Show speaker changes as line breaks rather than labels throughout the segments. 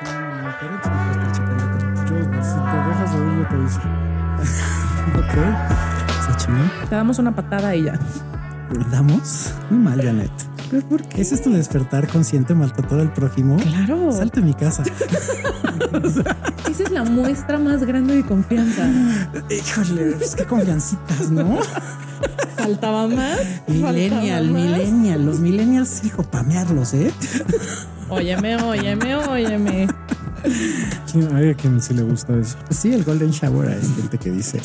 Era el que me iba a estar chingando con-
Yo, si te dejas oír, yo te aviso.
Ok. Se chingó.
Te damos una patada y ya.
Damos muy mal, Janet.
¿Pero por qué?
¿Ese es tu despertar consciente maltratar al prójimo?
Claro.
Salte de mi casa.
Esa es la muestra más grande de confianza.
Híjole, pues qué confiancitas, ¿no?
Faltaba más. faltaba
millennial,
más.
millennial. Los millennials, hijo, pamearlos, ¿eh?
Óyeme, óyeme, óyeme.
¿Quién- Hay a quien sí le gusta eso.
Sí, el Golden Shower es gente que dice,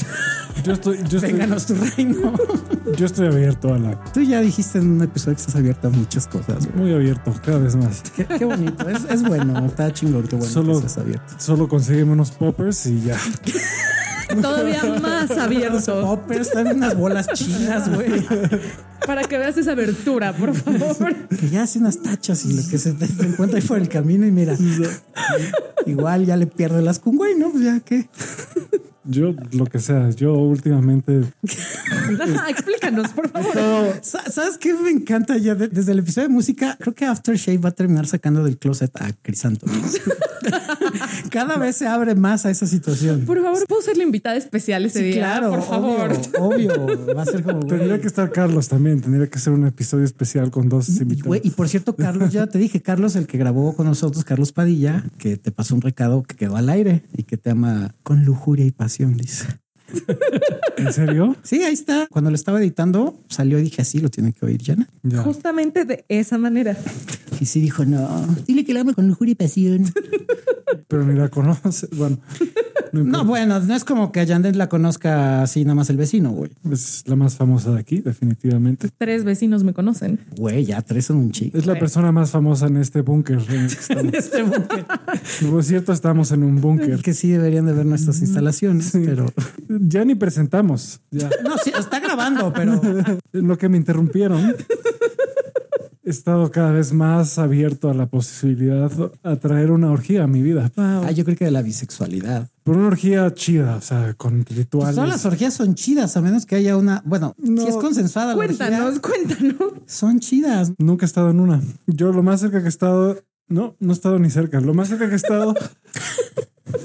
Yo estoy, yo estoy,
vénganos tu reino.
yo estoy abierto a la.
Tú ya dijiste en un episodio que estás abierta a muchas cosas. güey.
Muy abierto, cada vez más.
Qué, qué bonito, es, es bueno, está chingón, qué bueno
Solo-
que estás abierto.
Solo conseguimos unos poppers y ya.
Todavía más abierto.
Poppers, también unas bolas chinas, güey.
Para que veas esa abertura, por favor.
Que ya hace unas tachas y lo que se te te encuentra ahí por el camino y mira. Igual ya le pierde las con güey, ¿no? Pues ya que.
Yo, lo que sea, yo últimamente
Ah, Explícanos, por favor.
Sa- ¿Sabes qué me encanta ya? De- Desde el episodio de música, creo que Aftershave va a terminar sacando del closet a Crisanto. Cada vez se abre más a esa situación.
Por favor, ¿puedo ser la invitada especial ese
Sí,
día?
claro,
Pues, ¿eh? por favor.
Obvio, obvio. Va a ser como. güey.
Tendría que estar Carlos también, tendría que ser un episodio especial con dos
Y,
invitados.
Mm, güey, y por cierto, Carlos, ya te dije, Carlos, el que grabó con nosotros, Carlos Padilla, que te pasó un recado que quedó al aire y que te ama con lujuria y pasión, dice.
¿En serio?
Sí, ahí está. Cuando lo estaba editando, salió y dije así, lo tiene que oír, Jana.
Ya.
Justamente de esa manera.
Y sí dijo, no, dile que lo ama con lujuria y pasión.
Pero ni la conoce. Bueno, no importa.
No, bueno, no es como que a Janet la conozca así nada más el vecino, güey.
Es la más famosa de aquí, definitivamente.
Tres vecinos me conocen.
Güey, ya tres son un chico.
Es la
Sí.
persona más famosa en este búnker. en el que estamos.
este
Por cierto, estamos en un búnker.
Que sí deberían de ver nuestras instalaciones, pero...
Ya ni presentamos. Ya.
No, sí, está grabando, pero...
En Eh, lo que me interrumpieron, he estado cada vez más abierto a la posibilidad de traer una orgía a mi vida.
Ah, yo creo que de la bisexualidad.
Por una orgía chida, o sea, con
Pues
rituales.
todas las orgías son chidas, a menos que haya una... Bueno, si es consensuada la orgía,
Cuéntanos, cuéntanos.
son chidas.
Nunca he estado en una. Yo lo más cerca que he estado, no, no he estado ni cerca. Lo más cerca que he estado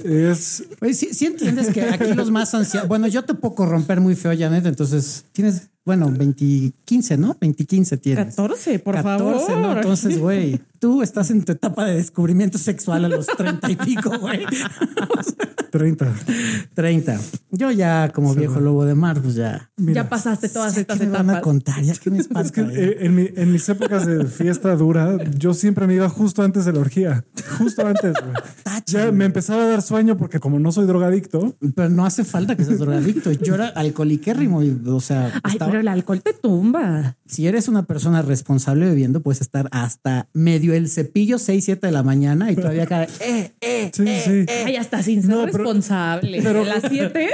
es
Oye, sí, sí entiendes que aquí los más ancianos... Bueno, yo te puedo corromper muy feo, Janet, entonces tienes... Bueno, 20, 15, ¿no? 20, 15 tienes.
14, por
14,
favor.
¿no? Entonces, güey, tú estás en tu etapa de descubrimiento sexual a los 30 y pico, güey.
30.
30. Yo ya como viejo lobo de mar, pues ya.
Mira,
ya pasaste todas
¿Qué
estas
me van a
etapas.
contar? Ya que me
Es que
espanta. eh.
eh, en, mi- en mis épocas de fiesta dura, yo siempre me iba justo antes de la orgía. Justo antes. güey. Ya me empezaba a dar sueño porque como no soy drogadicto,
Pero no hace falta que seas drogadicto. Yo era alcoholiquérrimo. y, O sea,
Ay,
estaba-
pero el alcohol te tumba.
si eres una persona responsable bebiendo, puedes estar hasta medio el cepillo 6, 7 de la mañana y todavía cada... Eh, eh,
sí,
eh.
sí.
Ay, hasta sin ser
No, pero-
responsable.
pero-
A las 7.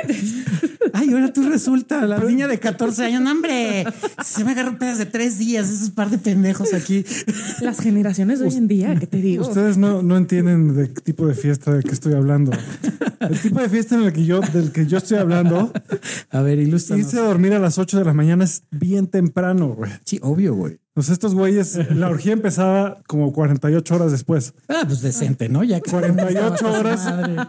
Ay, ahora tú resulta la niña de 14 años. No, hombre, se me agarró pedas de tres días. Esos par de pendejos aquí.
Las generaciones de hoy en día, ¿qué te digo?
Ustedes no, no entienden de qué tipo de fiesta de que estoy hablando. El tipo de fiesta en el que yo, del que yo estoy hablando,
A ver, ilustra.
irse a dormir a las 8 de la mañana es bien temprano, güey.
Sí, obvio, güey.
O sea, estos güeyes, la orgía empezaba como 48 horas después.
Ah, pues decente, ¿no? Ya que-
48
Madre.
horas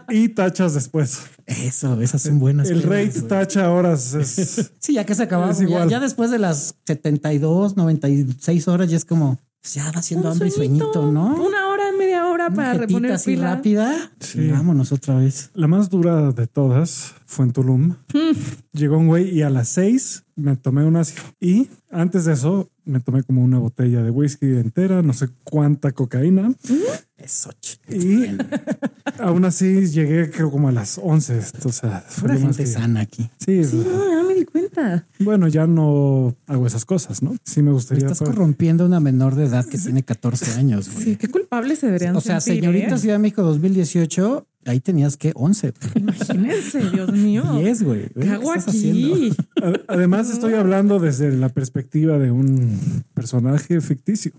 y tachas después.
Eso, esas son buenas.
El
pedas,
rate
güey.
tacha horas es...
Sí, ya que se acababa.
Es
Ya,
igual.
ya después de las 72, 96 horas, ya es como, pues ya va
Un
siendo hambre y
sueñito,
sueñito, ¿no?
Una hora, media hora
Una
para
jetita
reponer
así
pila.
rápida.
Sí.
Y vámonos otra vez.
La más dura de todas fue en Tulum. Llegó un güey y a las 6 me tomé unas... Y antes de eso me tomé como una botella de whisky entera, no sé cuánta cocaína.
Eso, ch-
Y aún así llegué creo como a las 11. O sea, fue
Pura
lo más
gente
que-
sana aquí.
Sí,
Sí, no, ya me di cuenta.
bueno, ya no hago esas cosas, ¿no? Sí me
Pero
gustaría...
estás
pero-
corrompiendo a una menor de edad que tiene 14 años. güey.
Sí, qué culpables se deberían
O sea,
sentir,
señorita
¿eh?
Ciudad de México 2018, ahí tenías que 11.
Imagínense, Dios mío.
10, güey.
¿Qué hago
estás haciendo?
aquí?
A- Además, estoy hablando desde la perspectiva de un personaje ficticio.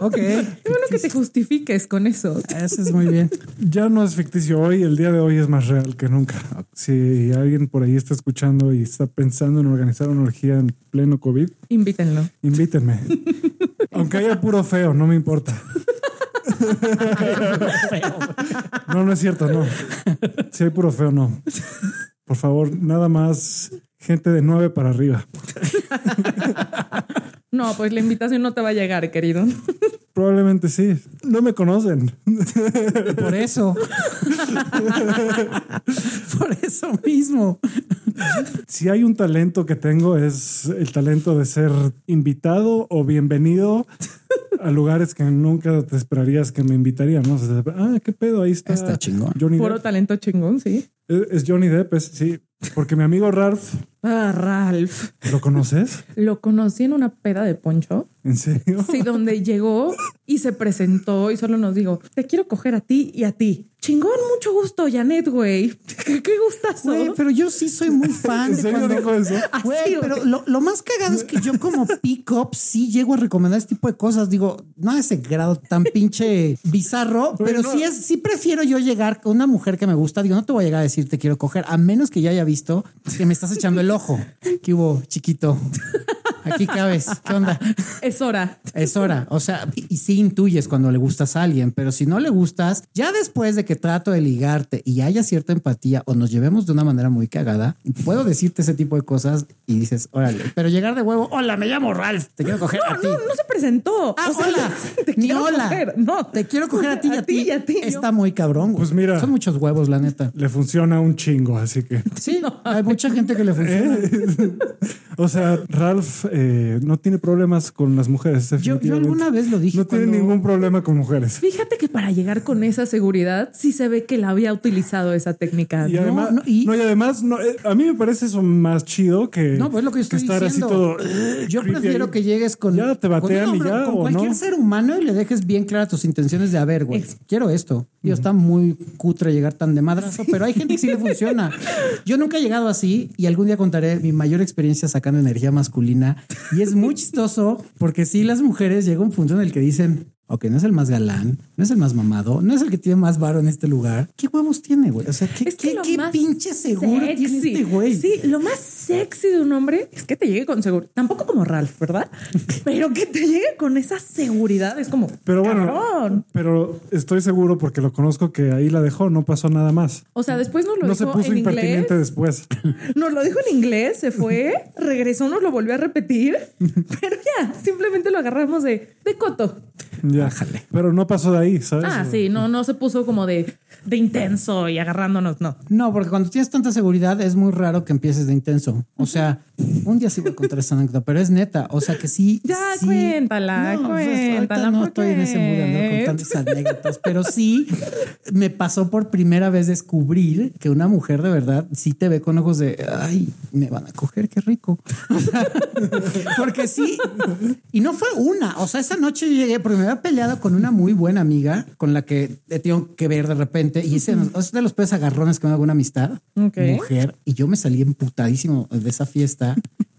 Ok.
Qué bueno que te justifiques con eso.
Eso es muy bien.
Ya no es ficticio hoy, el día de hoy es más real que nunca. Si alguien por ahí está escuchando y está pensando en organizar una orgía en pleno COVID,
Invítenlo.
invítenme. Aunque haya puro feo, no me importa. No, no es cierto, no. Si hay puro feo, no. Por favor, nada más gente de nueve para arriba.
No, pues la invitación no te va a llegar, querido.
Probablemente sí. No me conocen.
Por eso. Por eso mismo.
Si hay un talento que tengo es el talento de ser invitado o bienvenido a lugares que nunca te esperarías que me invitarían. ¿no? O sea, ah, qué pedo, ahí está.
Está chingón.
Johnny
Puro
Depp.
talento chingón, sí.
Es es Johnny Depp, es- sí. Porque mi amigo Ralph,
Ah, Ralph.
¿lo conoces?
Lo conocí en una peda de poncho.
¿En serio?
Sí, donde llegó y se presentó y solo nos dijo, te quiero coger a ti y a ti. Chingón, mucho gusto, Janet, güey. Qué, qué gustazo.
Güey, pero yo sí soy muy fan
¿En
de
serio
cuando- Ah.
dijo eso?
Así,
Güey,
güey.
pero lo, lo más cagado es que yo como pick-up sí llego a recomendar este tipo de cosas. Digo, no a ese grado tan pinche bizarro, pero sí es, sí prefiero yo llegar con una mujer que me gusta. Digo, no te voy a llegar a decir te quiero coger, a menos que ya haya visto que me estás echando el ojo. ¿Qué hubo, chiquito? Aquí cabes. ¿Qué onda?
Es hora.
Es hora. O sea, y, y sí intuyes cuando le gustas a alguien, pero si no le gustas, ya después de que trato de ligarte y haya cierta empatía o nos llevemos de una manera muy cagada, puedo decirte ese tipo de cosas y dices, órale, pero llegar de huevo, hola, me llamo Ralph, te quiero coger a ti.
No, no se presentó.
Ah,
O sea,
hola.
Te
Ni
quiero
hola.
coger. No,
Te quiero coger a ti y a, ti.
y a ti.
Está muy cabrón. güey.
Pues mira.
Son muchos huevos, la neta.
Le funciona un chingo, así que.
Sí, hay mucha gente que le funciona.
O sea, Ralph eh, no tiene problemas con las mujeres.
Yo, yo
definitivamente.
alguna vez lo dije.
No tiene
cuando-
ningún problema con mujeres.
Fíjate que para llegar con esa seguridad, sí se ve que la había utilizado esa técnica.
Y
¿no?
además,
no,
no,
y-
y, además, no, eh, a mí me parece eso más chido que,
No, pues es lo que yo
que
estoy
estar
diciendo.
así todo. eh,
yo
creepy
prefiero
ahí.
que llegues con.
Ya te
con un
batean y
hombre,
ya,
con
¿o
cualquier
no?
ser humano y le dejes bien claras tus intenciones de haber, güey. Quiero esto. Yo está muy cutre llegar tan de madrazo, pero hay gente que sí le funciona. Yo nunca he llegado así y algún día contaré mi mayor experiencia sacando energía masculina. Y es muy chistoso porque sí, las mujeres llega un punto en el que dicen. Ok, no es el más galán, no es el más mamado, no es el que tiene más varo en este lugar. ¿Qué huevos tiene, güey? O sea, ¿qué,
Es que
qué-
lo
qué
más
pinche seguro tiene
sexy.
este güey?
Sí, lo más sexy de un hombre es que te llegue con seguridad. Tampoco como Ralph, ¿verdad? Pero que te llegue con esa seguridad es como.
Pero bueno,
cabrón.
pero estoy seguro porque lo conozco que ahí la dejó, no pasó nada más.
O sea, después nos lo
no se
dijo
puso
en inglés.
impertinente después.
Nos lo dijo en inglés, se fue, regresó, nos lo volvió a repetir. Pero ya, simplemente lo agarramos de, de coto.
Ya. Pero no pasó de ahí, ¿sabes?
Ah, sí, no, no se puso como de, de intenso y agarrándonos, no.
No, porque cuando tienes tanta seguridad es muy raro que empieces de intenso. O sea, un día sí voy a contar esa anécdota, pero es neta. O sea que sí.
Ya,
sí.
cuéntala,
o sea, ahorita
cuéntala,
No
¿por
estoy en ese
qué?
mood de andar contando esas anécdotas, pero sí me pasó por primera vez descubrir que una mujer de verdad sí te ve con ojos de ay, me van a coger, qué rico. O sea, porque sí. Y no fue una. O sea, esa noche yo llegué porque me había peleado con una muy buena amiga con la que he tenido que ver de repente. Y ese es de los peores agarrones que me hago una amistad.
Ok.
Mujer. Y yo me salí emputadísimo de esa fiesta.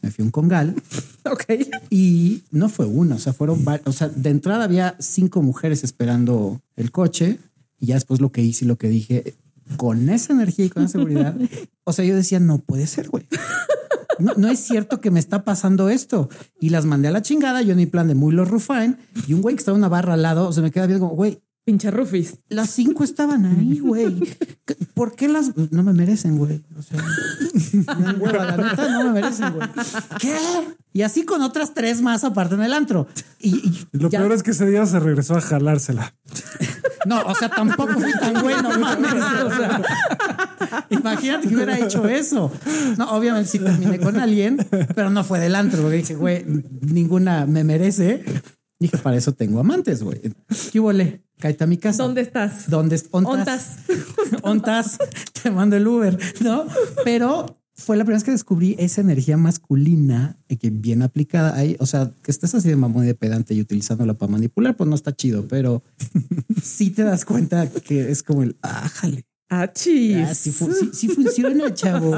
Me fui a un congal
Ok.
y no fue una. O sea, fueron varias. O sea, de entrada había cinco mujeres esperando el coche. Y ya después lo que hice y lo que dije con esa energía y con esa seguridad. o sea, yo decía, no puede ser, güey. No, no es cierto que me está pasando esto. Y las mandé a la chingada. Yo en mi plan de muy los Rufain y un güey que estaba en una barra al lado se me queda viendo como, güey,
Pinche Rufis.
las cinco estaban ahí, güey. ¿Qué- ¿Por qué las no me merecen, güey? O sea, me dan hueva, la neta, no me merecen, güey. ¿Qué? Y así con otras tres más aparte en el antro. Y, y
Lo
ya-
peor es que ese día se regresó a jalársela.
no, o sea, tampoco fui tan bueno, mames. O sea, imagínate que hubiera hecho eso. No, obviamente sí terminé con alguien, pero no fue del antro, porque dije, güey, ninguna me merece. Dije, para eso tengo amantes, güey. ¿Qué vole? Cállate a mi casa.
¿Dónde estás?
¿Dónde es-
Ontas.
ontas? Ontas, te mando el Uber, ¿no? Pero fue la primera vez que descubrí esa energía masculina y que bien aplicada ahí. O sea, que estés así de mamón y de pedante y utilizándola para manipular, pues no está chido, pero sí te das cuenta que es como el ájale.
Ah, chis.
Ah, sí, fu- sí- sí funciona, chavo.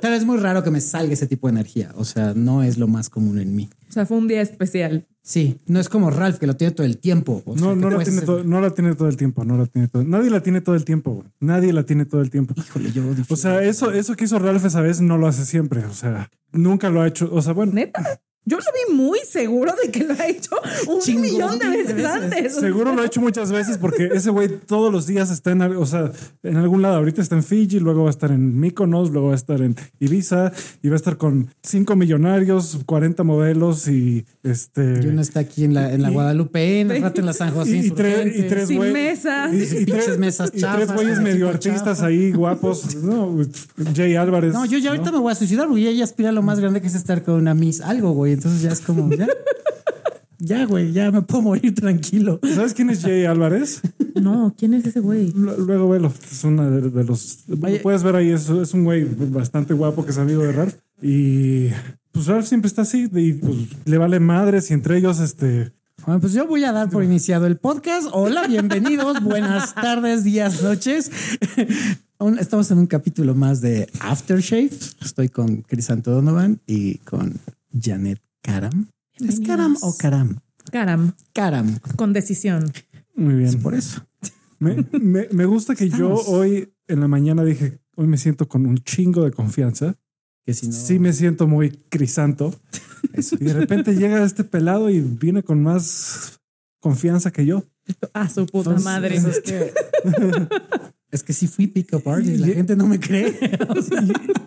Pero es muy raro que me salga ese tipo de energía. O sea, no es lo más común en mí.
O sea, fue un día especial.
Sí, no es como Ralph que lo tiene todo el tiempo. O sea,
No,
que
no la,
puedes
Pues
tiene
hacer-
todo, no la tiene todo el tiempo, no la tiene todo. Nadie la tiene todo el tiempo, güey. Nadie la tiene todo el tiempo.
Híjole, yo
O sea, eso, eso que hizo Ralph esa vez no lo hace siempre. O sea, nunca lo ha hecho. O sea, bueno,
Neta. Yo lo vi muy seguro de que lo ha hecho un
Chingón
millón de
de
veces,
veces.
antes.
Seguro lo he hecho muchas veces porque ese güey todos los días está en, al- o sea, en algún lado. Ahorita está en Fiji, luego va a estar en Mykonos, luego va a estar en Ibiza y va a estar con cinco millonarios, 40 modelos y este.
Y uno está aquí en la, en la
Y-
Guadalupe, eh, en el rato en la San
y-
José.
y, tres, y
Insurgentes.
tres
Sin
güey-
mesas.
y- y
Sin
tres-
pinches mesas
y
chafas,
tres güeyes
con
medio
equipo
artistas
chafa.
ahí guapos. No, Jay Álvarez.
No, yo ya ahorita me voy a suicidar porque ya, ya aspira a lo
Mm.
más grande que es estar con una Miss, algo, güey. Entonces ya es como, ya, ya, güey, ya me puedo morir tranquilo.
¿Sabes quién es Jay Álvarez?
No, ¿quién es ese güey?
Lu- Luego velo, es uno de, de los...
Oye.
Lo puedes ver ahí, es, es un güey bastante guapo que es amigo de Ralph. Y pues Ralph siempre está así, y pues, le vale madres y entre ellos este...
Bueno, pues yo voy a dar por iniciado el podcast. Hola, bienvenidos, buenas tardes, días, noches. Un- Estamos en un capítulo más de Aftershave. Estoy con Crisanto Donovan y con Janet Karam. ¿Es
Bienvenidos.
Karam o Karam?
Caram,
Karam,
con decisión.
Muy
es
bien.
por eso.
Me, me- me gusta que yo
Estamos.
hoy en la mañana dije, hoy me siento con un chingo de confianza.
Que si no,
Sí me siento muy crisanto. Y de repente llega este pelado y viene con más confianza que yo.
A su puta
Entonces, eh.
madre.
Es que, es que sí fui pick up artist, la
Y-
gente no me cree. O sea,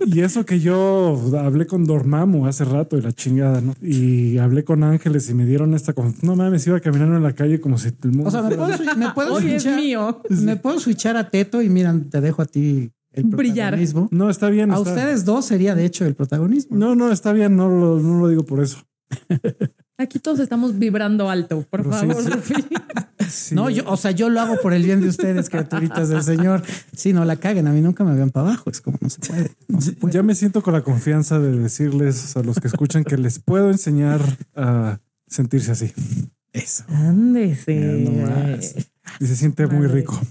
Y eso que yo hablé con Dormammu hace rato y la chingada, ¿no? Y hablé con Ángeles y me dieron esta con... No mames, iba caminando en la calle como si el mundo...
O sea, me
fuera-
puedo, swi- me puedo
Hoy es
switchar.
mío.
Me puedo switchar a Teto y miran, te dejo a ti el
Brillar.
protagonismo.
No, está bien.
A
está-
ustedes dos sería de hecho el protagonismo.
No, no, está bien, no lo, no lo digo por eso.
Aquí todos estamos vibrando alto, por
Pero sí,
favor.
Sí,
No, yo, o sea, yo lo hago por el bien de ustedes, criaturitas del Señor. Si no la caguen, a mí nunca me vean para abajo. Es como no se puede, no se puede.
Ya me siento con la confianza de decirles a los que escuchan que les puedo enseñar a sentirse así.
Eso.
Ándese.
Ya nomás.
Y se siente muy
Madre.
rico.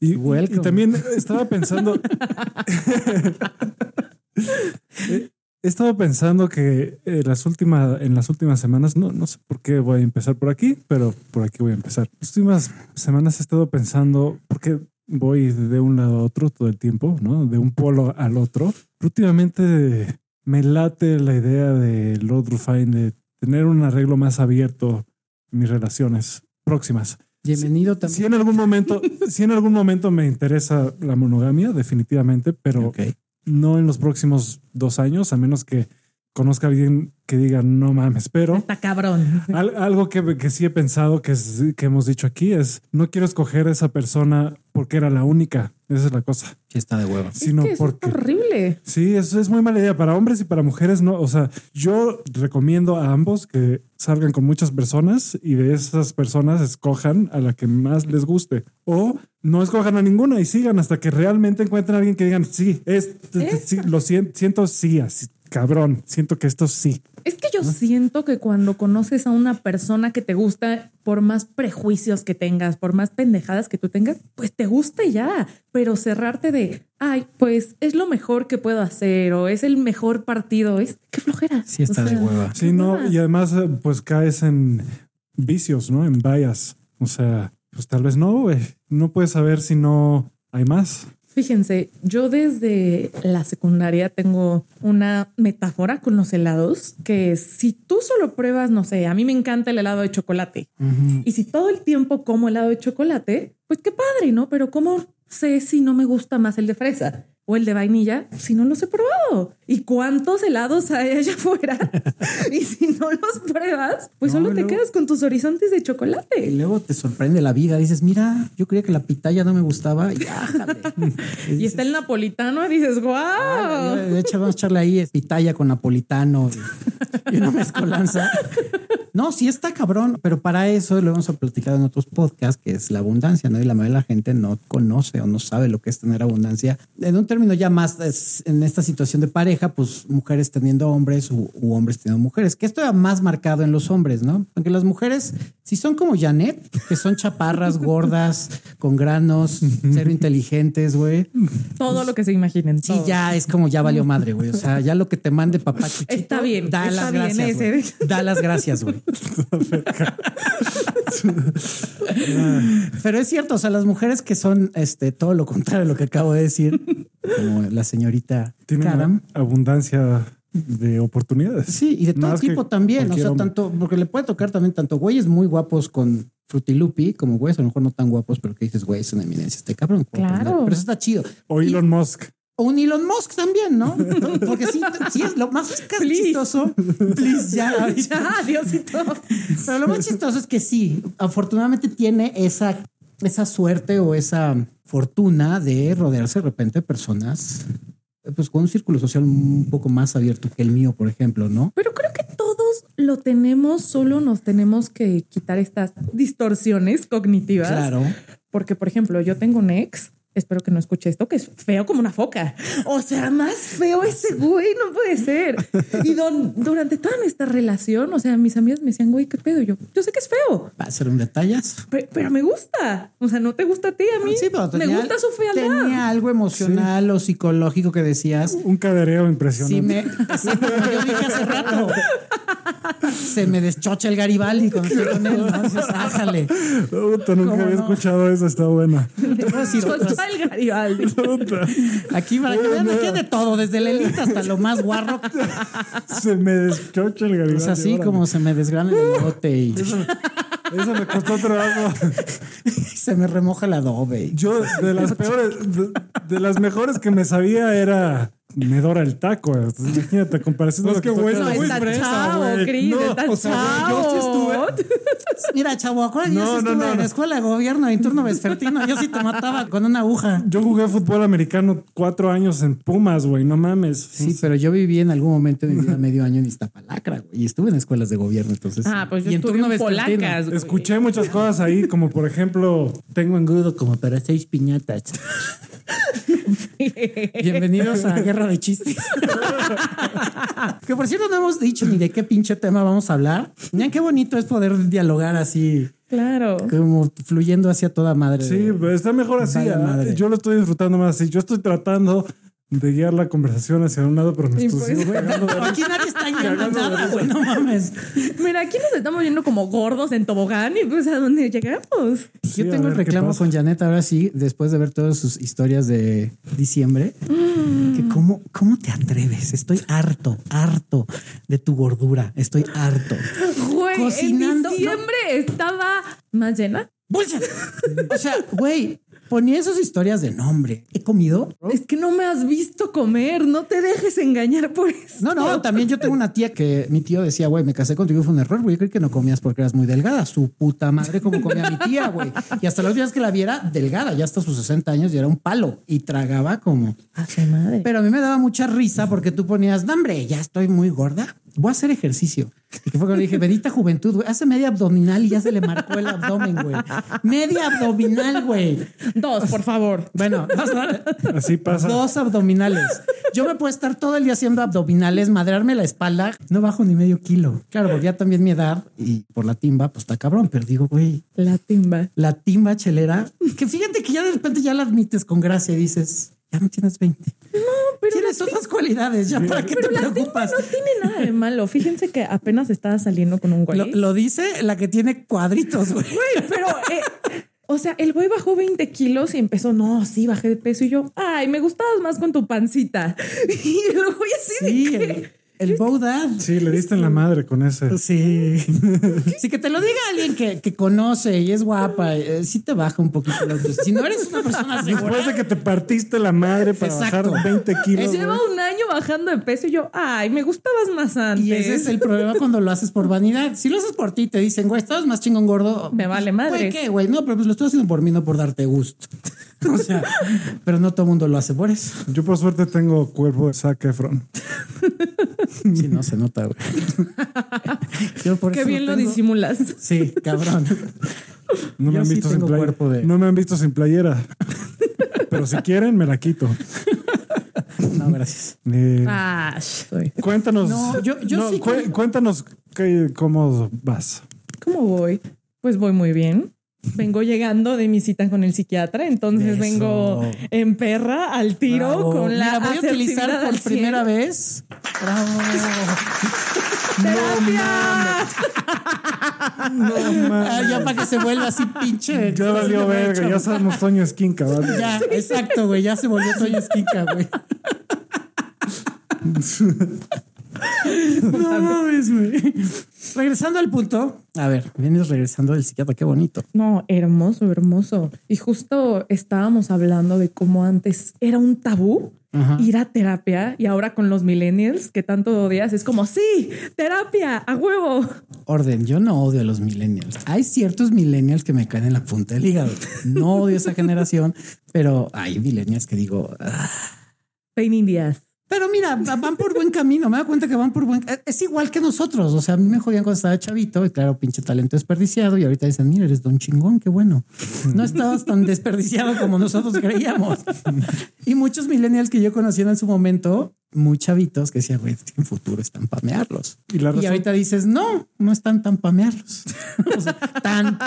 Y, y
Welcome.
también estaba pensando. Eh, He estado pensando que eh, las últimas, en las últimas semanas, no, no sé por qué voy a empezar por aquí, pero por aquí voy a empezar. Las últimas semanas he estado pensando, porque voy de un lado a otro todo el tiempo, ¿no? De un polo al otro. Pero últimamente me late la idea de Lord Rufine de tener un arreglo más abierto en mis relaciones próximas.
Bienvenido
Si
también.
en algún momento, si en algún momento me interesa la monogamia, definitivamente, pero
Ok.
no en los próximos dos años, a menos que conozca a alguien que diga no mames, pero
Está cabrón.
al- algo que, que sí he pensado que, es- que hemos dicho aquí es no quiero escoger a esa persona porque era la única. Esa es la cosa,
Sí está de huevos.
sino
es que eso es
porque
horrible.
Sí, eso es muy mala idea para hombres y para mujeres. No, o sea, yo recomiendo a ambos que salgan con muchas personas y de esas personas escojan a la que más les guste o no escojan a ninguna y sigan hasta que realmente encuentren a alguien que digan sí, es, sí, lo siento, siento sí, así, cabrón, siento que esto sí.
Es que yo siento que cuando conoces a una persona que te gusta, por más prejuicios que tengas, por más pendejadas que tú tengas, pues te gusta y ya. Pero cerrarte de, ay, pues es lo mejor que puedo hacer o es el mejor partido, es que flojera.
Sí está
O
de
sea,
hueva.
Sí, no, y además eh, pues caes en vicios, ¿no? En vallas. O sea, pues tal vez no, güey. No puedes saber si no hay más.
Fíjense, yo desde la secundaria tengo una metáfora con los helados, que es, si tú solo pruebas, no sé, a mí me encanta el helado de chocolate,
Ujú.
y si todo el tiempo como helado de chocolate, pues qué padre, ¿no? Pero ¿cómo sé si no me gusta más el de fresa o el de vainilla si no los he probado? ¿Y cuántos helados hay allá afuera? y si no los pruebas, pues
No,
solo te
luego-
quedas con tus horizontes de
Y
chocolate.
luego te sorprende la vida. Dices, mira, yo creía que la pitaya no me gustaba. Y, ájale.
Y está el napolitano y dices,
Ah,
wow.
De hecho, vamos a echarle ahí pitaya con napolitano y- y una mezcolanza. No, sí está cabrón, pero para eso lo hemos platicado en otros podcasts, que es la abundancia, ¿no? Y la mayoría de la gente no conoce o no sabe lo que es tener abundancia. En un término ya más es, en esta situación de pareja, pues mujeres teniendo hombres u, u hombres teniendo mujeres, que esto era más marcado en los hombres, ¿no? Aunque las mujeres, si son como Janet, que son chaparras, gordas, con granos, cero inteligentes, güey.
Todo lo que se imaginen.
Sí,
todo.
ya es como ya valió madre, güey. O sea, ya lo que te mande papá Chuchito.
Está bien,
Da
está
las
bien
gracias.
ese.
güey. Da las gracias, güey. Pero es cierto, o sea, las mujeres que son este todo lo contrario de lo que acabo de decir, como la señorita
Tienen
Karam,
abundancia de oportunidades.
Sí, y de todo
Más que
tipo también. O
cualquier
sea,
hombre.
tanto, porque le puede tocar también tanto güeyes muy guapos con Frutilupi, como güeyes a lo mejor no tan guapos, pero que dices, güey, es una eminencia este cabrón.
Claro.
Pero eso está chido.
O
Y-
Elon Musk.
O un Elon Musk también, ¿no? Porque sí, sí es lo más chistoso. Please, ya, ahorita.
Ya, Diosito.
Pero lo más chistoso es que sí, afortunadamente tiene esa, esa suerte o esa fortuna de rodearse de repente de personas eh, pues con un círculo social un poco más abierto que el mío, por ejemplo, ¿no?
Pero creo que todos lo tenemos, solo nos tenemos que quitar estas distorsiones cognitivas.
Claro.
Porque, por ejemplo, yo tengo un ex, espero que no escuche esto, que es feo como una foca. O sea, más feo
Ah,
ese güey, no puede ser. Y don- durante toda nuestra relación, o sea, mis amigas me decían, güey, ¿qué pedo? Yo, yo sé que es feo,
Va a ser un detallazo.
pe- pero, me gusta. O sea, no te gusta a ti, a mí.
Sí, pero
me
tenía-
gusta su fealdad.
Tenía algo emocional o psicológico que decías.
Un cadereo impresionante.
Sí, me, sí, como yo dije hace rato. Se me deschocha el Garibaldi con, con él, ¿no? Dices, ájale.
Puta, nunca
¿Cómo
había
no?
escuchado eso, está buena.
Te puedo decir otras-
Chocha el Garibaldi.
Puta,
Aquí para que vean, aquí hay de todo, desde el elite hasta lo más guarro.
se me deschocha el garibaldi.
Es Pues así
órale.
como se me desgrana el bote y
Eso me costó trabajo.
se me remoja el adobe.
Yo, de las peores, de, de las mejores que me sabía era... Me dora el taco. Entonces, imagínate, comparación
Pues que bueno,
No,
Muy
está
fresa,
chavo,
güey.
Cris,
No,
está
o sea,
chavo.
güey, yo sí
Mira, chavo, acuérdate, yo
No,
sí
no,
estuve
no,
en
no.
la escuela de gobierno en turno vespertino. Yo sí te mataba con una aguja.
Yo jugué fútbol americano cuatro años en Pumas, güey, no mames.
Sí, pero yo viví en algún momento de mi vida medio año en Iztapalacra, güey, y estuve en escuelas de gobierno, entonces.
Ah, pues yo
y en
estuve
turno
en
vespertino.
polacas. güey.
Escuché muchas cosas ahí, como por ejemplo, tengo engrudo como para seis piñatas.
Bienvenidos a Guerra de Chistes. que por cierto no hemos dicho ni de qué pinche tema vamos a hablar. Miren qué bonito es poder dialogar así,
Claro.
como fluyendo hacia toda madre.
Sí, pero está mejor así.
Vale
ah,
madre.
Yo lo estoy disfrutando más así. Yo estoy tratando de guiar la conversación hacia un lado, pero me
Y
estoy
pues-
sigo cagando de risa.
Aquí nadie está engañando nada, güey, no mames.
Mira, aquí nos estamos yendo como gordos en tobogán y pues a dónde llegamos.
Sí,
Yo
a
tengo el
ver qué
reclamo
pasa.
con Janet ahora sí, después de ver todas sus historias de diciembre, que cómo, cómo te atreves. Estoy harto, harto de tu gordura. Estoy harto.
Güey,
Cocinando,
en diciembre estaba más llena.
Bullshit. O sea, güey, ponía esas historias de nombre. He comido.
Es que no me has visto comer, no te dejes engañar por eso.
No, no, también yo tengo una tía que mi tío decía, güey, me casé contigo y fue un error, güey. Yo creí que no comías porque eras muy delgada. Su puta madre, como comía mi tía, güey. Y hasta los días que la viera, delgada, ya hasta sus 60 años, y era un palo y tragaba como.
Hace madre.
Pero a mí me daba mucha risa porque tú ponías, "No, hombre, ya estoy muy gorda, voy a hacer ejercicio. Y que fue cuando le dije, bendita juventud, güey, hace media abdominal y ya se le marcó el abdomen, güey. Media abdominal, güey.
Dos, por favor.
Bueno, dos,
Así pasa.
dos abdominales. Yo me puedo estar todo el día haciendo abdominales, madrearme la espalda, no bajo ni medio kilo. Claro, porque ya también mi edad y por la timba, pues está cabrón, pero digo, güey,
La timba.
la timba chelera, que fíjate que ya de repente ya la admites con gracia y dices, ya no tienes 20.
Pero
Tienes otras cualidades, ya para qué te preocupas.
no tiene nada de malo. Fíjense que apenas estaba saliendo con un güey.
Lo, lo dice la que tiene cuadritos, güey.
Güey, pero, eh, o sea, el güey bajó 20 kilos y empezó, no, sí, bajé de peso. Y yo, ay, me gustabas más con tu pancita. Y el güey así
Sí,
de que,
el, el Bowdad.
Sí, le diste en la madre con ese.
Sí. Sí, que te lo diga alguien que, que conoce y es guapa, eh, sí te baja un poquito la autoestima. Si no eres una persona segura.
Después de que te partiste la madre para
Exacto.
bajar 20 kilos.
Ese-
güey.
"Pues Lleva un año bajando de peso y yo, ay, me gustabas más antes.
Y ese es el problema cuando lo haces por vanidad. Si lo haces por ti, te dicen, güey, estabas más chingón gordo.
Me vale
Pues, Güey,
madres.
¿qué, güey? No, pero pues lo estoy haciendo por mí, no por darte gusto. O sea, pero no todo el mundo lo hace por eso.
Yo por suerte tengo cuerpo de Zac Efron.
Sí, no se nota, güey. Yo por
Qué
eso
bien lo
tengo.
disimulas.
Sí, cabrón.
No me
Yo
han
sí
visto sin
tengo
playera.
cuerpo de-
No me han visto sin playera. Pero si quieren, me la quito.
No, gracias.
Eh,
Ah, soy.
Cuéntanos.
No, yo- yo sí
cué-
creo-
Cuéntanos qué- cómo vas.
¿Cómo voy? Pues voy muy bien. Vengo llegando de mi cita con el psiquiatra, entonces
Eso.
vengo en perra al tiro
Bravo.
con la
Mira, voy a utilizar
asertividad
por
al cien.
primera vez. Bravo.
terapia.
No
Ah,
mames.
ya para que se vuelva así pinche.
Ya valió verga, ya sabemos Toño Esquinca, ¿vale?
Ya, exacto, güey. Ya se volvió Toño Esquinca, güey. No mames, güey. Regresando al punto. A ver, vienes regresando del psiquiatra, qué bonito.
No, hermoso, hermoso. Y justo estábamos hablando de cómo antes era un tabú
Ajá.
ir a terapia y ahora con los millennials que tanto odias es como, sí, terapia, a huevo.
Orden, yo no odio a los millennials. Hay ciertos millennials que me caen en la punta del hígado. No odio esa generación, pero hay millennials que digo, "Ah".
Pain in the ass.
pero mira, va- van por buen camino. Me da cuenta que van por buen eh, es- Es igual que nosotros. O sea, a mí me jodían cuando estaba chavito y claro, pinche talento desperdiciado. Y ahorita dicen, mira, eres don chingón, qué bueno. No estabas tan desperdiciado como nosotros creíamos. Y muchos millennials que yo conocía en su momento, muy chavitos, que decían, güey, en futuro están pamearlos.
Y la
Y
razón-
ahorita dices, no, no están tan pamearlos. O sea, tan,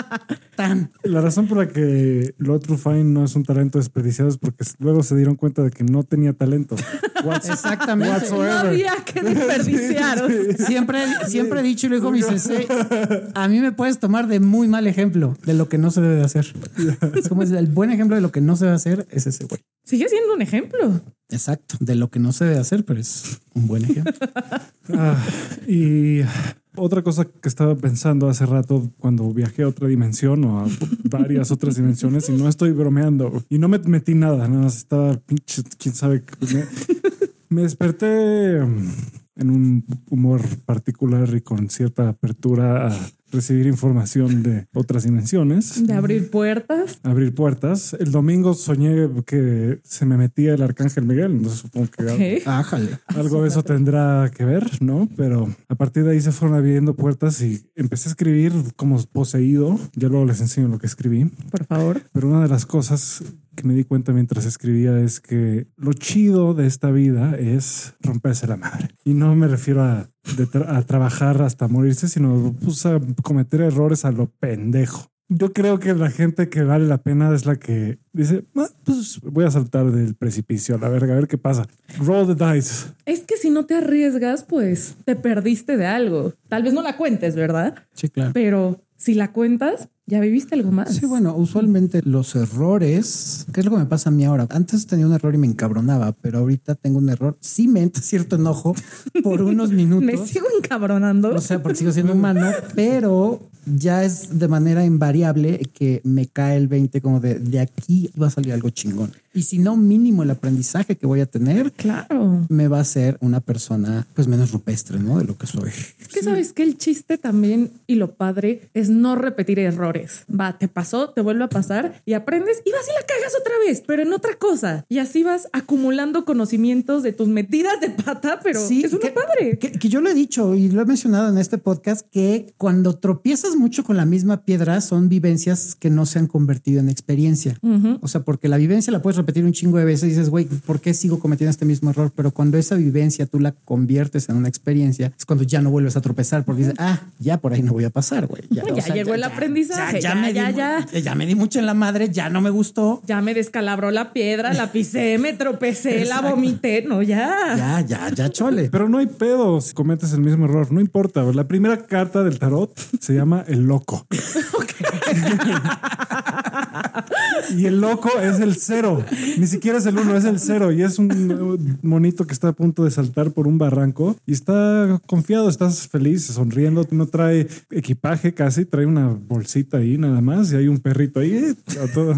tan.
La razón por la que lo True Fine no es un talento desperdiciado es porque luego se dieron cuenta de que no tenía talento. What's-
Exactamente.
No había que desperdiciar. o sea.
Siempre, siempre he dicho y lo dijo mi sensei, a mí me puedes tomar de muy mal ejemplo de lo que no se debe de hacer. Es como el buen ejemplo de lo que no se debe hacer es ese güey.
Sigue siendo un ejemplo.
Exacto, de lo que no se debe hacer, pero es un buen ejemplo.
Ah, y otra cosa que estaba pensando hace rato cuando viajé a otra dimensión o a varias otras dimensiones y no estoy bromeando y no me metí nada, nada más estaba pinche, quién sabe. qué- Me, me desperté mm, en un humor particular y con cierta apertura a recibir información de otras dimensiones
De abrir puertas.
abrir puertas. El domingo soñé que se me metía el arcángel Miguel. Entonces supongo que
Ok.
Ájale.
algo de eso tendrá que ver, ¿no? Pero a partir de ahí se fueron abriendo puertas y empecé a escribir como poseído. Ya luego les enseño lo que escribí.
Por favor.
Pero una de las cosas que me di cuenta mientras escribía es que lo chido de esta vida es romperse la madre. Y no me refiero a, de tra- a trabajar hasta morirse, sino pues, a cometer errores a lo pendejo. Yo creo que la gente que vale la pena es la que dice, "Ah, pues voy a saltar del precipicio a la verga, a ver qué pasa. Roll the dice.
Es que si no te arriesgas, pues te perdiste de algo. Tal vez no la cuentes, ¿verdad?
Sí, claro.
Pero si la cuentas, ya viviste algo más.
Sí, bueno, usualmente los errores, que es lo que me pasa a mí ahora. Antes tenía un error y me encabronaba, pero ahorita tengo un error. Sí me entra cierto enojo por unos
Me
minutos.
sigo encabronando.
O sea, porque sigo siendo humano, pero ya es de manera invariable que me cae el 20 como de, de aquí va a salir algo chingón. Y si no, mínimo el aprendizaje que voy a tener
Claro.
me va a hacer una persona pues menos rupestre, ¿no? De lo que soy.
Es que sabes que el chiste también y lo padre es no repetir errores. Va, te pasó, te vuelve a pasar y aprendes y vas y la cagas otra vez, pero en otra cosa. Y así vas acumulando conocimientos de tus metidas de pata, pero es uno
que-
padre.
Que, que yo lo he dicho y lo he mencionado en este podcast que cuando tropiezas mucho con la misma piedra son vivencias que no se han convertido en experiencia. O sea, porque la vivencia la puedes repetir un chingo de veces y dices, güey, ¿por qué sigo cometiendo este mismo error? Pero cuando esa vivencia tú la conviertes en una experiencia, es cuando ya no vuelves a tropezar porque dices, ah, ya por ahí no voy a pasar, güey.
Ya llegó el aprendizaje, ya,
me
ya,
di, mu-
ya.
ya me di mucho en la madre, ya no me gustó.
Ya me descalabró la piedra, la pisé, me tropecé, la vomité. No, ya.
Ya, ya, ya, chole.
Pero no hay pedo si cometes el mismo error, no importa. La primera carta del tarot se llama el loco. y el loco es el cero, ni siquiera es el uno, es el cero. Y es un monito que está a punto de saltar por un barranco y está confiado, estás feliz, sonriendo, no trae equipaje casi, trae una bolsita ahí nada más y hay un perrito ahí. eh, a todo.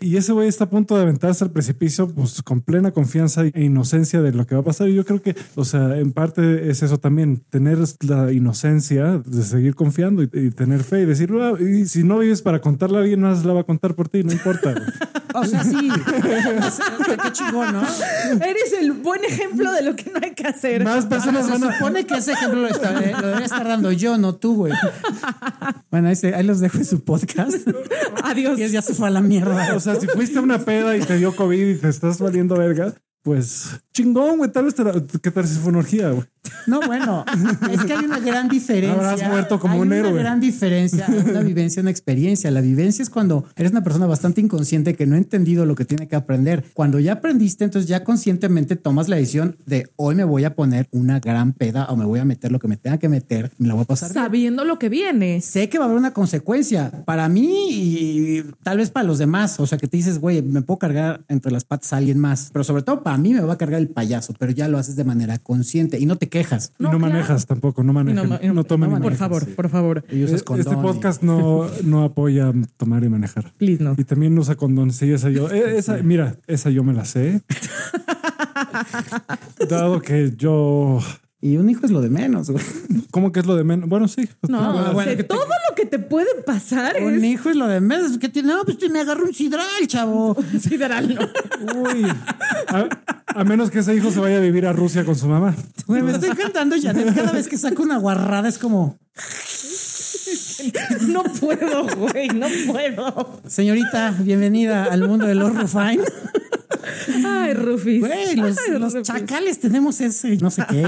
Y ese güey está a punto de aventarse al precipicio, pues con plena confianza e inocencia de lo que va a pasar. Y yo creo que, o sea, en parte es eso también, tener la inocencia de seguir confiando y, y tener fe y decir, "Ah, y si no vives para contarla, alguien más la va a contar por ti, no importa. güey".
O sea, sí. O sea, qué chingón, ¿no?
Eres el buen ejemplo de lo que no hay que hacer.
más
Personas
personas
Ah, se
van a.
supone que ese ejemplo lo, está- eh, lo debería estar dando yo, no tú, güey. Bueno, ahí, se- ahí los dejo en su podcast.
Adiós.
Y ya se fue a la mierda.
Ah, O sea, si fuiste a una peda y te dio COVID y te estás valiendo verga, pues chingón, güey. Tal vez te la- ¿Qué tal si fue una orgía, güey?
No, bueno, es que hay una gran diferencia.
Habrás muerto como
Hay
un
una
héroe.
gran diferencia, una vivencia, una experiencia. La vivencia es cuando eres una persona bastante inconsciente que no ha entendido lo que tiene que aprender. Cuando ya aprendiste, entonces ya conscientemente tomas la decisión de hoy me voy a poner una gran peda o me voy a meter lo que me tenga que meter, me la voy a pasar. bien.
Sabiendo lo que viene.
sé que va a haber una consecuencia para mí y tal vez para los demás. O sea, que te dices, güey, me puedo cargar entre las patas a alguien más, pero sobre todo para a mí me va a cargar el payaso, pero ya lo haces de manera consciente y no te quejas.
Y no,
No, claro.
manejas tampoco, no
Y
manejan,
no
no,
ma- y no-
tomen y
Por
manejan.
favor, por favor.
Y usas
Eh, Este
condón y-
podcast no, no apoya tomar y manejar.
Please no.
Y también usa condón. Sí, esa yo. eh, Esa, mira, esa yo me la sé. Dado que yo.
Y un hijo es lo de menos. güey.
¿Cómo que es lo de menos? Bueno, sí.
No,
bueno,
o sea,
bueno, que te-
todo lo que te puede pasar
Un
es
hijo es lo de menos. ¿Qué tiene? No, pues me agarró un sidral, chavo.
sideral, ¿no?
Uy. A, a menos que ese hijo se vaya a vivir a Rusia con su mamá.
Güey, me estoy cantando, Janet. Cada vez que saco una guarrada es como,
No puedo, güey, no puedo.
señorita, bienvenida al mundo del horror fine.
Ay, Rufis.
Güey, los,
Ay,
los
Rufis.
chacales tenemos ese no sé qué.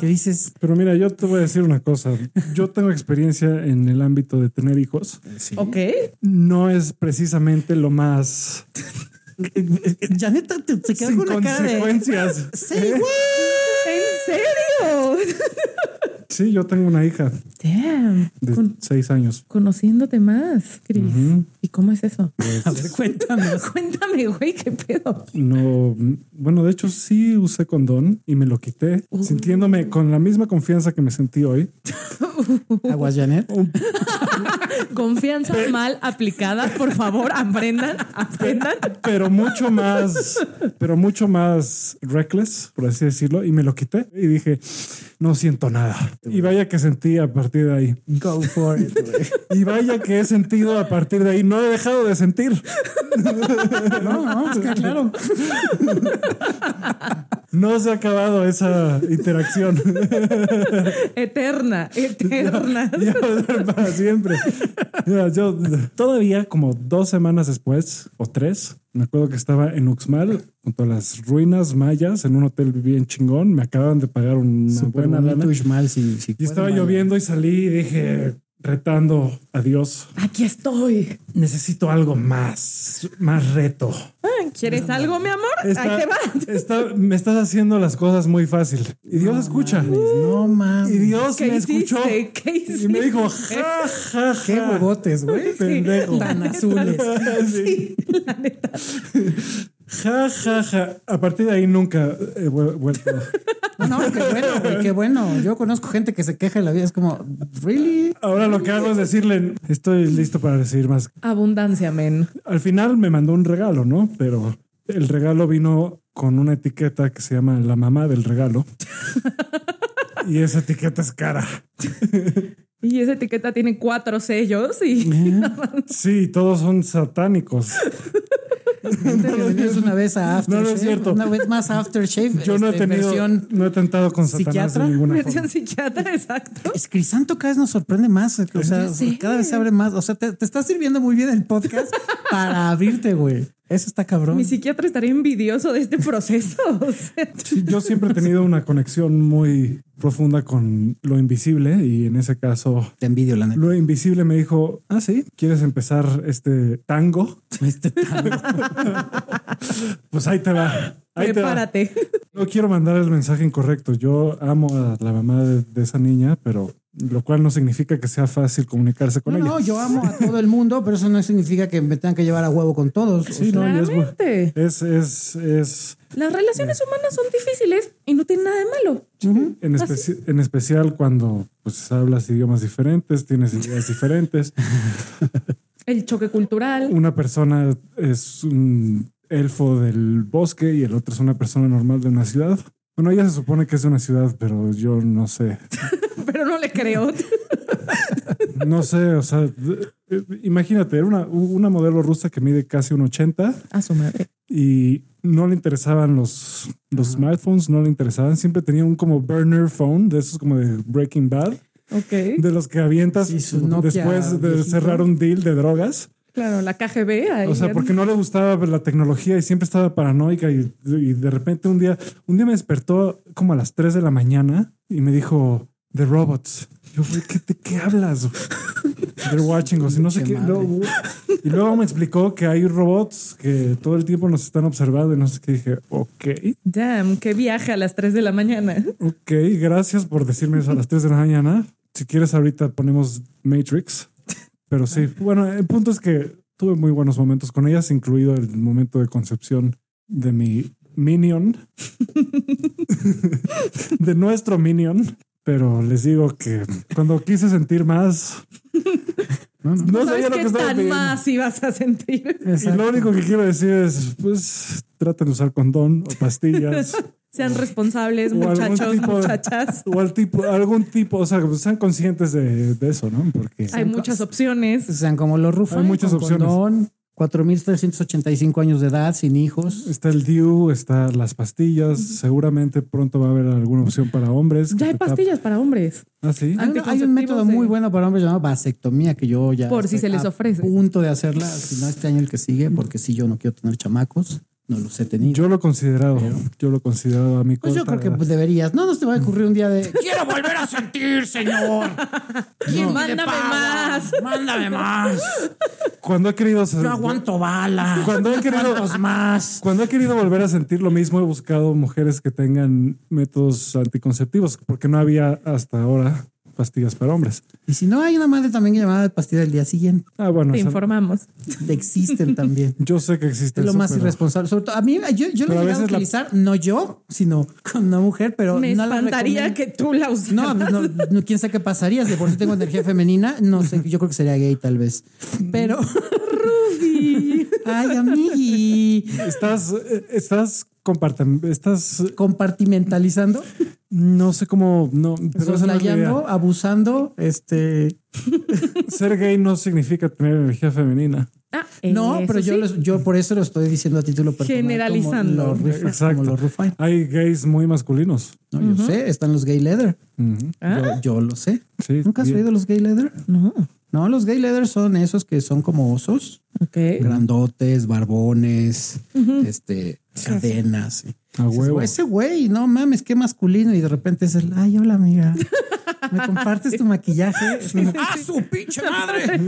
Que dices,
Pero mira, yo te voy a decir una cosa. Yo tengo experiencia en el ámbito de tener hijos.
Ok.
No es precisamente lo más
Janet te- te quedó
sin
con una cara de.
consecuencias.
Sí, güey.
¿En serio?
Sí, yo tengo una hija
Damn.
de
Con-
seis años.
conociéndote más, Chris. ¿Y cómo es eso?
A ver, cuéntanos.
Cuéntame, güey, qué pedo.
No, bueno, de hecho sí usé condón y me lo quité, sintiéndome con la misma confianza que me sentí hoy.
Aguas, Janet.
Confianza mal aplicada, por favor, aprendan, aprendan.
pero mucho más, pero mucho más reckless, por así decirlo, y me lo quité y dije, no siento nada. Y vaya que sentí a partir de ahí.
Go for it. güey.
Y vaya que he sentido a partir de ahí, no he dejado de sentir.
No, no, es que claro.
No se ha acabado esa interacción.
Eterna, eterna.
Ya va a ser para siempre. Mira, yo todavía como dos semanas después o tres, me acuerdo que estaba en Uxmal junto a las ruinas mayas en un hotel bien chingón. Me acababan de pagar una
Súper
buena lana.
bonito, Ishmael, si, si
Y
pueden,
estaba
vayan.
lloviendo y salí y dije, retando a Dios,
Aquí estoy.
necesito algo más, más reto.
Ah, ¿Quieres algo, mi amor?
Está-
Ahí te va. Ah,
está- me estás haciendo las cosas muy fácil. Y Dios escucha.
No
Y
mames.
Dios
¿Qué
me
hiciste?
escuchó.
¿Qué
Y me
hiciste?
dijo, ja, ja, ja.
Qué huevotes, güey.
Sí, la
Tan
neta.
azules.
Sí. Ja, ja, ja. A partir de ahí nunca he vuel- vuelto.
No, qué bueno, güey, qué bueno. Yo conozco gente que se queja de la vida. Es como, ¿really?
Ahora lo que hago es decirle, estoy listo para recibir más.
Abundancia, men.
Al final me mandó un regalo, ¿no? Pero el regalo vino con una etiqueta que se llama la mamá del regalo. y esa etiqueta es cara.
Y esa etiqueta tiene cuatro sellos y
¿Eh?
Sí, todos son satánicos.
Bienvenidos una vez a Aftershave.
No, no es cierto.
Una vez más a Aftershave.
Yo no he
este,
tenido,
versión-
no he tentado con Satanás de
¿Psiquiatra?
ninguna forma.
versión psiquiatra, exacto.
Es Crisanto cada vez nos sorprende más. O sea,
Ya sé.
cada vez se abre más. O sea, te, te está sirviendo muy bien el podcast para abrirte, güey. Eso está cabrón.
Mi psiquiatra estaría envidioso de este proceso. o sea,
Sí, yo siempre he tenido una conexión muy profunda con lo invisible y en ese caso
Te envidio, la neta.
lo invisible me dijo, ah, sí, ¿quieres empezar este tango?
Este tango.
Pues ahí te va. Ahí te va.
prepárate.
No quiero mandar el mensaje incorrecto. Yo amo a la mamá de, de esa niña, pero lo cual no significa que sea fácil comunicarse con
No,
ella.
no, yo amo a todo el mundo, pero eso no significa que me tengan que llevar a huevo con todos.
Sí, no, y es bu-
Claramente.
es, es, es,
Las relaciones humanas son difíciles y no tienen nada de malo.
en,
Pues
especi- en especial cuando pues hablas idiomas diferentes, tienes ideas diferentes.
El choque cultural.
Una persona es un elfo del bosque y el otro es una persona normal de una ciudad. Bueno, ella se supone que es de una ciudad, pero yo no sé.
Pero no le creo.
No sé, o sea, eh, imagínate, era una, una modelo rusa que mide casi un 80
A su madre.
y no le interesaban los, los smartphones, no le interesaban. Siempre tenía un como burner phone de esos como de Breaking Bad,
Ok.
de los que avientas
Sí, su Nokia
después de
viejito.
cerrar un deal de drogas.
Claro, la KGB. ahí
O sea,
anda.
porque no le gustaba pues, la tecnología y siempre estaba paranoica y, y de repente un día, un día me despertó como a las 3 de la mañana y me dijo, The Robots. Yo, güey, ¿qué, de qué hablas? They're watching us y no sé
Pinche
qué.
madre.
Luego- y luego me explicó que hay robots que todo el tiempo nos están observando y no sé qué. Dije, ok,
Damn, qué viaje a las 3 de la mañana.
ok, gracias por decirme eso a las 3 de la mañana. Si quieres ahorita ponemos Matrix. Pero sí, bueno, el punto es que tuve muy buenos momentos con ellas, incluido el momento de concepción de mi Minion, de nuestro Minion, pero les digo que cuando quise sentir más, no, no, no
¿Sabes
sabía lo
qué
que estaba
tan
pidiendo.
más ibas a sentir?
Y lo único que quiero decir es, pues, traten de usar condón o pastillas.
Sean responsables,
Pues, O algún
muchachos,
tipo de-
muchachas.
O al tipo, algún tipo, o sea, pues, sean conscientes de, de eso, ¿no? Porque
Hay muchas opciones.
Sean como los Rufan.
Hay muchas
con
opciones.
condón, 4.385 años de edad, sin hijos.
está el DIU, está las pastillas, seguramente pronto va a haber alguna opción para hombres.
Ya hay
que te tap-
pastillas para hombres.
Ah, sí.
Hay, un- hay un método
de-
muy bueno para hombres llamado vasectomía que yo ya.
Por si
estoy
se les
a
ofrece.
punto de hacerla, si no este año el que sigue, porque si yo no quiero tener chamacos, no los he tenido.
Yo lo he considerado, yo lo he considerado a mi
pues yo
corta
creo que
edad.
pues, deberías. No, no se te va a ocurrir un día de. Quiero volver a sentir, señor.
Y
No.
mándame más.
Mándame más.
Cuando he querido
No aguanto bala.
Cuando he querido-
¿Cuántos más.
Cuando he querido volver a sentir lo mismo, he buscado mujeres que tengan métodos anticonceptivos, porque no había hasta ahora pastillas para hombres.
Y si no, hay una madre también llamada de pastilla del día siguiente.
Ah, bueno,
Te
o sea,
informamos.
Existen también.
yo sé que existe
Es lo
eso,
más
pero-
irresponsable. Sobre todo, a mí, yo, yo lo
Pero a
he llegado a
veces la-
utilizar, no yo, sino con una mujer, pero
Me
no la
espantaría
recomiendo.
que tú la usaras.
No, no, no, quién sabe qué pasaría. Si de por si tengo energía femenina, no sé, yo creo que sería gay tal vez. Pero. Ruby. Ay, amigui.
Estás, eh, estás, compartan, estás, eh,
Compartimentalizando,
no sé cómo, no, pero esa no es la idea.
soslayando, abusando, este.
Ser gay no significa tener energía femenina.
Ah,
No,
eso
pero yo,
sí.
los- yo por Eh, eso lo estoy diciendo a título personal.
Generalizando.
Como los Rufai-
Exacto.
como los Rufai.
Hay gays muy masculinos.
No, yo sé, están los gay leather.
Ujú.
Yo, yo lo sé.
Sí,
¿Nunca has
bien.
oído los gay leather?
No.
Ah. No, los gay leather son esos que son como osos,
Ok.
grandotes, barbones, este, cadenas. sí.
A
Dices,
huevo.
"Güey, Ese güey, no mames, qué masculino. Y de repente es el, ay, hola amiga, ¿me compartes tu maquillaje? ¡Ah, su pinche madre!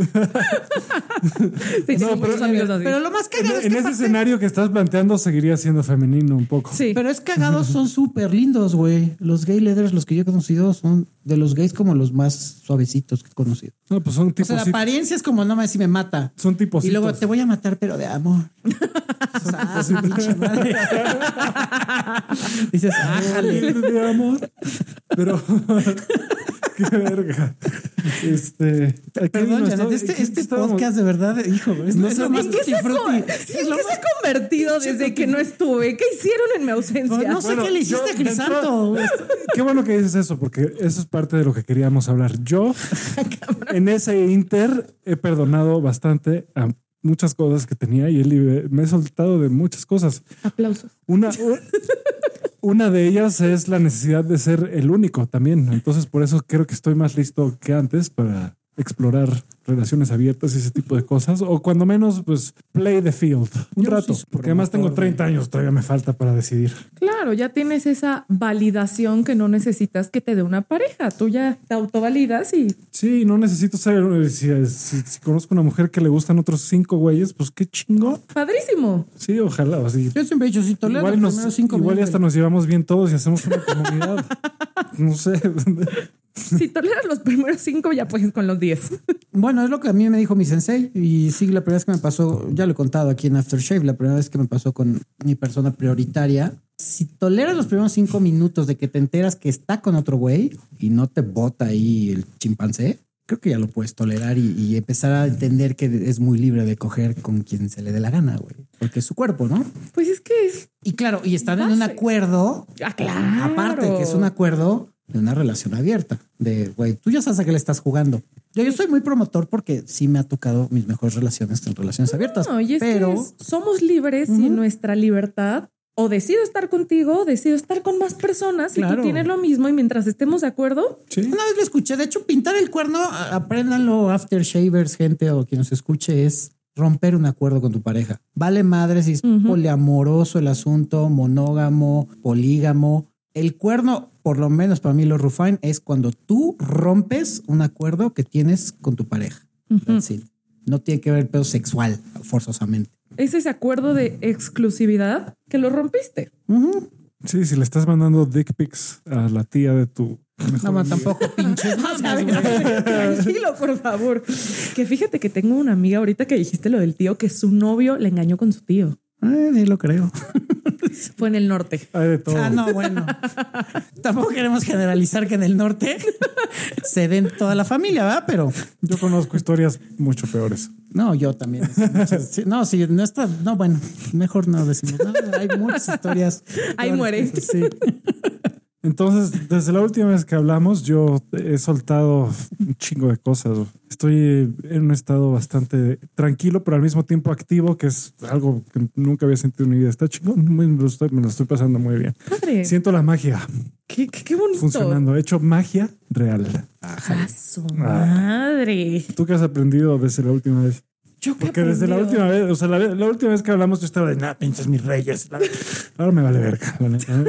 Sí, tengo
pero-
muchos amigos así.
Pero lo más cagado es
En
que
ese
aparte-
escenario que estás planteando seguiría siendo femenino un poco.
Sí.
Pero es cagados, son súper lindos, güey. Los gay leaders, los que yo he conocido, son de los gays como los más suavecitos que he conocido.
No, pues son
O
tipos,
sea, la apariencia es como, no mames, si me mata.
son tipos.
Y luego te voy a matar, pero de amor. Dices, ah, su pinche madre. Dices, ájale.
de amor. Pero qué verga. Este, aquí
Perdón,
no
Janet,
estoy-
este,
aquí
este
estábamos-
podcast de verdad, hijo, es,
No
es lo
sé,
más
¿En qué se, ha co-
tutti-frutti.
¿En qué se ha convertido desde que no estuve? ¿Qué hicieron en mi ausencia?
Pues No sé
Bueno,
qué le
yo-
hiciste a
de entrada-
Crisanto.
Qué bueno que dices eso, porque eso es parte de lo que queríamos hablar. Yo en ese inter he perdonado bastante a muchas cosas que tenía y he libe- me he soltado de muchas cosas.
Aplausos.
Una, una de ellas es la necesidad de ser el único también. Entonces, por eso creo que estoy más listo que antes para explorar relaciones abiertas y ese tipo de cosas. O cuando menos, pues play the field un
Yo
rato,
sí soy
porque además tengo
promotor de-
30 años. Todavía me falta para decidir.
Claro, ya tienes esa validación que no necesitas que te dé una pareja. Tú ya te autovalidas y
Sí, no necesito saber eh, si, si- si conozco una mujer que le gustan otros cinco güeyes, pues qué chingo.
padrísimo.
Sí, ojalá. Así.
Yo siempre he dicho, si tolero
Igual, y
los
nos-
primeros cinco
igual y
minutos.
hasta nos llevamos bien todos y hacemos una comunidad. no sé.
Si toleras los primeros cinco, ya puedes con los diez.
Bueno, es lo que a mí me dijo mi sensei y sí, la primera vez que me pasó, ya lo he contado aquí en Aftershave, la primera vez que me pasó con mi persona prioritaria. Si toleras los primeros cinco minutos de que te enteras que está con otro güey y no te bota ahí el chimpancé, creo que ya lo puedes tolerar y, y empezar a entender que es muy libre de coger con quien se le dé la gana, güey, porque es su cuerpo, ¿no?
Pues es que es.
Y claro, y están en un
Base.
acuerdo
Ah, claro.
Aparte que es un acuerdo de una relación abierta, de güey, tú ya sabes a qué le estás jugando. Yo, yo soy muy promotor porque sí me ha tocado mis mejores relaciones en relaciones abiertas,
No, Ah, y es que
pero
es- somos libres y nuestra libertad. O decido estar contigo, o decido estar con más personas y tú
Claro.
tienes lo mismo. Y mientras estemos de acuerdo,
Sí.
una vez lo escuché. De hecho, pintar el cuerno, a- apréndanlo, after shavers, gente o quien nos escuche, es romper un acuerdo con tu pareja. Vale madre si es poliamoroso el asunto, monógamo, polígamo. El cuerno, por lo menos para mí, lo Rufain, es cuando tú rompes un acuerdo que tienes con tu pareja. That's it. No tiene que ver pedo sexual, forzosamente.
es ese acuerdo de exclusividad que lo rompiste.
Sí, si le estás mandando dick pics a la tía de tu
No, no, tampoco pinches.
Ah,
O sea, a ver, a ver, Tranquilo, por favor. Que fíjate que tengo una amiga ahorita que dijiste lo del tío que su novio le engañó con su tío.
Eh, sí, lo creo.
Fue en el norte.
Hay de todo.
Ah, no, bueno. Tampoco queremos generalizar que en el norte se den toda la familia, ¿verdad? Pero
Yo conozco historias mucho peores.
no, yo también. Sí, No, sí, no está. No, bueno, mejor no decimos. No, hay muchas historias.
Ahí muere.
Sí. Entonces, desde la última vez que hablamos, yo he soltado un chingo de cosas. Estoy en un estado bastante tranquilo, pero al mismo tiempo activo, que es algo que nunca había sentido en mi vida. Está chingón, muy- me lo estoy, me lo estoy pasando muy bien.
Padre.
Siento la magia
Qué, qué- qué bonito.
funcionando. He hecho magia real.
A su
Ah.
madre.
¿Tú qué has aprendido desde la última vez?
Yo qué
Porque desde la
aprendí.
última vez, o sea, la, ve- la última vez que hablamos, yo estaba de nada, pinches mis reyes. la- Ahora me vale verga. La neta,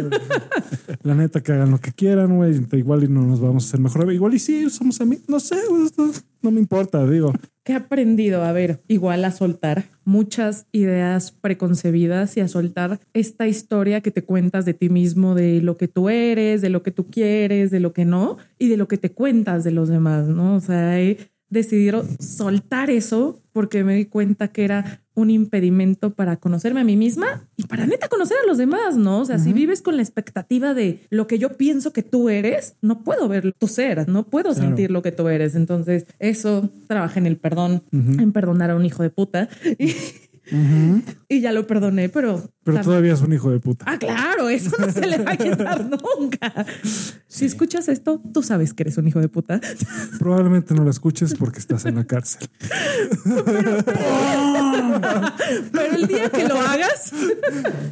La neta, que hagan lo que quieran, güey. Igual y no nos vamos a hacer mejor. Igual y sí, somos amigos. No sé, güey, no, no me importa, digo.
¿Qué he aprendido? A ver, igual a soltar muchas ideas preconcebidas y a soltar esta historia que te cuentas de ti mismo, de lo que tú eres, de lo que tú quieres, de lo que no y de lo que te cuentas de los demás, ¿no? O sea, he decidido soltar eso porque me di cuenta que era un impedimento para conocerme a mí misma y para neta conocer a los demás, ¿no? O sea, si vives con la expectativa de lo que yo pienso que tú eres, no puedo ver tu ser, no puedo
Claro.
sentir lo que tú eres. Entonces, eso trabaja en el perdón, en perdonar a un hijo de puta. Y, y ya lo perdoné, pero.
Pero
tam-
todavía es un hijo de puta.
Ah, claro, eso no se le va a quitar nunca. Si escuchas esto, tú sabes que eres un hijo de puta.
Probablemente no lo escuches porque estás en la cárcel.
Pero el día que lo hagas,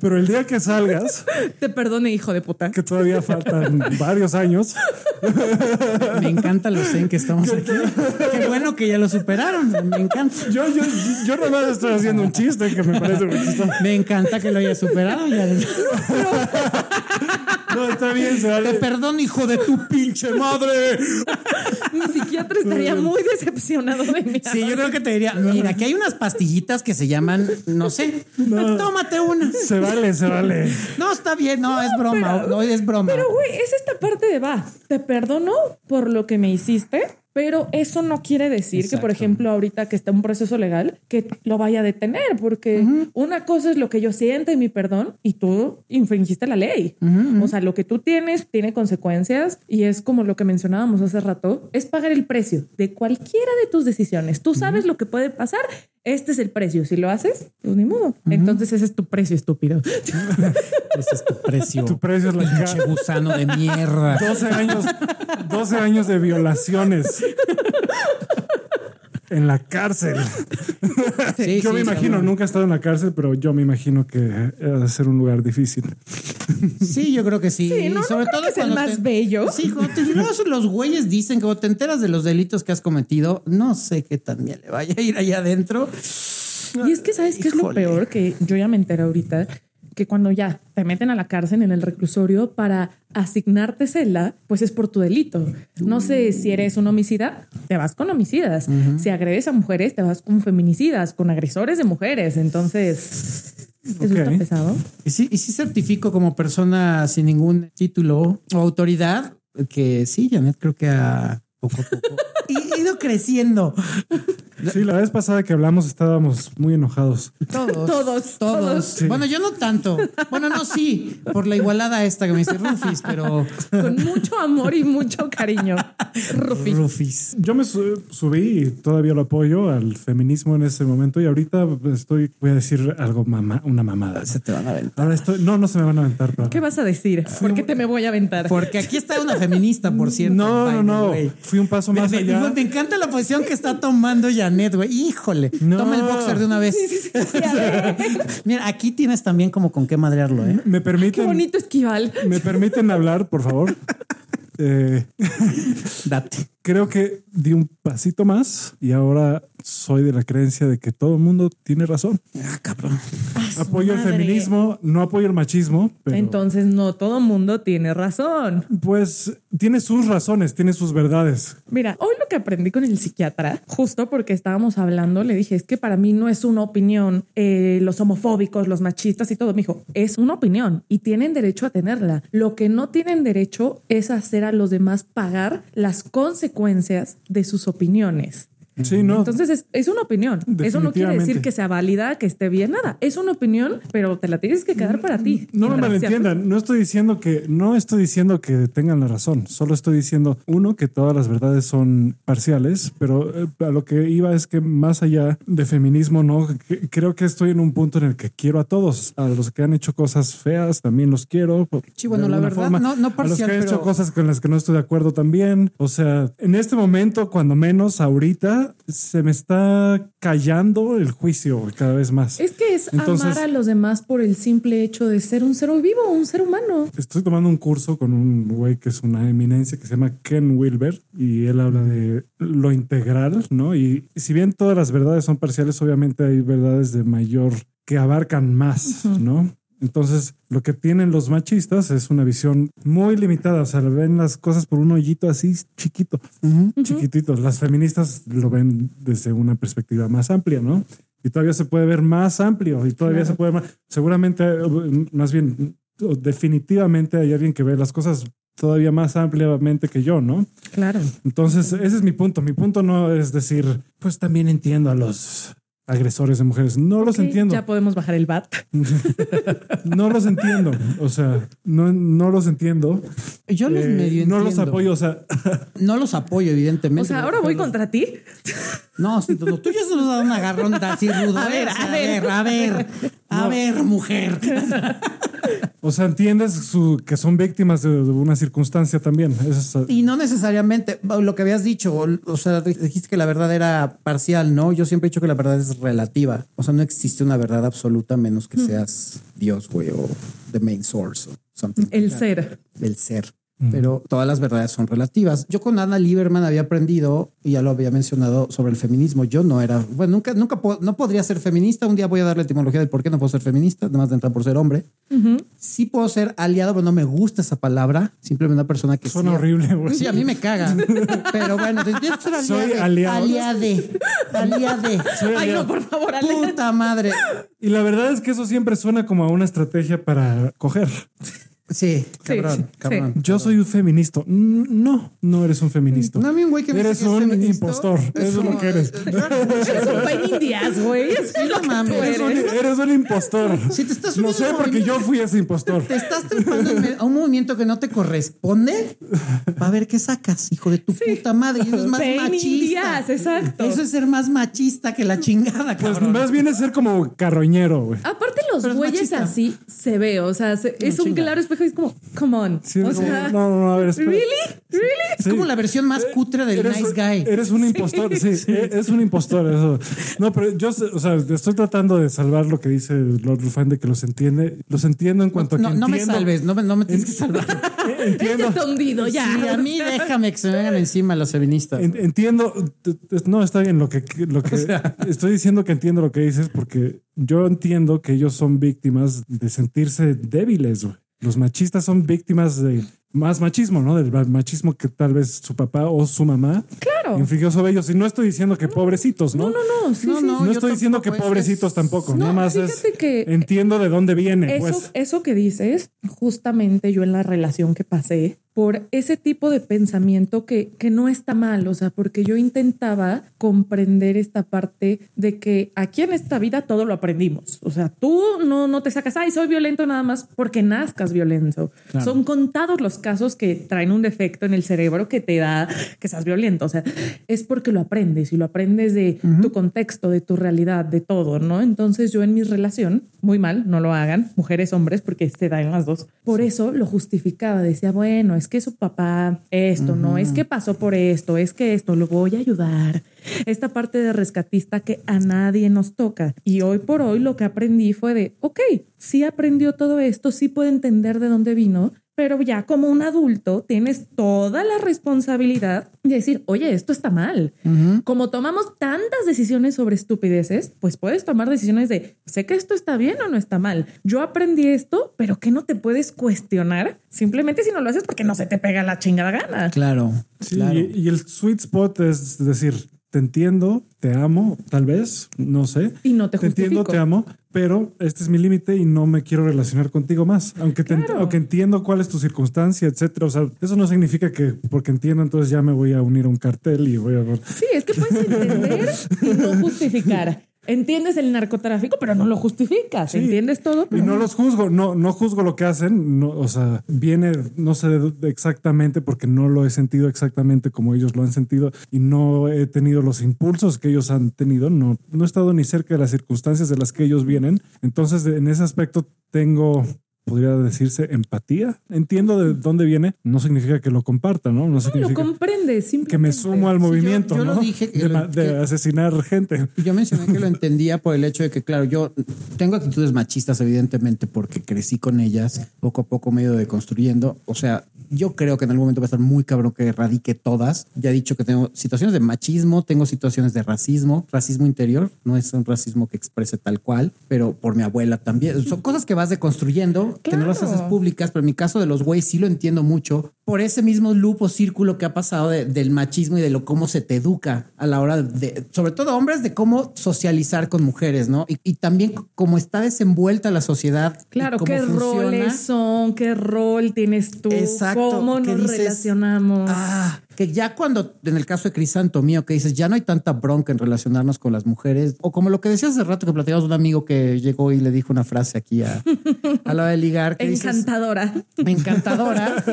Pero el día que salgas,
te perdone, hijo de puta.
que todavía faltan varios años,
Me encanta lo zen que estamos aquí. Qué bueno que ya lo superaron. Me encanta.
yo, yo, yo nomás estoy haciendo un chiste que me parece.
Me encanta que lo hayas superado. Ya.
No, está bien, se vale.
Te perdono, hijo de tu pinche madre.
Mi psiquiatra estaría muy decepcionado de mí.
Sí, yo creo que te diría, mira, aquí hay unas pastillitas que se llaman, no sé, tómate una.
Se vale, se vale.
No, está bien, no, es broma, no es broma.
Pero, güey, es esta parte de va, te perdono por lo que me hiciste, pero eso no quiere decir que, por ejemplo, ahorita que está un proceso legal, que lo vaya a detener, porque una cosa es lo que yo siento y mi perdón, y tú infringiste la ley. O sea, lo que tú tienes tiene consecuencias y es como lo que mencionábamos hace rato, es pagar el precio de cualquiera de tus decisiones. Tú sabes lo que puede pasar. Este es el precio. Si lo haces, pues ni modo. Entonces ese es tu precio, estúpido.
Ese es tu precio.
Tu precio es la
Pinche
cara.
gusano de mierda.
12 años, 12 años de violaciones. En la cárcel.
Sí,
yo
sí,
me imagino,
cabrón.
nunca he estado en la cárcel, pero yo me imagino que ha de ser un lugar difícil.
Sí, yo creo que sí.
Sí, no,
Y
no
sobre
creo
todo
que es el
cuando
más bello.
Sí, cuando te- luego los güeyes dicen que cuando te enteras de los delitos que has cometido, no sé qué tan bien le vaya a ir allá adentro.
Y es que, ¿sabes qué es lo
Híjole.
peor? Que yo ya me enteré ahorita que cuando ya te meten a la cárcel en el reclusorio para asignarte celda, pues es por tu delito. No sé si eres un homicida, te vas con homicidas. Si agredes a mujeres, te vas con feminicidas, con agresores de mujeres. Entonces, eso está
Ok.
pesado.
Y sí, y sí certifico como persona sin ningún título o autoridad que sí, Janet, creo que a poco a poco. He ido creciendo.
Sí, la vez pasada que hablamos estábamos muy enojados.
Todos.
Todos, todos.
Sí.
Bueno, yo no tanto. Bueno, no, sí, por la igualada esta que me dice Rufis, pero.
Con mucho amor y mucho cariño. Rufi.
Rufis.
Yo me su- subí y todavía lo apoyo al feminismo en ese momento y ahorita estoy, voy a decir algo, mamá, una mamada.
Se te van a ver.
Ahora estoy, no, no se me van a aventar. pero-
¿Qué vas a decir? ¿Por qué te me voy a aventar?
Porque aquí está una feminista, por cierto.
No,
by
no,
the
no.
way.
Fui un paso
Me,
más
me-
allá.
me encanta la posición que está tomando Janet, güey. Híjole.
No.
Toma el boxer de una vez. Mira, aquí tienes también como con qué madrearlo, ¿eh?
Me
Qué
permiten,
bonito esquival.
me permiten hablar, por favor. Eh,
Date.
creo que di un pasito más y ahora soy de la creencia de que todo el mundo tiene razón.
Ah, cabrón.
Apoyo el
madre.
feminismo, no apoyo el machismo, pero
Entonces no todo mundo tiene razón.
pues tiene sus razones, tiene sus verdades.
Mira, hoy lo que aprendí con el psiquiatra, justo porque estábamos hablando, le dije, es que para mí no es una opinión, eh, los homofóbicos, los machistas y todo. Me dijo, es una opinión y tienen derecho a tenerla. Lo que no tienen derecho es hacer a los demás pagar las consecuencias de sus opiniones.
Sí, no.
Entonces es, es una opinión. Eso no quiere decir
Definitivamente.
que sea válida, que esté bien, nada. Es una opinión, pero te la tienes que quedar para ti.
No me
Gracias.
malentiendan, no estoy diciendo que no estoy diciendo que tengan la razón, solo estoy diciendo uno que todas las verdades son parciales, pero eh, a lo que iba es que más allá de feminismo no que- creo que estoy en un punto en el que quiero a todos, a los que han hecho cosas feas también los quiero. por-
Sí, bueno,
de
la
alguna
verdad, no- no
a los
parcial,
que han hecho
pero-
cosas con las que no estoy de acuerdo también, o sea, en este momento cuando menos ahorita se me está callando el juicio cada vez más.
Es que es
Entonces-
amar a los demás por el simple hecho de ser un ser vivo, un ser humano.
Estoy tomando un curso con un güey que es una eminencia que se llama Ken Wilber y él habla de lo integral, ¿no? Y si bien todas las verdades son parciales, obviamente hay verdades de mayor que abarcan más, ¿no? Entonces, lo que tienen los machistas es una visión muy limitada, o sea, ven las cosas por un hoyito así chiquito, chiquitito. Las feministas lo ven desde una perspectiva más amplia, ¿no? Y todavía se puede ver más amplio y todavía se puede más- seguramente, eh, más bien, o definitivamente hay alguien que ve las cosas todavía más ampliamente que yo, ¿no?
Claro.
Entonces, ese es mi punto. Mi punto no es decir, pues también entiendo a los agresores de mujeres. No los
Ok,
entiendo.
Ya podemos bajar el bat.
No los entiendo. O sea, no, no los entiendo.
Yo los
Eh,
medio
no los
entiendo.
apoyo. O sea,
No los apoyo, evidentemente.
O sea, ahora voy contra ti.
No, sí, los tuyos se nos dan un agarrón así rudo. ¿eh?
A ver,
O sea,
a ver.
a ver, a ver, mujer.
o sea, entiendes su- que son víctimas de, de una circunstancia también. Eso es-
Y no necesariamente lo que habías dicho, o o sea, dijiste que la verdad era parcial, ¿no? Yo siempre he dicho que la verdad es relativa. O sea, no existe una verdad absoluta a menos
Mm.
que seas Dios, güey, o the main source o something.
El ser.
del ser. Pero todas las verdades son relativas. Yo con Ana Lieberman había aprendido, y ya lo había mencionado, sobre el feminismo. Yo no era, bueno, nunca, nunca, po- no podría ser feminista. Un día voy a dar la etimología del por qué no puedo ser feminista, además de entrar por ser hombre. Sí puedo ser aliado, pero no me gusta esa palabra. Simplemente una persona que...
Suena
sí-
horrible, güey.
Sí, a mí me caga. Pero bueno, entonces yo soy
Soy aliado.
aliado. Aliade. Aliade.
Ay, no, por favor, Ale.
Puta madre.
Y la verdad es que eso siempre suena como a una estrategia para coger.
Sí,
sí,
cabrón, cabrón.
Yo soy un feminista. Mm, No, no eres un feminista.
No, a mí un güey que me
eres
dice que es
un
feminista,
impostor.
es
Eso es lo
como-
que eres.
Eres un pain in the ass, güey. Eso
Sí,
es lo
no
que
mames.
tú
Eres un,
eres.
eres un impostor.
Si te estás
Lo
uniendo
sé
al
porque yo
movimiento-
fui ese impostor.
Te estás trepando en me- a un movimiento que no te corresponde para ver qué sacas, hijo de tu puta madre. Y eso es más
Pain in the
machista.
ass, exacto.
Eso es ser más machista que la chingada,
Pues
cabrón.
más bien es ser como carroñero, güey.
Aparte, los
Pero es
güeyes
machista.
así se ve. O sea, se- es un
chinga.
claro espejo y es como, come on.
Sí,
o
es como,
sea,
no, no, no, a ver, espera.
¿really? ¿really?
Es como la versión
Eh,
más cutre del
Eres,
nice guy.
eres un impostor, sí, e- es un impostor eso. No, pero yo, sé, o sea, estoy tratando de salvar lo que dice Lord Rufan de que los entiende, los entiendo en cuanto a
no,
que
no me
entiendo-
salves, no me, no me tienes que salvar.
Eh, Entiendo,
Ya te hundido, ya.
Sí, a mí déjame que se me vengan encima los feministas.
En- Entiendo, t- t- no está bien lo que, lo que estoy diciendo que entiendo lo que dices porque yo entiendo que ellos son víctimas de sentirse débiles. güey. Los machistas son víctimas de más machismo, ¿no? Del machismo que tal vez su papá o su mamá
Claro.
infligió sobre ellos. Y no estoy diciendo que pobrecitos,
No,
¿no? No,
no, no. Sí,
No,
sí,
no, yo
estoy diciendo que
tampoco, es-
pobrecitos
es-
tampoco.
No,
nada más es
fíjate que-
entiendo de dónde viene.
Eso,
pues.
eso que dices, justamente yo en la relación que pasé por ese tipo de pensamiento que, que no está mal, o sea, porque yo intentaba comprender esta parte de que aquí en esta vida todo lo aprendimos, o sea, tú no, no te sacas, ay, soy violento nada más porque nazcas violento. Son contados los casos que traen un defecto en el cerebro que te da que seas violento, o sea, es porque lo aprendes y lo aprendes de tu contexto, de tu realidad, de todo, ¿no? Entonces yo en mi relación, muy mal, no lo hagan, mujeres, hombres, porque se dan las dos. Por eso lo justificaba, decía, bueno, es que su papá esto, no, es que pasó por esto, es que esto, lo voy a ayudar. Esta parte de rescatista que a nadie nos toca. Y hoy por hoy lo que aprendí fue de, ok, sí aprendió todo esto, sí puede entender de dónde vino, pero ya como un adulto tienes toda la responsabilidad de decir, oye, esto está mal. Como tomamos tantas decisiones sobre estupideces, pues puedes tomar decisiones de, sé que esto está bien o no está mal. Yo aprendí esto, pero que no te puedes cuestionar simplemente si no lo haces porque no se te pega la chingada gana.
Claro,
Sí,
claro.
y, y el sweet spot es decir, te entiendo, te amo, tal vez, no sé.
Y no te
Te entiendo,
justifico.
te amo, pero este es mi límite y no me quiero relacionar contigo más. Aunque, te ent-
Claro.
aunque entiendo cuál es tu circunstancia, etcétera. O sea, eso no significa que porque entiendo, entonces ya me voy a unir a un cartel y voy a.
Sí, es que puedes entender y no justificar. Entiendes el narcotráfico, pero no lo justificas.
Sí.
Entiendes todo,
Y
pero
no los juzgo, no, no juzgo lo que hacen. No, o sea, viene, no sé de- exactamente porque no lo he sentido exactamente como ellos lo han sentido y no he tenido los impulsos que ellos han tenido. No, no he estado ni cerca de las circunstancias de las que ellos vienen. Entonces, de- en ese aspecto, tengo. Podría decirse empatía. Entiendo de dónde viene. No significa que lo comparta, ¿no? No
lo
significa
comprendes. Simplemente.
que me sumo al
yo-
movimiento,
yo lo
¿no?
dije que
de,
lo-
ma- de
que-
asesinar gente.
Yo mencioné que lo entendía por el hecho de que, claro, yo tengo actitudes machistas, evidentemente, porque crecí con ellas poco a poco, medio deconstruyendo. O sea, yo creo que en algún momento va a estar muy cabrón que erradique todas. Ya he dicho que tengo situaciones de machismo, tengo situaciones de racismo, racismo interior. No es un racismo que exprese tal cual, pero por mi abuela también. Son cosas que vas deconstruyendo, que no las
Claro.
haces públicas, pero en mi caso de los güeyes sí lo entiendo mucho por ese mismo loop o círculo que ha pasado de- del machismo y de lo cómo se te educa a la hora de, sobre todo hombres, de cómo socializar con mujeres, ¿no? Y, y también c- cómo está desenvuelta la sociedad. y
Claro,
cómo
qué
funciona.
roles son, qué rol tienes tú,
Exacto,
cómo
¿qué
nos
dices?
relacionamos.
Ah, que ya cuando, en el caso de Crisanto mío, que dices, ya no hay tanta bronca en relacionarnos con las mujeres, o como lo que decías hace rato que platicabas de un amigo que llegó y le dijo una frase aquí a, a la hora de ligar. que dices,
Encantadora.
encantadora,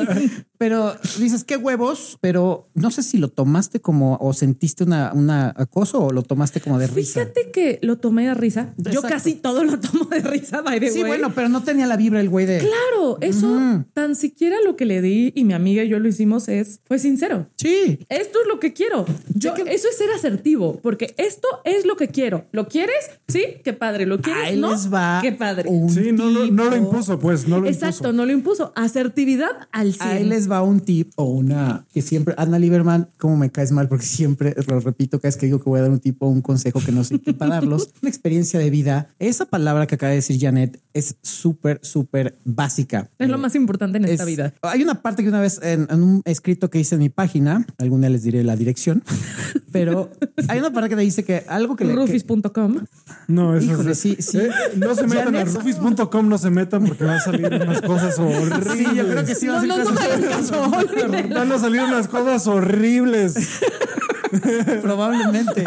pero dices qué huevos, pero no sé si lo tomaste como o sentiste una, una acoso o lo tomaste como de risa.
Fíjate que lo tomé de risa. Yo
Exacto.
casi todo lo tomo de risa, by the
Sí,
way.
bueno, pero no tenía la vibra el güey de
Claro, eso tan siquiera lo que le di y mi amiga y yo lo hicimos es, fue sincero.
sí.
Esto es lo que quiero. Yo, eso es ser asertivo, porque esto es lo que quiero. ¿Lo quieres? Sí, qué padre. ¿Lo quieres?
Ahí
no,
les va
qué padre.
un
Sí, no, lo- no lo
tipo.
impuso, pues. No lo
Exacto,
impuso.
no lo impuso. Asertividad al 100.
Ahí les va un tip o una que siempre Ana Lieberman, como me caes mal, porque siempre lo repito, cada vez que digo que voy a dar un tipo o un consejo que no sé qué para darlos, una experiencia de vida. Esa palabra que acaba de decir Janet es súper, súper básica.
Es lo más importante en esta
Eh, Es-
vida.
Hay una parte que una vez en, en un escrito que hice en mi página, algún día les diré la dirección, pero hay una parte que te dice que algo que le. que-
Rufis.com.
No, eso
Híjole,
es.
sí, sí.
Eh, no se metan a
Janet-
rufis.com, no se metan porque van a salir unas cosas horribles.
Sí, yo creo que sí va a
No,
ser
no, no me hagan caso. olvídenlo.
Van a salir unas cosas horribles.
Probablemente.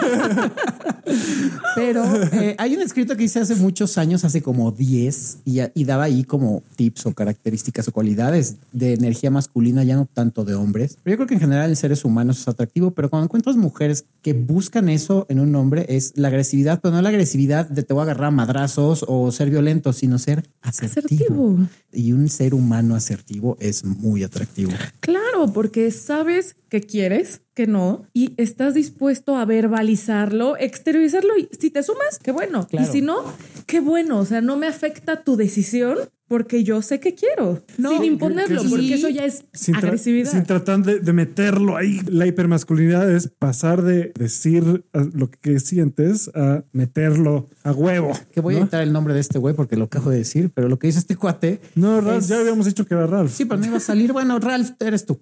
Pero eh, hay un escrito que hice hace muchos años, hace como 10, y, y daba ahí como tips o características o cualidades de energía masculina, ya no tanto de hombres. Pero yo creo que en general en seres humanos es atractivo, pero cuando encuentras mujeres que buscan eso en un hombre es la agresividad, pero no la agresividad de te voy a agarrar a madrazos o ser violento, sino ser asertivo.
Asertivo.
Y un ser humano asertivo es muy atractivo.
Claro, porque sabes que quieres, que no, y estás dispuesto a verbalizarlo, exteriorizarlo. Y si te sumas, qué bueno.
Claro.
Y si no, qué bueno. O sea, no me afecta tu decisión porque yo sé que quiero.
No,
sin imponerlo,
que- que-
porque
sí.
eso ya es
Sin, tra-
agresividad.
sin tratar de, de meterlo ahí. La hipermasculinidad es pasar de decir a lo que sientes a meterlo a huevo.
Que voy a
¿no?
editar el nombre de este güey porque lo acabo de decir, pero lo que dice este cuate
No, Ralph,
es-
ya habíamos dicho que era Ralph.
Sí, pero no iba a salir. Bueno, Ralph, eres tú.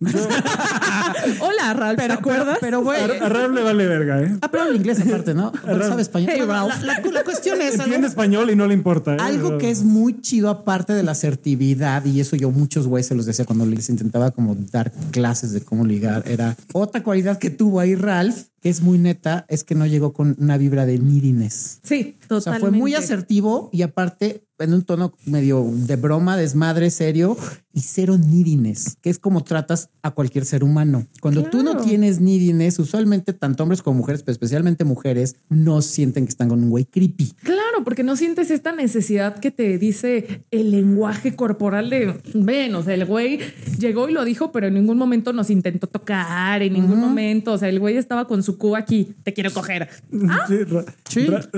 Hola, Ralph, ¿te acuerdas?
Pero, güey.
A, a Ralph le vale verga, ¿eh?
Ah, pero habla inglés aparte, ¿no? Pero sabe español.
Hey,
Bueno, la,
Ralph.
la- la cuestión es
Entiende
algo,
español y no le importa. ¿eh?
algo que es muy chido aparte de la asertividad y eso yo muchos güeyes se los decía cuando les intentaba como dar clases de cómo ligar. Era otra cualidad que tuvo ahí Ralph, que es muy neta, es que no llegó con una vibra de neediness.
sí, totalmente.
O sea, fue muy asertivo y aparte en un tono medio de broma, desmadre, serio y cero nidines, que es como tratas a cualquier ser humano. Cuando tú no
Claro.
tienes nidines, usualmente tanto hombres como mujeres, pero especialmente mujeres, no sienten que están con un güey creepy.
Claro, porque no sientes esta necesidad que te dice el lenguaje corporal de ven, o sea, el güey llegó y lo dijo, pero en ningún momento nos intentó tocar, en ningún momento. O sea, el güey estaba con su cuba aquí, te quiero coger.
Sí, Ra-
Ah, Sí.
Ra-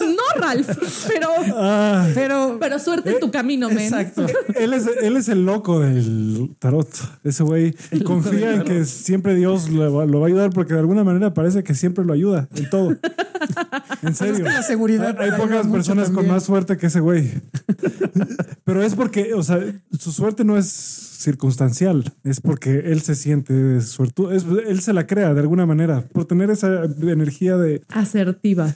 no, Ralph, pero,
Ah.
Pero eh,
pero suerte en tu camino, men.
exacto.
Él es, él es el loco del tarot. Ese güey confía en que siempre Dios lo va, lo va a ayudar porque de alguna manera parece que siempre lo ayuda en todo. En serio.
la seguridad
Hay, hay
ayuda
pocas
mucho
personas con
también.
más suerte que ese güey. Pero es porque, o sea, su suerte no es circunstancial. Es porque él se siente suertudo. Es- él se la crea de alguna manera por tener esa energía de.
Asertiva.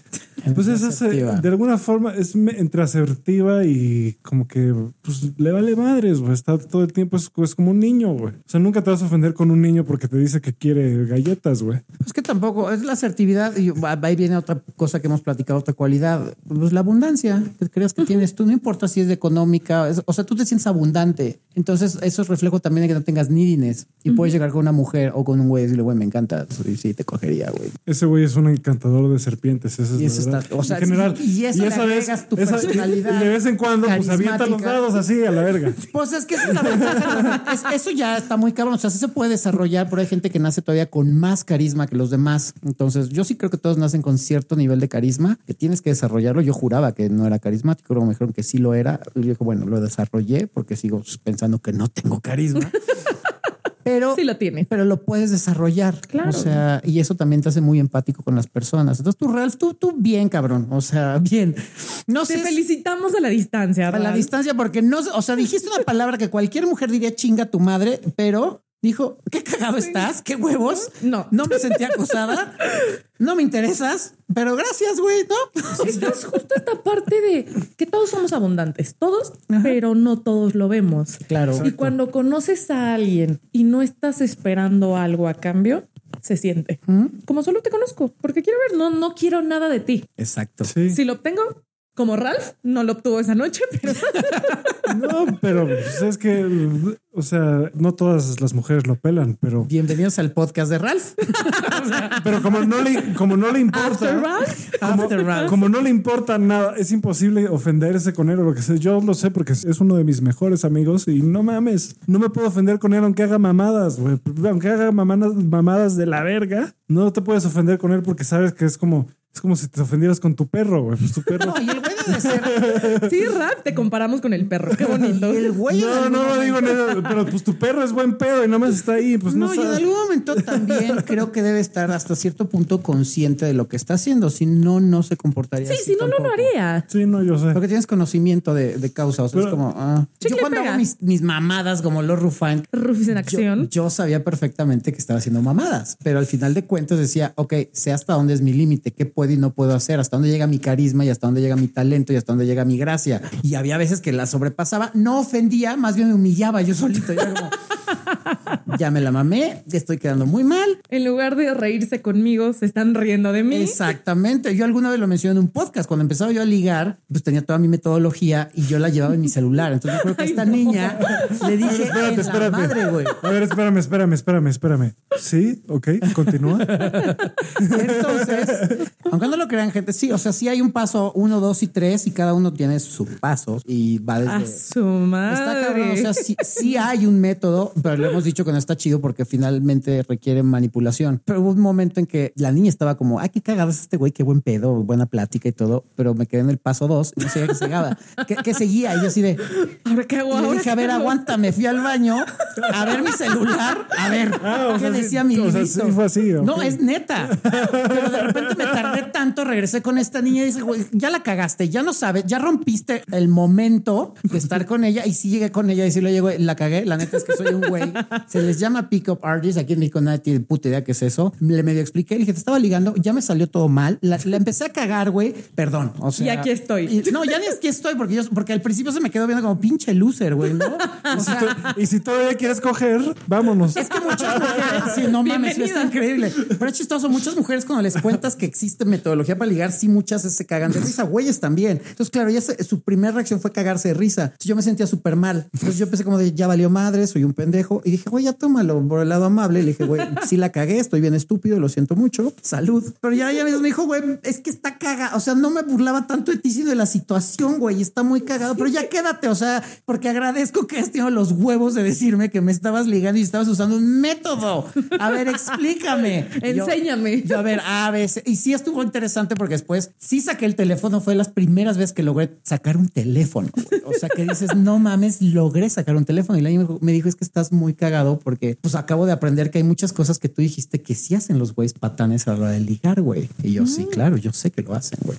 Pues es ese-
Asertiva.
de alguna forma es me- entre asertiva y como que pues le vale madres, güey. Está todo el tiempo, es, es como un niño, güey. O sea, nunca te vas a ofender con un niño porque te dice que quiere galletas, güey.
Es que tampoco, es la asertividad y va- ahí viene otra cosa que hemos platicado, otra cualidad, pues la abundancia que creas que tienes tú, no importa si es de económica, es- o sea, tú te sientes abundante, entonces eso es reflejo también de que no tengas nidines y puedes llegar con una mujer o con un güey y decirle, güey, me encanta, pues, y sí, te cogería, güey.
Ese güey es un encantador de serpientes, esa es
Y eso
la verdad.
está- o sea,
en general.
y- y eso le agregas tu personalidad
y de vez en cuando pues avienta los
carismática.
dados así a la verga.
Pues es que esa es la ventaja. Es- eso ya está muy cabrón. O sea, sí se puede desarrollar, pero hay gente que nace todavía con más carisma que los demás. Entonces, yo sí creo que todos nacen con cierto nivel de carisma que tienes que desarrollarlo. Yo juraba que no era carismático, luego me dijeron que sí lo era. Y yo dije, bueno, lo desarrollé porque sigo pensando que no tengo carisma. Pero
Sí lo tiene.
pero lo puedes desarrollar.
Claro.
O sea, y eso también te hace muy empático con las personas. Entonces, tú, Ralph, tú, tú bien, cabrón. O sea, bien. No
Te
sé. si-
felicitamos a la distancia.
a la
Ralph.
distancia, porque no, o sea, dijiste una palabra que cualquier mujer diría chinga tu madre, pero dijo, qué cagado estás, qué huevos.
No.
No me sentí acosada, no me interesas, pero gracias, güey, ¿no?
Estás justo esta parte de que todos somos abundantes, todos, pero no todos lo vemos.
Claro.
Y cuando conoces a alguien y no estás esperando algo a cambio, se siente. Como solo te conozco, porque quiero ver, no, no quiero nada de ti.
Exacto.
Sí.
Si lo obtengo, como Ralph, no lo obtuvo esa noche, pero
No, pero pues, es que, o sea, no todas las mujeres lo pelan, pero,
Bienvenidos al podcast de Ralph.
pero como no le, como no le importa.
after Ralph,
Como,
After Ah, Ralph.
como no le importa nada, es imposible ofenderse con él o lo que sea. Yo lo sé porque es uno de mis mejores amigos y no mames, no me puedo ofender con él aunque haga mamadas, güey. Aunque haga mamadas, mamadas de la verga, no te puedes ofender con él porque sabes que es como, es como si te ofendieras con tu perro, güey. Pues tu perro.
No, y el güey de ser.
sí, Ralph, te comparamos con el perro. Qué bonito.
y el güey en
No,
algún
no lo digo
momento-
nada, pero pues tu perro es buen pedo y nada más está ahí, pues no,
No, y en
sabe.
algún momento también creo que debe estar hasta cierto punto consciente de lo que está haciendo. Si no, no se comportaría
Sí,
así
si no, no lo
tampoco.
haría.
Sí, no, yo sé.
Porque tienes conocimiento de, de causa. O sea,
Pero-
es como. ah. Yo
Chicle
cuando
pega.
hago mis, mis mamadas como los Rufan,
Rufus en
yo,
acción.
yo sabía perfectamente que estaba haciendo mamadas, pero al final de cuentas decía, ok, sé hasta dónde es mi límite, qué puedo y no puedo hacer, hasta dónde llega mi carisma y hasta dónde llega mi talento y hasta dónde llega mi gracia. Y había veces que la sobrepasaba, no ofendía, más bien me humillaba yo solito. Yo era como, ya me la mamé, estoy quedando muy mal.
En lugar de reírse conmigo, se están riendo de mí.
Exactamente. Yo alguna vez lo mencioné en un podcast. Cuando empezaba yo a ligar, pues tenía toda mi metodología y yo la llevaba en mi celular. Entonces yo creo que a
Ay,
esta
no.
niña le
A ver,
dije, "En
espérate,
la
espérate.
madre, güey.
A ver, espérame, espérame, espérame, espérame. Sí, ok, continúa.
Entonces, aunque no lo crean, gente, sí, o sea, sí hay un paso uno, dos y tres, y cada uno tiene su paso y va desde.
A su madre.
Está cabrón, o sea, sí, sí hay un método, pero lo hemos dicho que no está chido porque finalmente requiere manipulación. Pero hubo un momento en que la niña estaba como, ay, qué cagadas este güey, qué buen pedo, buena plática y todo, pero me quedé en el paso dos y no sabía que seguía, que, que seguía. Y yo así de,
Ahora qué hago,
y le
ahora
dije,
qué
a ver,
hago".
aguántame, fui al baño a ver mi celular, a ver
Ah, o
qué
sea, sí,
decía mi
o sea,
librito?
sí fue así, ok.
No, es neta. Pero de repente me tardé tanto, regresé con esta niña y dice, güey, ya la cagaste, ya no sabes, ya rompiste el momento de estar con ella. Y sí llegué con ella y sí le llego, la cagué, la neta es que soy un güey. Se les llama pick-up artists, aquí en México nadie tiene puta idea qué es eso. Le medio expliqué, le dije, te estaba ligando, ya me salió todo mal, la, la empecé a cagar, güey, perdón. O sea,
Y aquí estoy.
y- no, ya ni es que estoy, porque yo, porque al principio se me quedó viendo como pinche loser, güey, ¿no? O sea,
Y si todavía quieres coger, vámonos.
es que muchas mujeres, sí, no mames, sí, está
Bienvenida.
increíble. Pero es chistoso, muchas mujeres cuando les cuentas que existe metodología para ligar, sí, muchas se cagan de risa, güeyes también. Entonces, claro, ella se- su primera reacción fue cagarse de risa. Entonces, yo me sentía súper mal. Entonces yo pensé como de, ya valió madre, soy un pendejo. Y dije, güey, ya tómalo por el lado amable. Le dije, güey, sí la cagué, estoy bien estúpido, lo siento mucho, salud. Pero ya ella misma me dijo, güey, es que está caga, o sea, no me burlaba tanto de ti, sino de la situación, güey, está muy cagado, pero ya quédate, o sea, porque agradezco que has tenido los huevos de decirme que me estabas ligando y estabas usando un método. A ver, explícame. Y yo-
Enséñame.
yo, a ver, a veces, y sí estuvo interesante porque después sí saqué el teléfono. Fue las primeras veces que logré sacar un teléfono. güey. O sea, que dices, no mames, logré sacar un teléfono. Y la niña me dijo- me dijo, es que estás muy cagado porque pues acabo de aprender que hay muchas cosas que tú dijiste que sí hacen los güeyes patanes a la hora de ligar, güey. Y yo, sí, claro, yo sé que lo hacen, güey.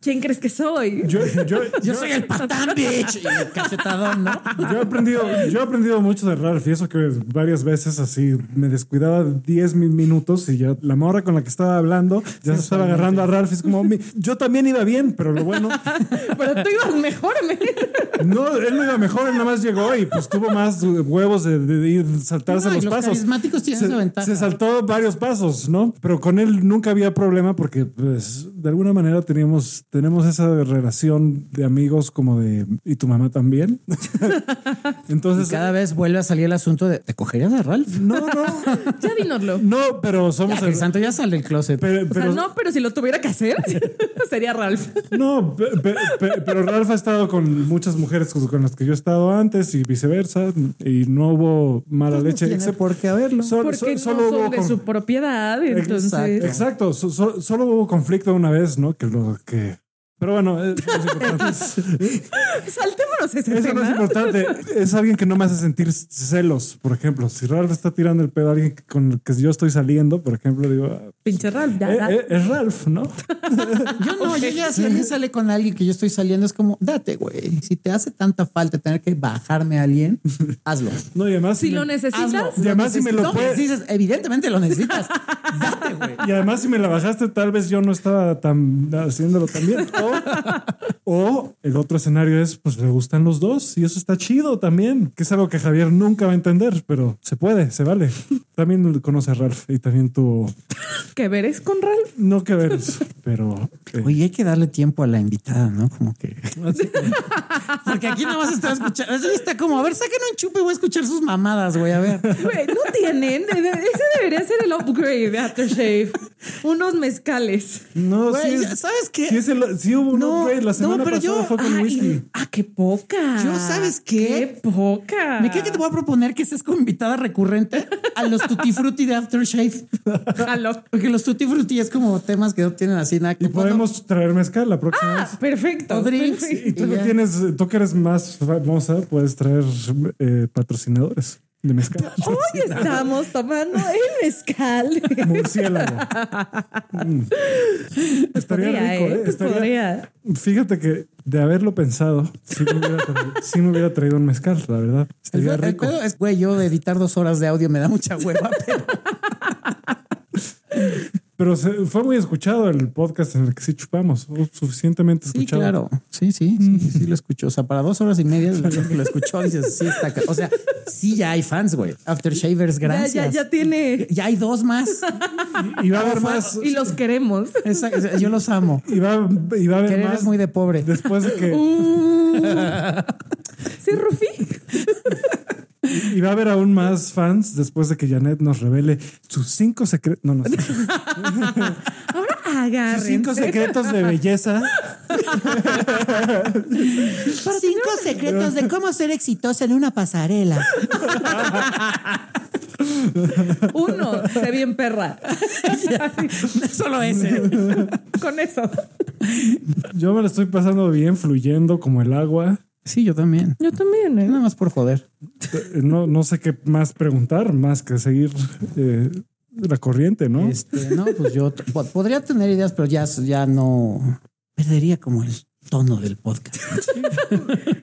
¿Quién crees que soy?
Yo, yo,
Yo soy el patán, bitch. Y el cachetadón, ¿no?
Yo he aprendido, yo he aprendido mucho de Ralph y eso que varias veces así me descuidaba 10 mil minutos y ya la morra con la que estaba hablando ya se estaba agarrando a Ralph. y Es como "Mi- yo también iba bien, pero lo bueno,
Pero tú ibas mejor, men.
no, él no iba mejor, él nada más llegó y pues tuvo más huevos de, de ir saltarse
No, y
los,
los
pasos.
carismáticos tienen
se,
esa ventaja.
se saltó varios pasos, ¿no? Pero con él nunca había problema porque pues de alguna manera teníamos, tenemos esa relación de amigos como de y tu mamá también.
Y
Entonces
cada vez vuelve a salir el asunto de te cogerías a Ralph.
No, no,
Ya dínoslo.
no, pero somos.
El santo ya sale del closet.
pero,
O sea,
pero-
no, pero si lo tuviera que hacer, sería Ralph.
no, pe- pe- pe- pero Ralph ha estado con muchas mujeres con con las que yo he estado antes y viceversa, y no hubo mala leche.
tiene
excepto-
por qué haberlo.
sol-
Porque
sol-
no
solo
son
hubo
de
con-
su propiedad, entonces.
Exacto.
Exacto, so- so- solo hubo conflicto una vez, ¿no? Que lo que. Pero bueno, eh, no es importante.
Saltémonos ese
eso no es
tema.
importante. Es alguien que no me hace sentir celos, por ejemplo. Si Ralph está tirando el pedo a alguien con el que yo estoy saliendo, por ejemplo, digo, ah,
Pinche Ralph, ya,
eh,
ya.
eh, es Ralph, ¿no? Ah,
Yo no, yo ya si alguien sale con alguien que yo estoy saliendo, es como, date, güey. Si te hace tanta falta tener que bajarme a alguien, hazlo.
No, y además.
Si
me-
lo
Hazlo.
necesitas,
Y además, si me lo
necesito.
puede-
Dices, evidentemente lo necesitas. Date, güey.
Y además, si me la bajaste, tal vez yo no estaba tan haciéndolo tan bien. O, o el otro escenario es, pues me gustan los dos y eso está chido también, que es algo que Javier nunca va a entender, pero se puede, se vale. También conoce a Ralph y también tuvo,
que veres con Ralph.
no que ver, pero eh,
Oye, hay que darle tiempo a la invitada, ¿no? Como que. Porque aquí nada más está escuchando. Ella está como, a ver, saquen un chupe y voy a escuchar sus mamadas, güey. A ver.
Güey, no tienen. de- de- Ese debería ser el upgrade de Aftershave. Unos mezcales.
no,
Güey,
sí
ya-
es-
¿sabes qué?
sí es el- sí hubo un
No,
upgrade la
no,
semana
pero
pasada
yo-
fue con
Ay,
whisky.
ah, qué poca.
Yo, ¿sabes qué?
Qué poca.
Me creo que te voy a proponer que seas como invitada recurrente a los Tutti Frutti de Aftershave.
Jalo.
Porque los Tutti Frutti es como temas que no tienen así nada que
Y podemos traer mezcal la próxima
Ah,
vez.
perfecto.
O drinks.
perfecto.
Y tú
y
que
ya.
tienes, tú que eres más famosa, puedes traer eh, patrocinadores de mezcal.
Hoy estamos tomando el mezcal.
Murciélago. Mm. Estaría
Podría,
rico,
¿eh?
¿eh? Estaría-
Podría.
Fíjate que de haberlo pensado, sí me hubiera traído, sí me hubiera traído un mezcal, la verdad.
El,
Estaría
el
rico.
pedo es, güey, yo de editar dos horas de audio me da mucha hueva. pero-
Pero se- fue muy escuchado el podcast en el que sí chupamos, o suficientemente
sí,
escuchado.
claro. Sí, sí, sí,
Mm.
sí, sí lo escucho. O sea, para dos horas y media la gente que lo escuchó dices, sí está. ca- O sea, sí ya hay fans, güey. Aftershavers,
Ya,
gracias.
ya, ya tiene.
Ya hay dos más.
Y, y va a haber más.
Y los queremos.
Esa- esa- yo los amo.
Y va, y va a haber
Querer
más
es muy de pobre.
después de que.
Sí, Rufi.
Y va a haber aún más fans después de que Janet nos revele sus cinco secretos. No, no sé.
Ahora
Sus
agarren.
cinco secretos de belleza.
Cinco secretos de cómo ser exitosa en una pasarela.
Uno, sé bien perra.
Solo ese.
Con eso.
Yo me lo estoy pasando bien, fluyendo como el agua.
Sí, yo también.
Yo también, ¿eh?
Nada más por joder.
Eh, No, no sé qué más preguntar, más que seguir eh, la corriente, ¿no?
Este, no, pues yo t- po- podría tener ideas, pero ya, ya no perdería como el tono del podcast.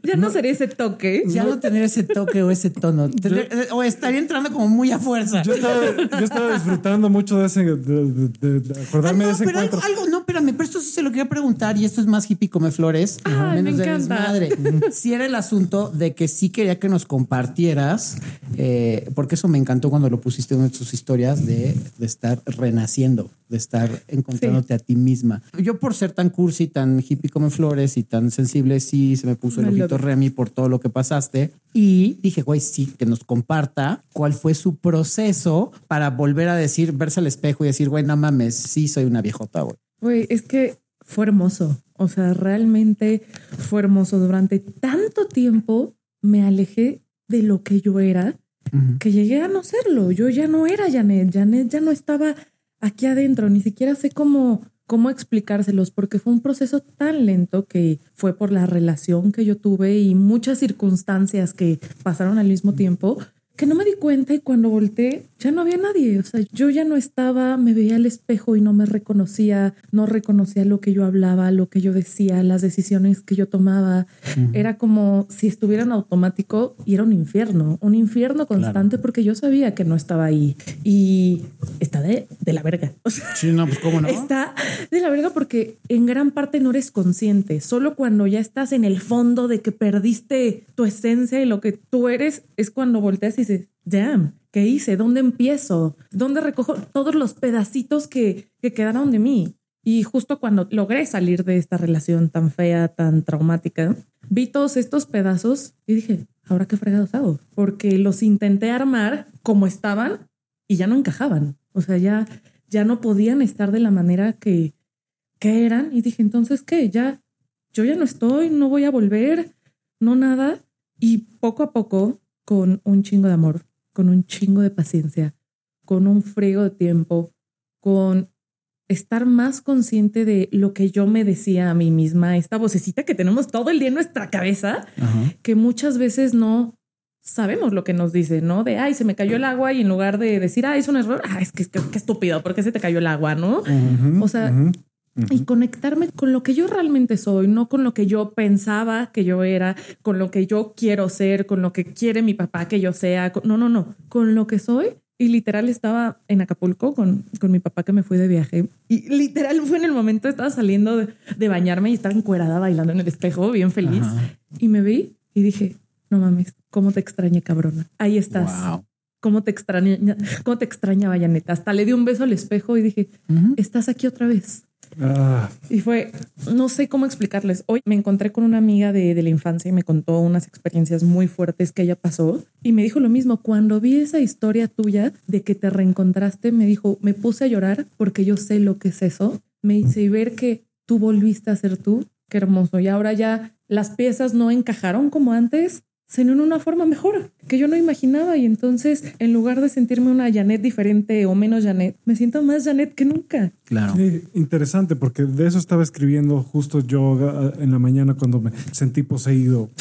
Ya no sería ese toque.
Ya no tener ese toque o ese tono. Tener- eh, o estaría entrando como muy a fuerza.
Yo estaba, yo estaba disfrutando mucho de ese, de, de- de- de
Ah,
acordarme
no,
de ese
pero
encuentro.
algo, algo- no, espérame, pero esto sí se lo quería preguntar y esto es más hippie come flores,
Ay,
menos
Ah, me
de mis
encanta.
madre. Si era el asunto de que sí quería que nos compartieras, eh, porque eso me encantó cuando lo pusiste en una de tus historias de, de estar renaciendo, de estar encontrándote a ti misma. Yo por ser tan cursi, tan hippie come flores y tan sensible, sí se me puso el
Me lo-
ojito Remy por todo lo que pasaste. Y dije, güey, sí, que nos comparta cuál fue su proceso para volver a decir, verse al espejo y decir, güey, no mames, sí soy una viejota, güey.
Güey, es que fue hermoso. O sea, realmente fue hermoso. Durante tanto tiempo me alejé de lo que yo era, que llegué a no serlo. Yo ya no era Janet. Janet ya no estaba aquí adentro. Ni siquiera sé cómo, cómo explicárselos, porque fue un proceso tan lento que fue por la relación que yo tuve y muchas circunstancias que pasaron al mismo tiempo que no me di cuenta y cuando volteé ya no había nadie, o sea, yo ya no estaba, me veía al espejo y no me reconocía, no reconocía lo que yo hablaba, lo que yo decía, las decisiones que yo tomaba, era como si estuviera en automático y era un infierno, un infierno constante porque yo sabía que no estaba ahí y está de, de la verga, o sea,
Sí, no, pues cómo no.
Está de la verga porque en gran parte no eres consciente. Solo cuando ya estás en el fondo de que perdiste tu esencia y lo que tú eres, es cuando volteas y dices, damn, ¿qué hice? ¿Dónde empiezo? ¿Dónde recojo todos los pedacitos que, que quedaron de mí? Y justo cuando logré salir de esta relación tan fea, tan traumática, vi todos estos pedazos y dije, ¿ahora qué fregados hago? Porque los intenté armar como estaban y ya no encajaban. O sea, ya, ya no podían estar de la manera que, que eran. Y dije, entonces, ¿qué? Ya, yo ya no estoy, no voy a volver, no nada. Y poco a poco, con un chingo de amor, con un chingo de paciencia, con un friego de tiempo, con estar más consciente de lo que yo me decía a mí misma, esta vocecita que tenemos todo el día en nuestra cabeza,
Ajá.
que muchas veces no sabemos lo que nos dice, ¿no? De, ay, se me cayó el agua y en lugar de decir, ay, es un error, ay, es que, es que- qué estúpido, ¿por qué se te cayó el agua, no? O sea, y conectarme con lo que yo realmente soy, no con lo que yo pensaba que yo era, con lo que yo quiero ser, con lo que quiere mi papá que yo sea. con- No, no, no, con lo que soy. Y literal estaba en Acapulco con, con mi papá que me fui de viaje. Y literal fue en el momento, estaba saliendo de, de bañarme y estaba encuerada bailando en el espejo, bien feliz.
Ajá.
Y me vi y dije, no mames, cómo te extrañé, cabrona. Ahí estás.
Wow.
Cómo te extrañé, cómo te extrañaba, Yaneta. Hasta le di un beso al espejo y dije,
Ujú.
estás aquí otra vez.
Ah,
Y fue, no sé cómo explicarles. Hoy me encontré con una amiga de, de la infancia y me contó unas experiencias muy fuertes que ella pasó. Y me dijo lo mismo, cuando vi esa historia tuya de que te reencontraste, me dijo, me puse a llorar porque yo sé lo que es eso. Me hice ver que tú volviste a ser tú. Qué hermoso. Y ahora ya las piezas no encajaron como antes, sino en una forma mejor que yo no imaginaba. Y entonces, en lugar de sentirme una Janet diferente o menos Janet, me siento más Janet que nunca.
Claro.
sí, interesante, porque de eso estaba escribiendo justo yo ah, en la mañana cuando me sentí poseído.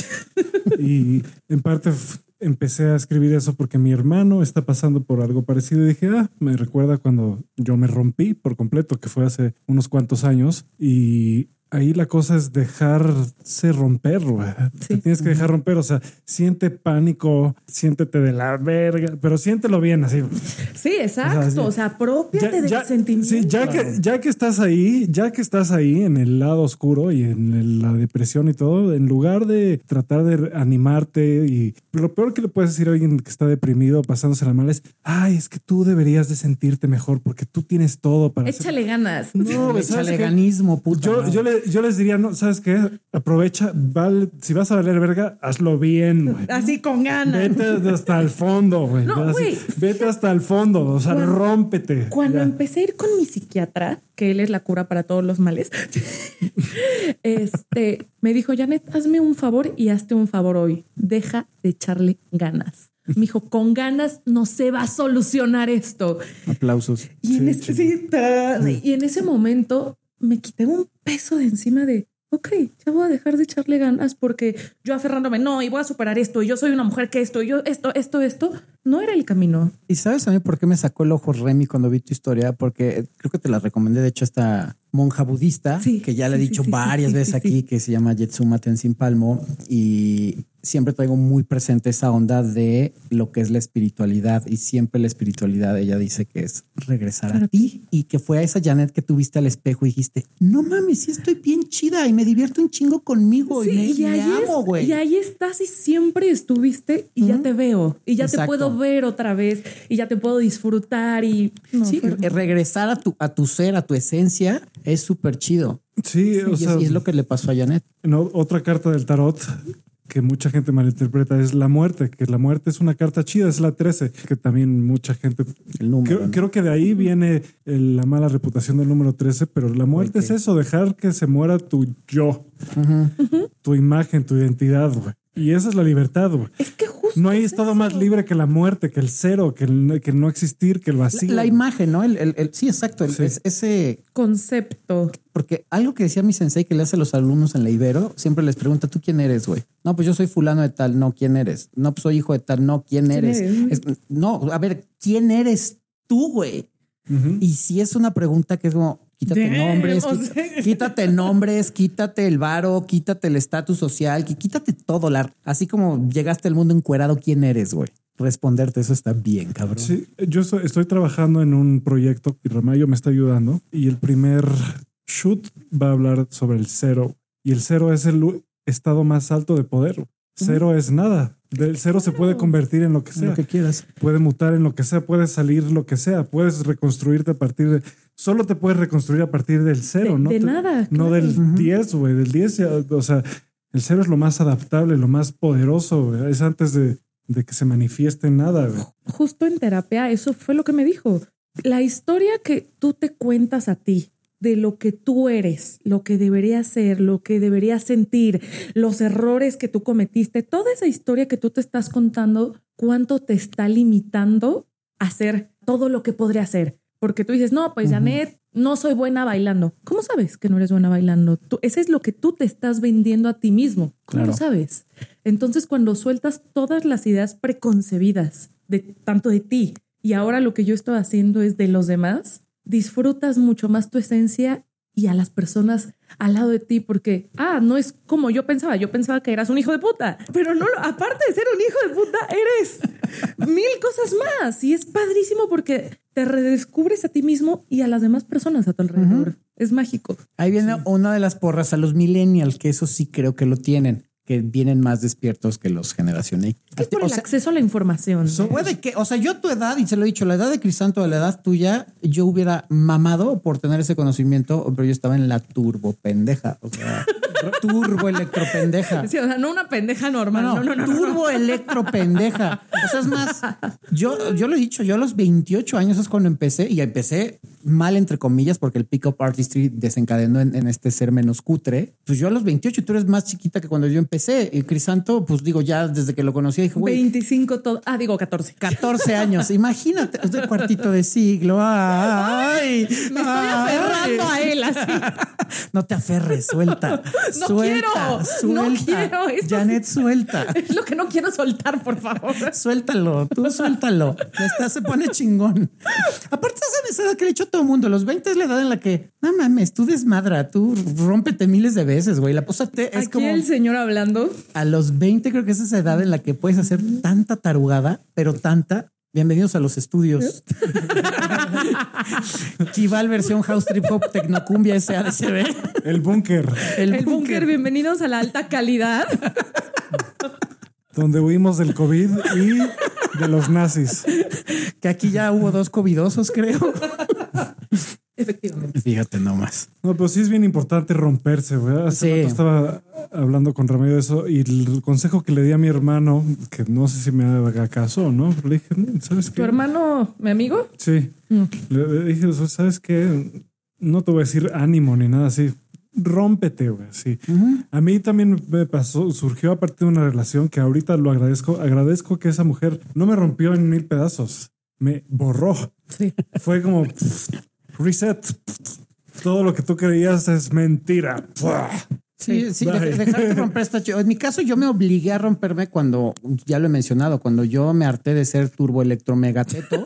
y en parte f- empecé a escribir eso porque mi hermano está pasando por algo parecido y dije, ah, me recuerda cuando yo me rompí por completo, que fue hace unos cuantos años y ahí la cosa es dejarse romper, güey. Te tienes que dejar romper, o sea, siente pánico, siéntete de la verga, pero siéntelo bien así.
Sí, exacto.
O sea, sí.
O sea, apropiate del sentimiento.
sí, ya que, ya que estás ahí, ya que estás ahí en el lado oscuro y en el- la depresión y todo, en lugar de tratar de animarte y lo peor que le puedes decir a alguien que está deprimido, pasándose la mal es, ay, es que tú deberías de sentirte mejor porque tú tienes todo para ser-".
Échale ganas.
No, güey, ¿sabes
Échale
qué?
ganismo, puta.
Yo,
madre.
yo, le- yo les diría, no, ¿sabes qué? Aprovecha, vale, si vas a valer verga, hazlo bien, güey.
Así con ganas.
Vete hasta el fondo, güey.
No,
Así,
güey.
Vete hasta el fondo, o sea,
Cuando-
rómpete.
Cuando em-
Ya.
empecé a ir con mi psiquiatra, que él es la cura para todos los males, este me dijo, Janet, hazme un favor y hazte un favor hoy. Deja de echarle ganas. Me dijo, con ganas no se va a solucionar esto.
Aplausos.
Y, en este ese, sí, ta- y en ese momento me quité un peso de encima de, ok, ya voy a dejar de echarle ganas porque yo aferrándome, no, y voy a superar esto, y yo soy una mujer que esto, y yo esto, esto, esto, no era el camino.
¿Y sabes a mí por qué me sacó el ojo Remy cuando vi tu historia? Porque eh, creo que te la recomendé, de hecho, esta monja budista,
Sí,
que ya le he
sí,
dicho
sí, sí,
varias
sí,
veces
sí,
aquí,
sí.
que se llama Jetsuma Tenzin Palmo, y siempre traigo muy presente esa onda de lo que es la espiritualidad, y siempre la espiritualidad, ella dice que es regresar a
Claro.
ti, y que fue a esa Janet que tuviste al espejo y dijiste, no mames, sí estoy bien chida, y me divierto un chingo conmigo,
Sí,
y me,
y,
me
ahí es-
amo, güey.
y ahí estás y siempre estuviste y ya te veo y ya te
Exacto.
puedo ver otra vez y ya te puedo disfrutar y no,
Sí,
fue-
eh, regresar a tu, a tu ser, a tu esencia, es súper chido.
Sí,
y
o
es-
sea,
y es lo que le pasó a Janet.
No, otra carta del tarot que mucha gente malinterpreta es la muerte, que la muerte es una carta chida, es la 13, que también mucha gente...
El número.
Creo,
¿no?
creo que de ahí viene el- la mala reputación del número 13, pero la muerte
Ok.
es eso, dejar que se muera tu yo, tu imagen, tu identidad, güey. Y esa es la libertad, güey.
es que justo
No hay estado más libre que la muerte, que el cero, que el, que el no existir, que el vacío.
La, la imagen, ¿no? El, el- el- sí, exacto. el-
Sí.
es- ese
Concepto.
Porque algo que decía mi sensei que le hace a los alumnos en la Ibero, siempre les pregunta, ¿tú quién eres, güey? No, pues yo soy fulano de tal, no, ¿quién eres? No, pues soy hijo de tal, no, ¿quién eres?
eres?
Es- no, a ver, ¿quién eres tú, güey?
Ujú.
Y si es una pregunta que es como, quítate
Damn,
nombres,
o
quita-
sea.
quítate nombres, quítate el varo, quítate el estatus social, qui- quítate todo, la, así como llegaste al mundo encuerado, ¿quién eres, güey? Responderte eso está bien, cabrón.
Sí, yo estoy, estoy trabajando en un proyecto y Ramayo me está ayudando y el primer shoot va a hablar sobre el cero y el cero es el u- estado más alto de poder. Cero es nada. Del cero se puede convertir en lo que sea,
Lo que quieras.
puede mutar en lo que sea, puede salir lo que sea, puedes reconstruirte a partir de... Solo te puedes reconstruir a partir del cero,
De-
¿no?
de
te-
nada,
No
claro.
del 10, güey, del 10, ya, o sea, el cero es lo más adaptable, lo más poderoso, güey, es antes de, de que se manifieste nada, güey.
Justo en terapia, eso fue lo que me dijo. La historia que tú te cuentas a ti de lo que tú eres, lo que deberías ser, lo que deberías sentir, los errores que tú cometiste, toda esa historia que tú te estás contando, cuánto te está limitando a hacer todo lo que podría hacer. Porque tú dices, no, pues Janet, no soy buena bailando. ¿Cómo sabes que no eres buena bailando? Tú, ese es lo que tú te estás vendiendo a ti mismo. ¿Cómo
Claro.
lo sabes? Entonces, cuando sueltas todas las ideas preconcebidas, de, tanto de ti y ahora lo que yo estoy haciendo es de los demás, disfrutas mucho más tu esencia y a las personas al lado de ti porque, ah, no es como yo pensaba, yo pensaba que eras un hijo de puta, pero no, lo- aparte de ser un hijo de puta, eres mil cosas más y es padrísimo porque te redescubres a ti mismo y a las demás personas a tu alrededor. Es mágico.
Ahí viene una de las porras a los millennials, que eso sí creo que lo tienen, que vienen más despiertos que los generación X.
Es por
O
el
sea,
acceso a la información.
puede que, o sea, yo a tu edad, y se lo he dicho, la edad de Crisanto, a la edad tuya, yo hubiera mamado por tener ese conocimiento, pero yo estaba en la turbo pendeja, o sea, turbo electropendeja.
Sí, o sea, no una pendeja
No,
normal.
no,
No, no, no. no.
turbo electro pendeja. O sea, es más, yo, yo lo he dicho, yo a los 28 años es cuando empecé y empecé mal, entre comillas, porque el pick-up artistry desencadenó en, en este ser menos cutre. Pues yo a los 28, tú eres más chiquita que cuando yo empecé. Y Crisanto, pues digo, ya desde que lo conocí, dije, güey,
25 todo. Ah, digo 14.
14 años. Imagínate, es de cuartito de siglo. Ay,
Me estoy aferrando a él así.
No te aferres, suelta.
No
suelta,
quiero, no
suelta.
quiero, esto sí.
Janet, suelta.
Es lo que no quiero soltar, por favor.
Suéltalo, tú suéltalo. Está, se pone chingón. Aparte, esa es la edad que le echó todo el mundo. Los 20 es la edad en la que, no mames, tú desmadra, tú rómpete miles de veces, güey. La cosa te- es
Aquí
como
el señor hablando.
a los 20, creo que es esa edad en la que puedes hacer tanta tarugada, pero tanta. Bienvenidos a los estudios. Chival versión House Trip Hop Tecnocumbia SADCB.
El búnker,
El,
El búnker, bienvenidos a la alta calidad.
donde huimos del COVID y de los nazis.
Que aquí ya hubo dos covidosos, creo.
Efectivamente.
Fíjate nomás.
No, pero sí es bien importante romperse, güey. Hace
Sí.
rato estaba hablando con Ramiro de eso y el consejo que le di a mi hermano, que no sé si me haga caso o no, pero le dije, "Mm, ¿sabes qué?
Tu hermano, mi amigo,
Sí.
Mm.
Le, le dije, "O sea, ¿sabes qué? No te voy a decir ánimo ni nada así. Rómpete, güey. Sí. A mí también me pasó, surgió a partir de una relación que ahorita lo agradezco. Agradezco que esa mujer no me rompió en mil pedazos, me borró. Fue como pf, reset. pf, todo lo que tú creías es mentira. Pf.
Sí, sí,
Bye.
dej- dejar de romper esta En mi caso, yo me obligué a romperme cuando, ya lo he mencionado, cuando yo me harté de ser turbo electromegateto.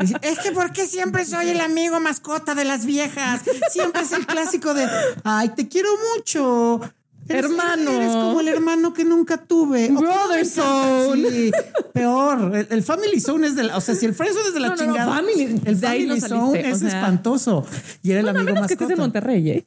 Dice, Es que ¿por qué siempre soy el amigo mascota de las viejas? Siempre es el clásico de, ay, te quiero mucho. Eres-
Hermano.
Eres como el hermano que nunca tuve. O,
Brother
"Cómo me encanta".
zone.
Sí, peor. El, el family zone es de la, o sea, si el friend zone es de la
No, no, no,
chingada.
family-
el
de ahí
family
no
zone
saliste, o
es
sea.
espantoso. Y era el
bueno, a
amigo
menos que
mascota.
estés en Monterrey, ¿eh?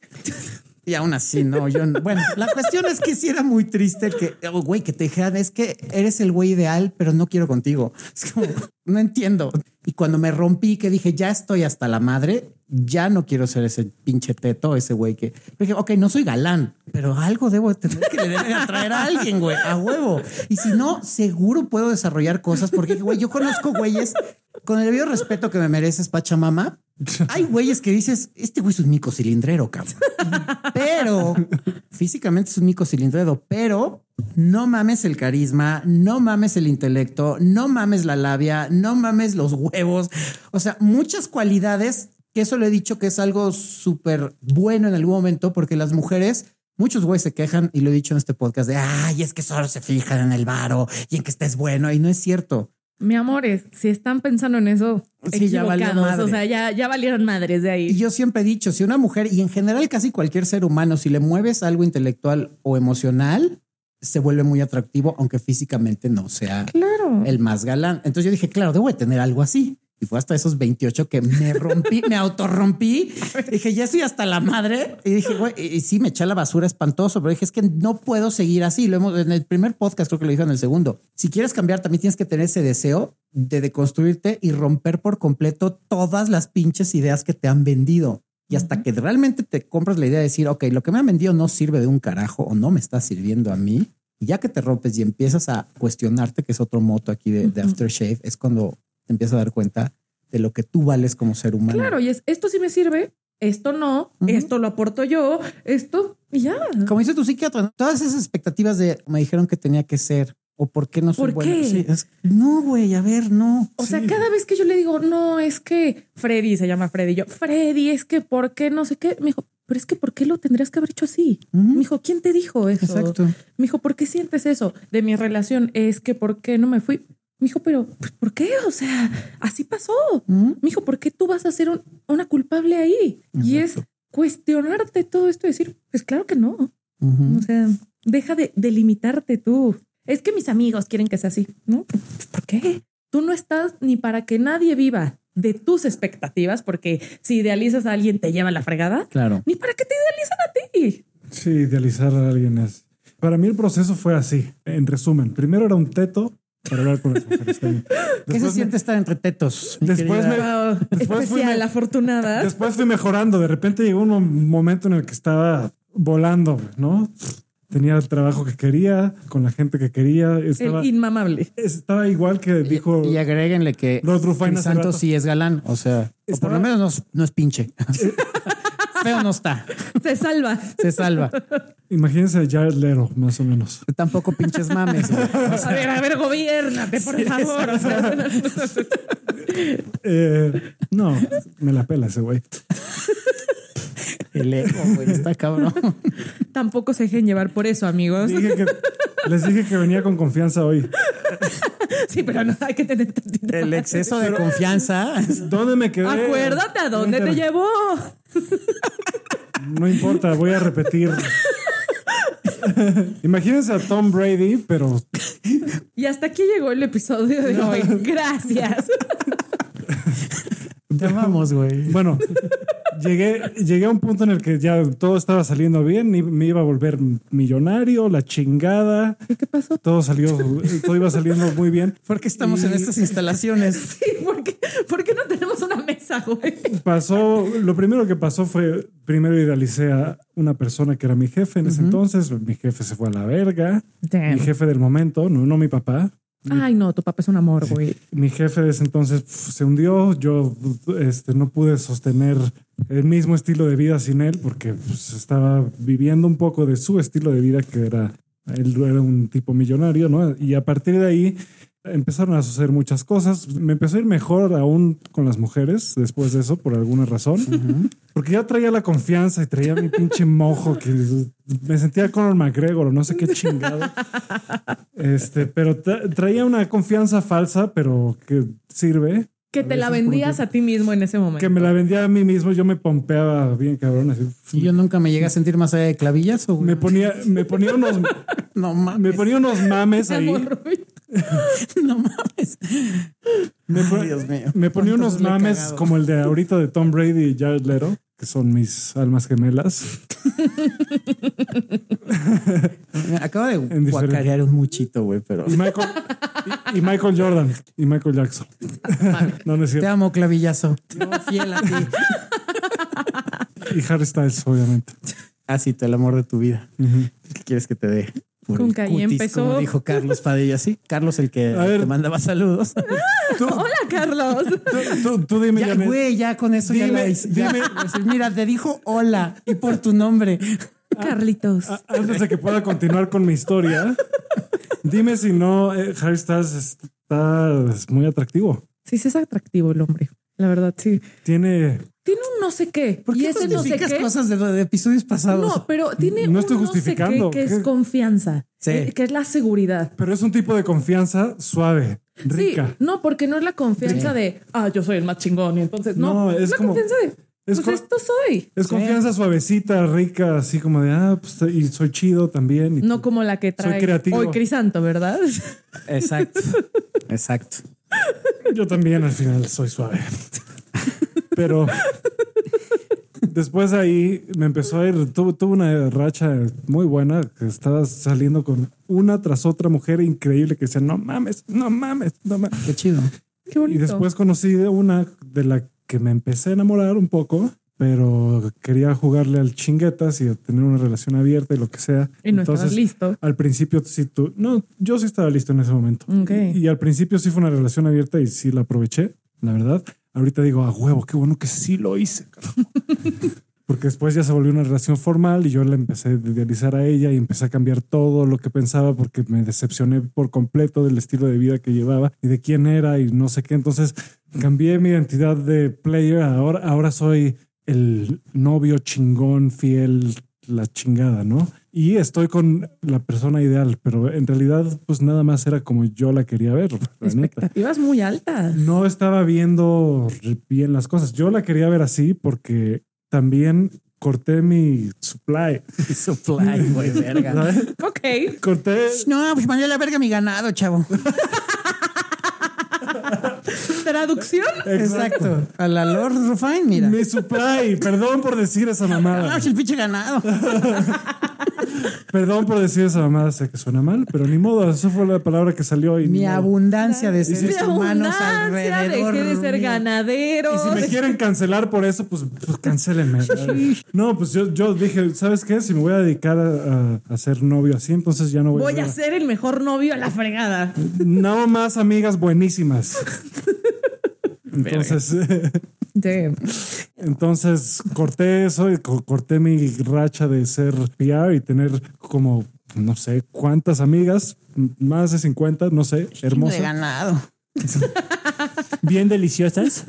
Y aún así, no, yo no. Bueno, la cuestión es que sí era muy triste que, oh, güey, que te dijeran, es que eres el güey ideal, pero no quiero contigo. Es como, no entiendo. Y cuando me rompí, que dije, ya estoy hasta la madre, ya no quiero ser ese pinche teto, ese güey que... Dije, ok, no soy galán, pero algo debo de tener que le debe atraer a alguien, güey, a huevo. Y si no, seguro puedo desarrollar cosas porque, güey, yo conozco güeyes con el debido respeto que me mereces, Pachamama. Hay güeyes que dices, este güey es un mico cilindrero, cabrón pero físicamente es un mico cilindrero, pero No mames el carisma, no mames el intelecto, no mames la labia, no mames los huevos. O sea, muchas cualidades que eso le he dicho que es algo súper bueno en algún momento, porque las mujeres, muchos güeyes se quejan y lo he dicho en este podcast de ay, es que solo se fijan en el varo y en que estés bueno. Y no es cierto.
Mi amores, si están pensando en eso,
Sí, ya valió
equivocados.
madre.
o sea, ya, ya valieron madres
Y
de ahí.
yo siempre he dicho, si una mujer y en general casi cualquier ser humano, si le mueves algo intelectual o emocional, se vuelve muy atractivo, aunque físicamente no sea
Claro.
el más galán. Entonces yo dije, claro, debo de tener algo así. Y fue hasta esos 28 que me rompí, me autorrompí. Dije, ya estoy hasta la madre. Y dije, güey, y y sí, me eché a la basura espantoso, pero dije, es que no puedo seguir así. Lo hemos, en el primer podcast creo que lo dije en el segundo. Si quieres cambiar, también tienes que tener ese deseo de deconstruirte y romper por completo todas las pinches ideas que te han vendido. Y hasta que realmente te compras la idea de decir, ok, lo que me han vendido no sirve de un carajo o no me está sirviendo a mí. Y ya que te rompes y empiezas a cuestionarte, que es otro moto aquí de, de
Ujú.
Aftershave, es cuando te empiezas a dar cuenta de lo que tú vales como ser humano.
Claro, y es esto sí me sirve, esto no,
Ujú.
esto lo aporto yo, esto y ya.
Como dice tu psiquiatra, ¿no? todas esas expectativas de me dijeron que tenía que ser o por qué no soy
¿Por
bueno.
qué?
Sí, es- no, güey, a ver, no.
O sea,
Sí.
cada vez que yo le digo, no, es que Freddy se llama Freddy, yo, Freddy, es que por qué no sé qué, me dijo, pero es que por qué lo tendrías que haber hecho así.
Ujú.
Me dijo, ¿quién te dijo eso?
Exacto.
Me dijo, ¿por qué sientes eso de mi relación? Es que por qué no me fui. Me dijo, pero pues, ¿por qué? O sea, así pasó.
Ujú.
Mijo, ¿por qué tú vas a ser un- una culpable ahí? Y es
Exacto.
cuestionarte todo esto y decir, pues claro que no.
Ujú.
O sea, deja de, de limitarte tú. Es que mis amigos quieren que sea así, ¿no? Pues, ¿Por qué? Tú no estás ni para que nadie viva de tus expectativas, porque si idealizas a alguien te lleva la fregada,
Claro.
ni para que te idealizan a
Sí, idealizar a alguien es. Para mí el proceso fue así. En resumen, primero era un teto para hablar con las mujeres. también.
¿Qué se
Después me-
siente estar entre tetos? mi
Después
querida?
me-
ti.
Después fui
Especial,
me-
afortunada.
Después fui mejorando. De repente llegó un mo- momento en el que estaba volando, ¿no? Tenía el trabajo que quería, con la gente que quería. Estaba,
El inmamable.
estaba igual que dijo.
Y agréguenle que
Los Rufaín hace
Santos
rato.
sí es galán, o sea, o por
Estaba-
lo menos no, es- no es pinche. Feo no está,
Se salva.
se salva.
Imagínense a Jared Lero, más o menos.
Tampoco pinches mames. güey.
A ver, a ver, gobiernate, por favor. O sea,
Eh, no, me la pela ese güey.
El ego, güey, está cabrón.
Tampoco se dejen llevar por eso, amigos.
Dije que- les dije que venía con confianza hoy.
Sí, pero no hay que tener tantita.
El exceso de confianza.
¿Dónde me quedé?
Acuérdate a dónde te
Inter-
llevó.
No importa, voy a repetir. Imagínense a Tom Brady, pero
Y hasta aquí llegó el episodio de hoy. Gracias.
Te amamos, güey.
bueno, llegué, llegué a un punto en el que ya todo estaba saliendo bien y me iba a volver millonario, la chingada.
¿Qué pasó?
Todo salió, todo iba saliendo muy bien.
¿Por qué estamos en este estas instalaciones?
Sí, ¿por qué, por qué no tenemos una mesa, güey?
Pasó, lo primero que pasó fue, primero idealicé a una persona que era mi jefe en ese entonces, mi jefe se fue a la verga, mi jefe del momento, no, no mi papá,
Ay, no, tu papá es un amor, güey.
mi jefe de ese entonces pf, se hundió. Yo este, no pude sostener el mismo estilo de vida sin él porque pues, estaba viviendo un poco de su estilo de vida que era él era un tipo millonario, ¿no? Y a partir de ahí empezaron a suceder muchas cosas. Me empezó a ir mejor aún con las mujeres después de eso, por alguna razón, porque ya traía la confianza y traía mi pinche mojo que me sentía Conor McGregor o no sé qué chingado. Este, pero tra- traía una confianza falsa, pero que sirve.
Que te la vendías a ti mismo en ese momento.
Que me la vendía a mí mismo, yo me pompeaba bien cabrón. así.
Y Yo nunca me llegué a sentir más allá de clavillazo, güey.
Me ponía, me ponía unos,
No
me
mames.
ponía unos mames ahí.
Amor, güey.
No mames.
Me, pon-
Dios mío.
me ponía unos
¿Cuántos le he
mames
cagado?
como el de ahorita de Tom Brady y Jared Leto, que son mis almas gemelas.
Acabo de
diferente.
guacarear un muchito, güey, pero.
Y Michael, y, y Michael Jordan y Michael Jackson. No, no es
Te
cierto.
amo, clavillazo. Yo fiel a ti.
Y Harry Styles, obviamente.
Así, Ah, te el amor de tu vida. ¿Qué quieres que te dé? Por
Con
el
que ahí
cutis,
empezó.
Como dijo Carlos Padilla, sí. Carlos, el que
A ver.
te mandaba saludos.
Tú, Ah,
Hola, Carlos.
tú, tú- tú dime,
Ya,
Janet.
güey, ya con eso ya
Dime,
la hice. Ya,
dime.
Mira, te dijo hola y por tu nombre.
ah.
Carlitos.
A- Antes de que pueda continuar con mi historia, dime si no eh, Harry Styles está es muy atractivo.
Sí, sí es atractivo el hombre. La verdad, sí.
Tiene,
Tiene un no sé qué.
¿Por
y
qué
ese no sé
justificas
qué.
cosas de, de episodios pasados?
No, pero tiene
No
un
estoy
no
justificando.
sé qué que es confianza,
Sí.
eh, que es la seguridad.
pero es un tipo de confianza suave, rica.
Sí, no, porque no es la confianza de, ah, yo soy el más chingón y entonces no,
No, es
es la
como-
confianza de,
es
pues
co-
esto soy.
Es confianza suavecita, rica, así como de ah, pues y soy chido también. y-
No como la que
Soy
trae
creativo.
hoy Crisanto, ¿verdad?
Exacto. Exacto.
Yo también al final soy suave. Pero después de ahí me empezó a ir, tuve, tuve una racha muy buena, que estaba saliendo con una tras otra mujer increíble que decía, no mames, no mames, no mames.
Qué chido.
Qué bonito.
Y después conocí de una de la que me empecé a enamorar un poco, pero quería jugarle al chinguetas y a tener una relación abierta y lo que sea.
y no estabas
Entonces,
listo.
al principio sí tú, no, yo sí estaba listo en ese momento.
Ok.
Y, y al principio sí fue una relación abierta y sí la aproveché, la verdad. Ahorita digo, a huevo, qué bueno que sí lo hice. carajo". Porque después ya se volvió una relación formal y yo la empecé a idealizar a ella y empecé a cambiar todo lo que pensaba porque me decepcioné por completo del estilo de vida que llevaba y de quién era y no sé qué. Entonces cambié mi identidad de player. Ahora, ahora soy el novio chingón, fiel, la chingada, ¿no? Y estoy con la persona ideal, pero en realidad pues nada más era como yo la quería ver, la neta.
Expectativas muy altas.
No estaba viendo bien las cosas. Yo la quería ver así porque también corté mi supply.
Supply, güey, verga.
¿sabes?
Ok.
Corté
No, pues mandé a la verga mi ganado, chavo.
Traducción.
Exacto. A la Lord Rufine, mira.
mi supply. Perdón por decir esa
Ah,
mamada.
es el pinche ganado.
Perdón por decir esa mamada. Sé que suena mal, pero ni modo. Esa fue la palabra que salió y ni
Mi
modo.
abundancia de
si-
seres
De
humanos
abundancia,
alrededor.
dejé de ser
mío.
ganadero.
Y si me quieren cancelar por eso, pues, pues cancelenme. No, pues yo, yo dije, ¿sabes qué? Si me voy a dedicar a, a- a ser novio así, entonces pues, ya no voy,
Voy a ser el mejor novio a la fregada.
Nada más amigas buenísimas. Entonces,
Damn.
entonces corté eso y co- corté mi racha de ser PR y tener como no sé cuántas amigas, m- más de 50, no sé,
De
hermosas,
ganado.
bien deliciosas.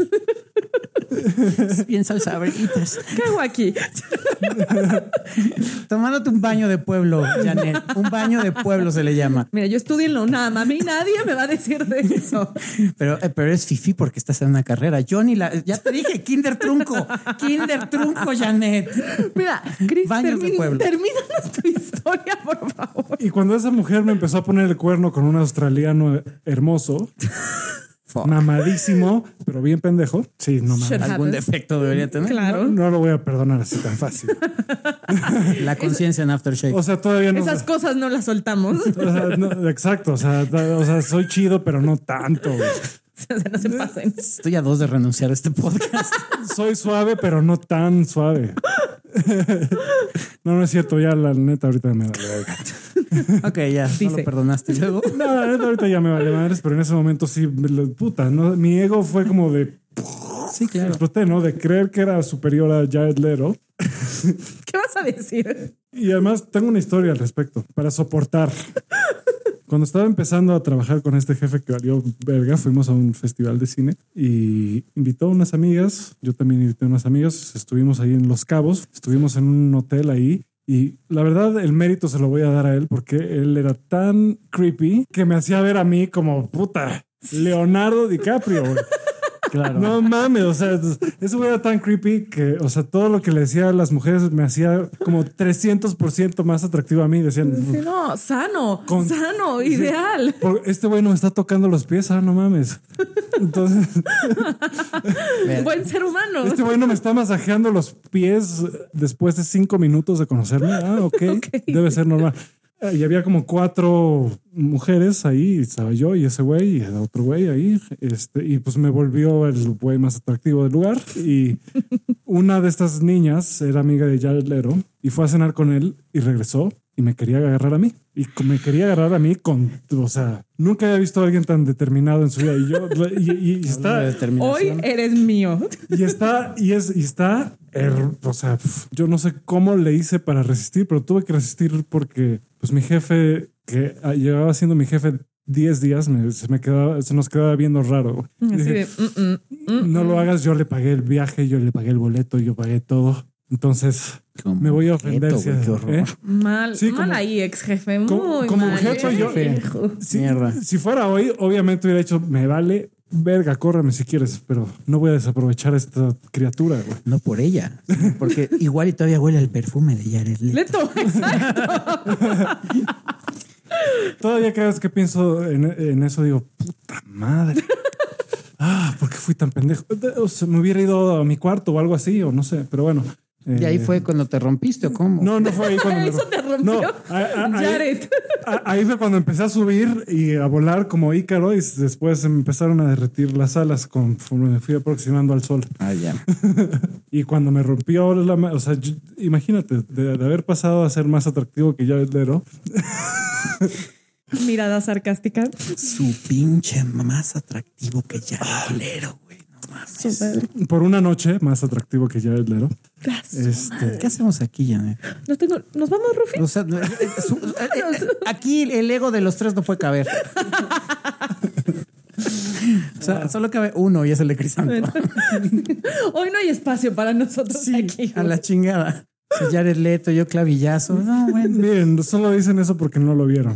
Bien salsabritas.
¿Qué hago aquí?
Tomándote un baño de pueblo, Janet. Un baño de pueblo se le llama.
Mira, yo estudié en la UNAM. A mí nadie me va a decir de eso.
Pero, eh, pero es fifi porque estás en una carrera. Yo ni la. Ya te dije, Kinder Trunco. Kinder Trunco, Janet.
Mira, Chris,
Baños de
termina,
pueblo.
termínanos tu historia, por favor.
Y cuando esa mujer me empezó a poner el cuerno con un australiano hermoso,
Fuck.
mamadísimo, pero bien pendejo. Sí, no mames.
Shut up.
Algún defecto debería tener.
Claro.
No lo voy a perdonar así tan fácil.
La conciencia en Aftershave.
O sea, todavía no.
Esas cosas no las soltamos.
o sea, no, exacto. O sea, ta- o sea, soy chido, pero no tanto.
O sea, no se pasen.
Estoy a dos de renunciar a este podcast.
Soy suave, pero no tan suave. No, no es cierto. Ya la neta ahorita me vale. verga.
Ok, ya. No
Dice.
lo perdonaste. Y Luego.
No, la neta ahorita ya me vale madres, pero en ese momento sí, me lo- puta, no, mi ego fue como de
Sí, claro.
exploté, ¿no? De creer que era superior a Jared Leto.
¿Qué vas a decir?
Y además tengo una historia al respecto para soportar. Cuando estaba empezando a trabajar con este jefe que valió verga, fuimos a un festival de cine y invitó a unas amigas. Yo también invité a unas amigas. Estuvimos ahí en Los Cabos, estuvimos en un hotel ahí. Y la verdad, el mérito se lo voy a dar a él porque él era tan creepy que me hacía ver a mí como puta Leonardo DiCaprio. güey.
Claro.
No mames, o sea, eso era tan creepy que, o sea, todo lo que le decía a las mujeres me hacía como 300% más atractivo a mí. Decían,
No, sano,
Con-
sano, ideal.
"Por- este güey no me está tocando los pies, ah, no mames. Entonces,
Ver-
Buen ser humano.
este güey no me está masajeando los pies después de cinco minutos de conocerme. Ah, ok, debe ser normal. Eh, Y había como cuatro mujeres ahí, y estaba yo y ese güey y el otro güey ahí. Este, y pues me volvió el güey más atractivo del lugar. Y una de estas niñas era amiga de Jared Lero y fue a cenar con él y regresó y me quería agarrar a mí. Y me quería agarrar a mí con, o sea, nunca había visto a alguien tan determinado en su vida. Y yo, y, y- y
Hablando de
está,
determinación.
Hoy eres mío.
y está, y es, y está, her- o sea, pf, yo no sé cómo le hice para resistir, pero tuve que resistir porque, pues mi jefe, que ah, llegaba siendo mi jefe 10 días, me, se me quedaba, se nos quedaba viendo raro. Y
Así
dije,
de, mm, mm, mm,
no
mm.
lo hagas, yo le pagué el viaje, yo le pagué el boleto, yo pagué todo. Entonces,
Como
me voy a ofender
objeto,
si-
güey, qué horror.
¿eh?
Mal,
Sí,
mal
como-
ahí, ex jefe. Muy
como- como
mal.
objeto yo-
Hijo.
Si,
Mierda.
si fuera hoy, obviamente hubiera hecho, me vale, verga, córrame si quieres, pero no voy a desaprovechar a esta criatura, güey.
No por ella, sino porque igual y todavía huele el perfume de Jared Leto.
Leto, exacto.
Todavía cada vez que pienso en, en eso digo, puta madre. Ah, ¿por qué fui tan pendejo? O sea, me hubiera ido a mi cuarto o algo así, o no sé, pero bueno.
Y ahí
Eh,
fue cuando te rompiste o cómo.
No, no fue ahí cuando. me-
Eso te rompió.
No, a- a- ahí-
Jared.
a- Ahí fue cuando empecé a subir y a volar como Ícaro y después empezaron a derretir las alas conforme me fui aproximando al sol.
Ah, ya.
Y cuando me rompió la... ma- O sea, yo- imagínate, de, de haber pasado a ser más atractivo que Jared Leto.
Mirada sarcástica.
Su pinche más atractivo que Jared Leto, güey. No mames.
Súper.
Por una noche, más atractivo que Jared Leto. Este,
¿Qué hacemos aquí, Janet?
No tengo. Nos vamos, Rufi.
O sea, no, eh, eh, su- eh, eh, aquí el ego de los tres no puede caber. O sea, solo cabe uno y es el de Crisanto.
Hoy no hay espacio para nosotros aquí.
A la chingada. Si Jared Leto, yo clavillazo. No, bueno.
miren, solo dicen eso porque no lo vieron.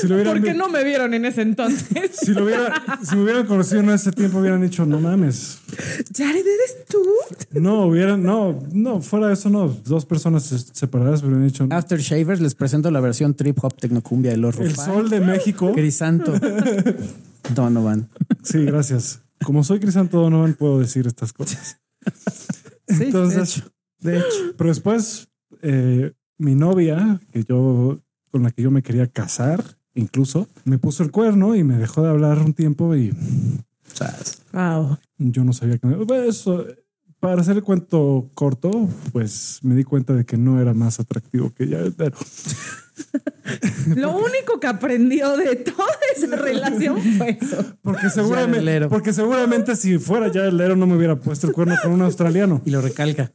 Si lo hubieran,
Porque no me vieron en ese entonces.
Si, lo hubiera, si me hubieran conocido en ese tiempo, hubieran dicho, no mames.
Jared, ¿eres tú?
No, hubieran, no, no, fuera de eso, no. Dos personas se- separadas hubieran dicho,
After Shavers les presento la versión trip hop tecnocumbia de los
el
Rufai.
sol de México.
Crisanto. Donovan.
Sí, gracias. Como soy Crisanto Donovan, puedo decir estas cosas.
Sí,
Entonces, de hecho, pero después eh, mi novia, que yo con la que yo me quería casar, incluso me puso el cuerno y me dejó de hablar un tiempo
de
y
hecho. Sas.
Wow.
yo no sabía que bueno, eso. Para hacer el cuento corto, pues me di cuenta de que no era más atractivo que ya. Pero,
Lo único que aprendió de toda esa relación fue eso.
porque
Ya el
seguramente,
lero.
porque seguramente si fuera ya el lero no me hubiera puesto el cuerno con un australiano.
Y lo recalca.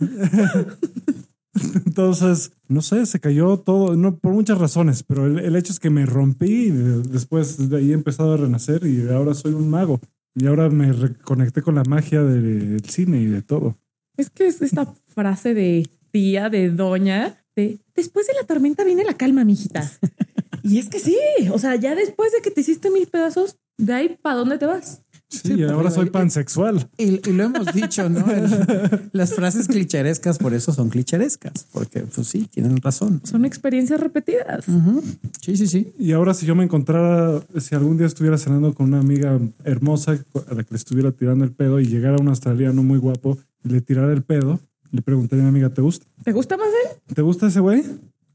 Entonces, no sé, se cayó todo, no por muchas razones, pero el, el hecho es que me rompí y de- después de ahí he empezado a renacer y ahora soy un mago. Y ahora me reconecté con la magia del cine y de todo.
Es que es esta frase de tía, de doña, de después de la tormenta viene la calma, mijita. Y es que sí. O sea, ya después de que te hiciste mil pedazos, de ahí, ¿para dónde te vas?
Sí, y ahora soy pansexual.
Y, y lo hemos dicho, ¿no? El- las frases clicherescas por eso son clicherescas. Porque, pues sí, tienen razón.
Son experiencias repetidas.
Ujú. Sí, sí, sí.
Y ahora si yo me encontrara, si algún día estuviera cenando con una amiga hermosa a la que le estuviera tirando el pedo y llegara un australiano muy guapo y le tirara el pedo, le preguntaría a mi amiga, ¿te gusta?
¿Te gusta más él?
¿Te gusta ese güey?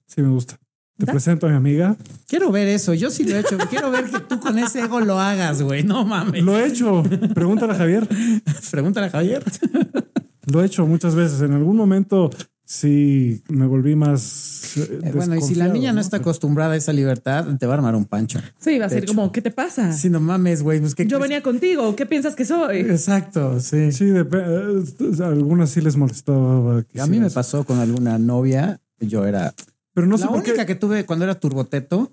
Sí, me gusta. Te
¿Da?
presento a mi amiga.
Quiero ver eso. Yo sí lo he hecho. Quiero ver que tú con ese ego lo hagas, güey. No mames.
Lo he hecho. Pregúntale a Javier.
Pregúntale a Javier.
Lo he hecho muchas veces. En algún momento sí me volví más. eh,
Eh, bueno, y si la
desconfiado,
niña no está acostumbrada a esa libertad, te va a armar un pancho.
Sí, va a
De
ser
hecho.
como, ¿qué te pasa?
Si no mames, güey. Pues, ¿qué
Ah. Yo
crees?
venía contigo, ¿qué piensas que soy?
Exacto, sí.
Sí, dep- eh, a algunas sí les molestaba. que
A mí me
hiciera eso.
pasó con alguna novia. Yo era
Pero no sé
la
por qué.
única que tuve cuando era turboteto.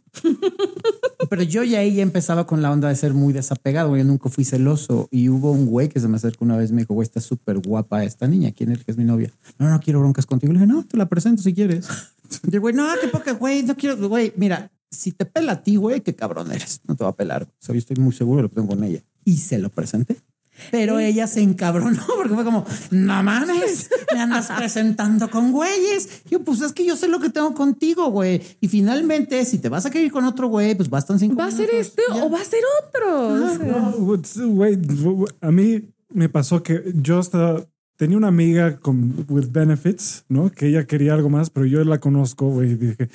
pero yo ya ahí ya empezaba con la onda de ser muy desapegado. güey. Yo nunca fui celoso. Y hubo un güey que se me acercó una vez y me dijo, güey, está súper guapa esta niña. ¿Quién es que es mi novia? No, no quiero broncas contigo. Le dije, no, te la presento si quieres. Y el güey, no, qué poca, güey, no quiero, güey, mira, si te pela a ti, güey, qué cabrón eres. No te va a pelar. O sea, yo estoy muy seguro de lo que tengo con ella. Y se lo presenté. Pero ella se encabronó porque fue como, no mames, me andas presentando con güeyes. Yo, pues es que yo sé lo que tengo contigo, güey. Y finalmente, si te vas a querer con otro güey, pues bastan cinco
¿Va a ser
minutos.
este
Ya.
o va a ser otro? O sea,
No, güey, güey, a mí me pasó que yo estaba. Tenía una amiga con with benefits, ¿no? Que ella quería algo más, pero yo la conozco, güey. y Dije,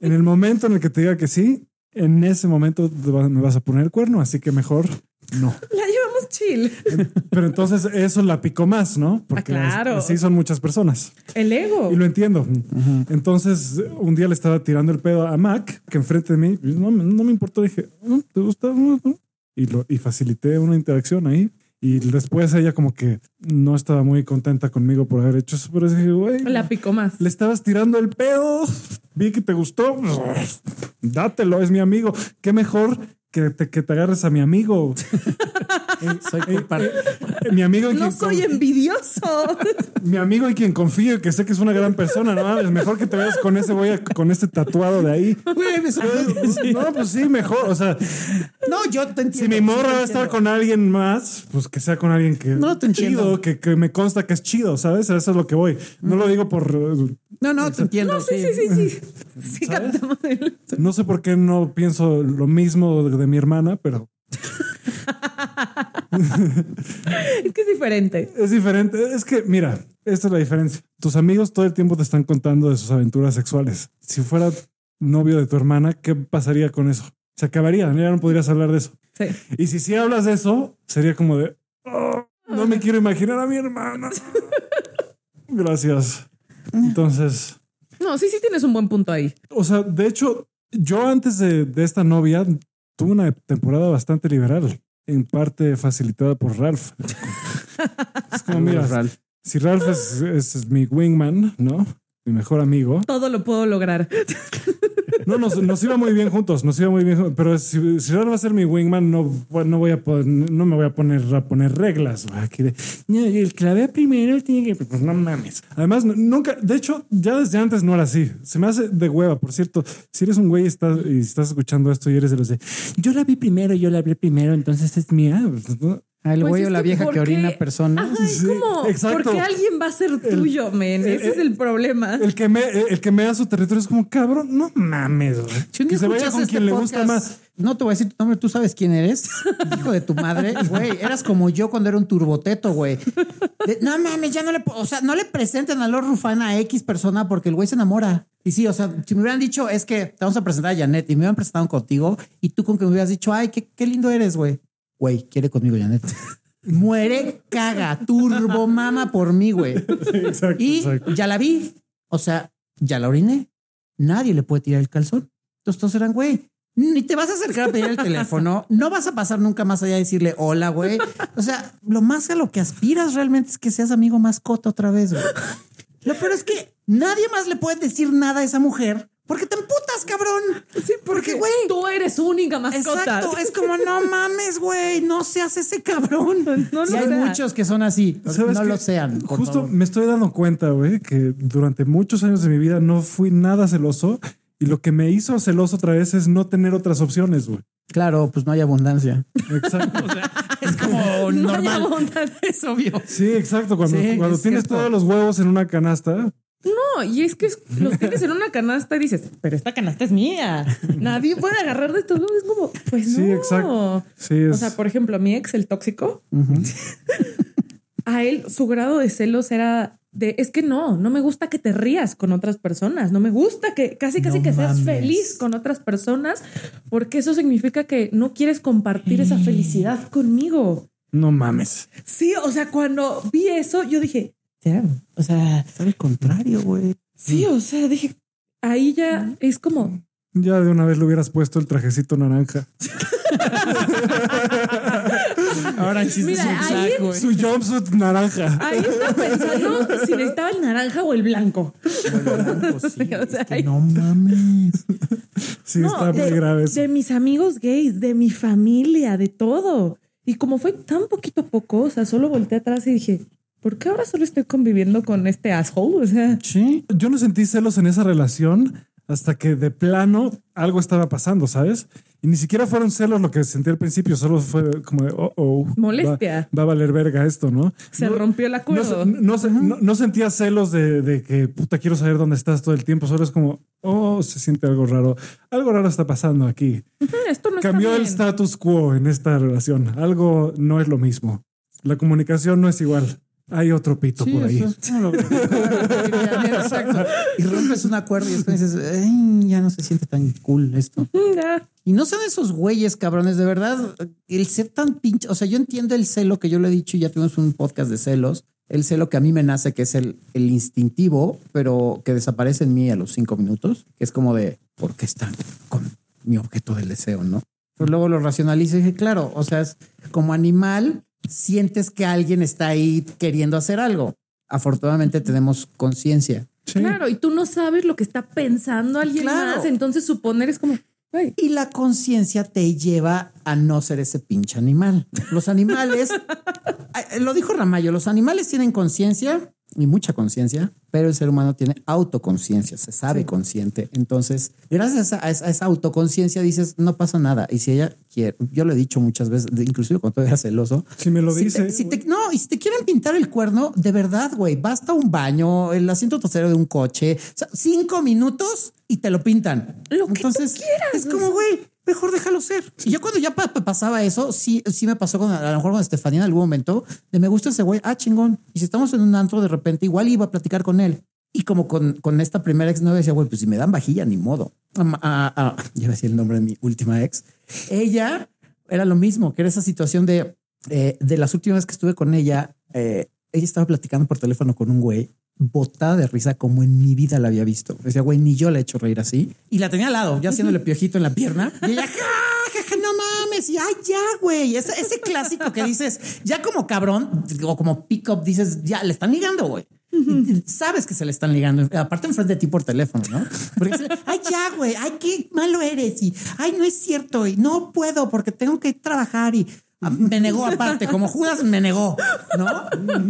en el momento en el que te diga que sí, en ese momento te va- me vas a poner el cuerno, así que mejor no.
La llevamos más chill.
Pero entonces eso la picó más, ¿no? Porque
claro.
así son muchas personas.
El ego.
Y lo entiendo. Entonces, un día le estaba tirando el pedo a Mac, que enfrente de mí, no, me- no me importó, dije, "Mm, ¿te gusta? Mm, mm". Y, lo, y facilité una interacción ahí. Y después ella como que no estaba muy contenta conmigo por haber hecho eso, pero dije, güey,
La picó más.
le estabas tirando el pedo, vi que te gustó, dátelo, es mi amigo. Qué mejor que te, que te agarres a mi amigo. Eh,
Soy culpable.
Mi amigo en
No
quien
soy envidioso.
mi amigo y quien confío y que sé que es una gran persona, no mames, mejor que te veas con ese güey, con este tatuado de ahí.
Güey, me sorprende.
No, pues sí, mejor. O sea,
No, yo te entiendo.
si mi morra
sí te
va a estar
entiendo.
con alguien más, pues que sea con alguien que
No, te entiendo.
chido, que, que me consta que es chido, ¿sabes? A eso es lo que voy. No lo digo por. eh,
No, no, te entiendo.
No, sí, sí, sí, sí. Sí, captamos el-
No sé por qué no pienso lo mismo de, de mi hermana, pero
Es que es diferente.
es diferente. Es que, mira, esta es la diferencia. Tus amigos todo el tiempo te están contando de sus aventuras sexuales. Si fuera novio de tu hermana, ¿qué pasaría con eso? Se acabaría, ya no podrías hablar de eso.
Sí.
Y si sí hablas de eso, sería como de "Oh, no me quiero imaginar a mi hermana. Gracias. Entonces,
No, sí, sí tienes un buen punto ahí.
o sea, de hecho, yo antes de, de esta novia tuve una temporada bastante liberal, en parte facilitada por Ralph. Es como, mira, si Ralph es, es mi wingman, ¿no? Mi mejor amigo.
Todo lo puedo lograr.
No, nos, nos iba muy bien juntos, nos iba muy bien. juntos, Pero si, si ahora va a ser mi wingman, no, no voy a pon- no me voy a poner a poner reglas. güey, Aquí de, "No, el clave primero tiene que. Pues no mames. Además, n- nunca, de hecho, ya desde antes no era así. Se me hace de hueva. Por cierto, si eres un güey y estás, y estás escuchando esto y eres de los de yo la vi primero, yo la hablé primero, entonces es mía. Pues, no.
Ah, El
Pues
güey
es
o la
que
vieja
¿por
que orina
qué?
personas.
Ajá, es
Sí,
como,
exacto.
¿por qué alguien va a ser tuyo, men? Ese es el problema.
El que me, eh, el que me da su territorio es como cabrón. No mames. güey.
Si un
que
día
se vaya
escuchas
con
este
quien le gusta
podcast,
más.
No te voy a decir tu nombre, tú sabes quién eres, hijo de tu madre. Güey, eras como yo cuando era un turboteto, güey. De- No mames, ya no le, po- o sea, no le presenten a Lord Rufana a X persona porque el güey se enamora. Y sí, o sea, si me hubieran dicho es que te vamos a presentar a Janet y me hubieran presentado contigo y tú con que me hubieras dicho, ay, qué, qué lindo eres, güey. Güey, quiere conmigo, Janet. Muere, caga, turbo mama por mí, güey.
Exacto,
Y
exacto.
ya la vi. O sea, ya la oriné. Nadie le puede tirar el calzón. Entonces todos eran, güey, ni te vas a acercar a pedir el teléfono. No vas a pasar nunca más allá a decirle hola, güey. O sea, lo más a lo que aspiras realmente es que seas amigo mascota otra vez, güey. Lo peor es que nadie más le puede decir nada a esa mujer porque te emputas, cabrón. Sí, porque, güey.
Tú eres su única mascota.
Exacto, es como no mames, güey, no seas ese cabrón.
Pues No lo
y hay
sea.
muchos que son así,
¿Sabes
no
qué?
lo sean. por
Justo
favor.
me estoy dando cuenta, güey, que durante muchos años de mi vida no fui nada celoso y lo que me hizo celoso otra vez es no tener otras opciones, güey.
Claro, pues no hay abundancia.
Exacto.
Es como
No hay
normal.
abundancia, es obvio.
Sí, exacto. Cuando,
Sí,
cuando
es
tienes
cierto.
todos los huevos en una canasta,
No, y es que es- los tienes en una canasta y dices, pero esta canasta es mía. Nadie puede agarrar de estos huevos. Es como, pues no.
Sí, exacto. Sí, es-
O sea, por ejemplo, mi ex, el tóxico, a él su grado de celos era de es que no, no me gusta que te rías con otras personas. No me gusta que casi, casi
No
que seas
mames.
feliz con otras personas, porque eso significa que no quieres compartir esa felicidad conmigo.
no mames.
Sí, o sea, cuando vi eso, yo dije, "Damn", o sea,
Está al contrario, güey.
sí, o sea, dije, ahí ya es como
Ya de una vez le hubieras puesto el trajecito naranja.
Ahora sí
Mira, ahí-
Su jumpsuit naranja.
Ahí está pensando si necesitaba el naranja o el blanco. O sea, ahí-
No mames.
Sí,
no,
está muy grave eso.
de mis amigos gays, de mi familia, de todo. Y como fue tan poquito a poco, o sea, solo volteé atrás y dije, ¿por qué ahora solo estoy conviviendo con este asshole? O sea,
Sí.
Yo no sentí celos en esa relación hasta que de plano algo estaba pasando, ¿sabes? Y ni siquiera fueron celos lo que sentí al principio, solo fue como de, oh, oh.
Molestia.
Va, va a valer verga esto, ¿no?
se
No-
rompió el
No,
acuerdo.
se- no se- no- no sentía celos de, de que puta quiero saber dónde estás todo el tiempo. Solo es como, oh, se siente algo raro. Algo raro está pasando aquí.
Mm, Esto no
Cambió el
está bien.
status quo en esta relación. Algo no es lo mismo. La comunicación no es igual. Hay otro pito por ahí.
eso es- bueno, Exacto. Y rompes un acuerdo y después dices, "Ay, ya no se siente tan cool esto.
Mm, Ya.
Y no son esos güeyes, cabrones, de verdad. El ser tan pinche. O sea, yo entiendo el celo que yo le he dicho y ya tuvimos un podcast de celos. El celo que a mí me nace, que es el, el instintivo, pero que desaparece en mí a los cinco minutos, que es como de por qué están con mi objeto del deseo, no? Pero luego lo racionalizo y dije, claro, o sea, es como animal, sientes que alguien está ahí queriendo hacer algo. Afortunadamente tenemos conciencia.
Sí.
Claro, y tú no sabes lo que está pensando alguien
Claro.
más, entonces suponer es como, güey,
Y la conciencia te lleva a no ser ese pinche animal. Los animales, eh, lo dijo Ramallo, los animales tienen conciencia y mucha conciencia, pero el ser humano tiene autoconciencia, se sabe consciente. Entonces, gracias a, esa- a esa autoconciencia dices, no pasa nada. Y si ella quiere, yo lo he dicho muchas veces, de- inclusive cuando era celoso,
Si me lo
si
dice.
te- si te- no, y si te quieren pintar el cuerno, de verdad, güey, basta un baño, el asiento trasero de un coche, o sea, cinco minutos y te lo pintan.
Lo que tú quieras,
Es como, güey, mejor déjalo ser. Y yo cuando ya pa- pa- pasaba eso, sí, sí me pasó con, a lo mejor con Estefanía en algún momento, de me gusta ese güey, ah, chingón. Y si estamos en un antro, de repente igual iba a platicar con él. Y como con, con esta primera ex novia decía, güey, pues si me dan vajilla, ni modo. Am- ah, ah, ya iba a decir el nombre de mi última ex. Ella era lo mismo, que era esa situación de, eh, de las últimas veces que estuve con ella, eh, ella estaba platicando por teléfono con un güey, botada de risa como en mi vida la había visto. Decía, güey, ni yo la he hecho reír así. Y la tenía al lado, ya haciéndole piojito en la pierna. Y ella, "Ja, ja, ja, no mames, y ay, ya, güey. Ese, ese clásico que dices, ya como cabrón o como pick up, dices, ya le están ligando, güey. Y- y Sabes que se le están ligando, aparte enfrente de ti por teléfono, ¿no? Porque dice, ay, ya, güey, ay, qué malo eres, y ay, no es cierto, y no puedo porque tengo que trabajar y ah, me negó aparte, como Judas me negó, ¿no?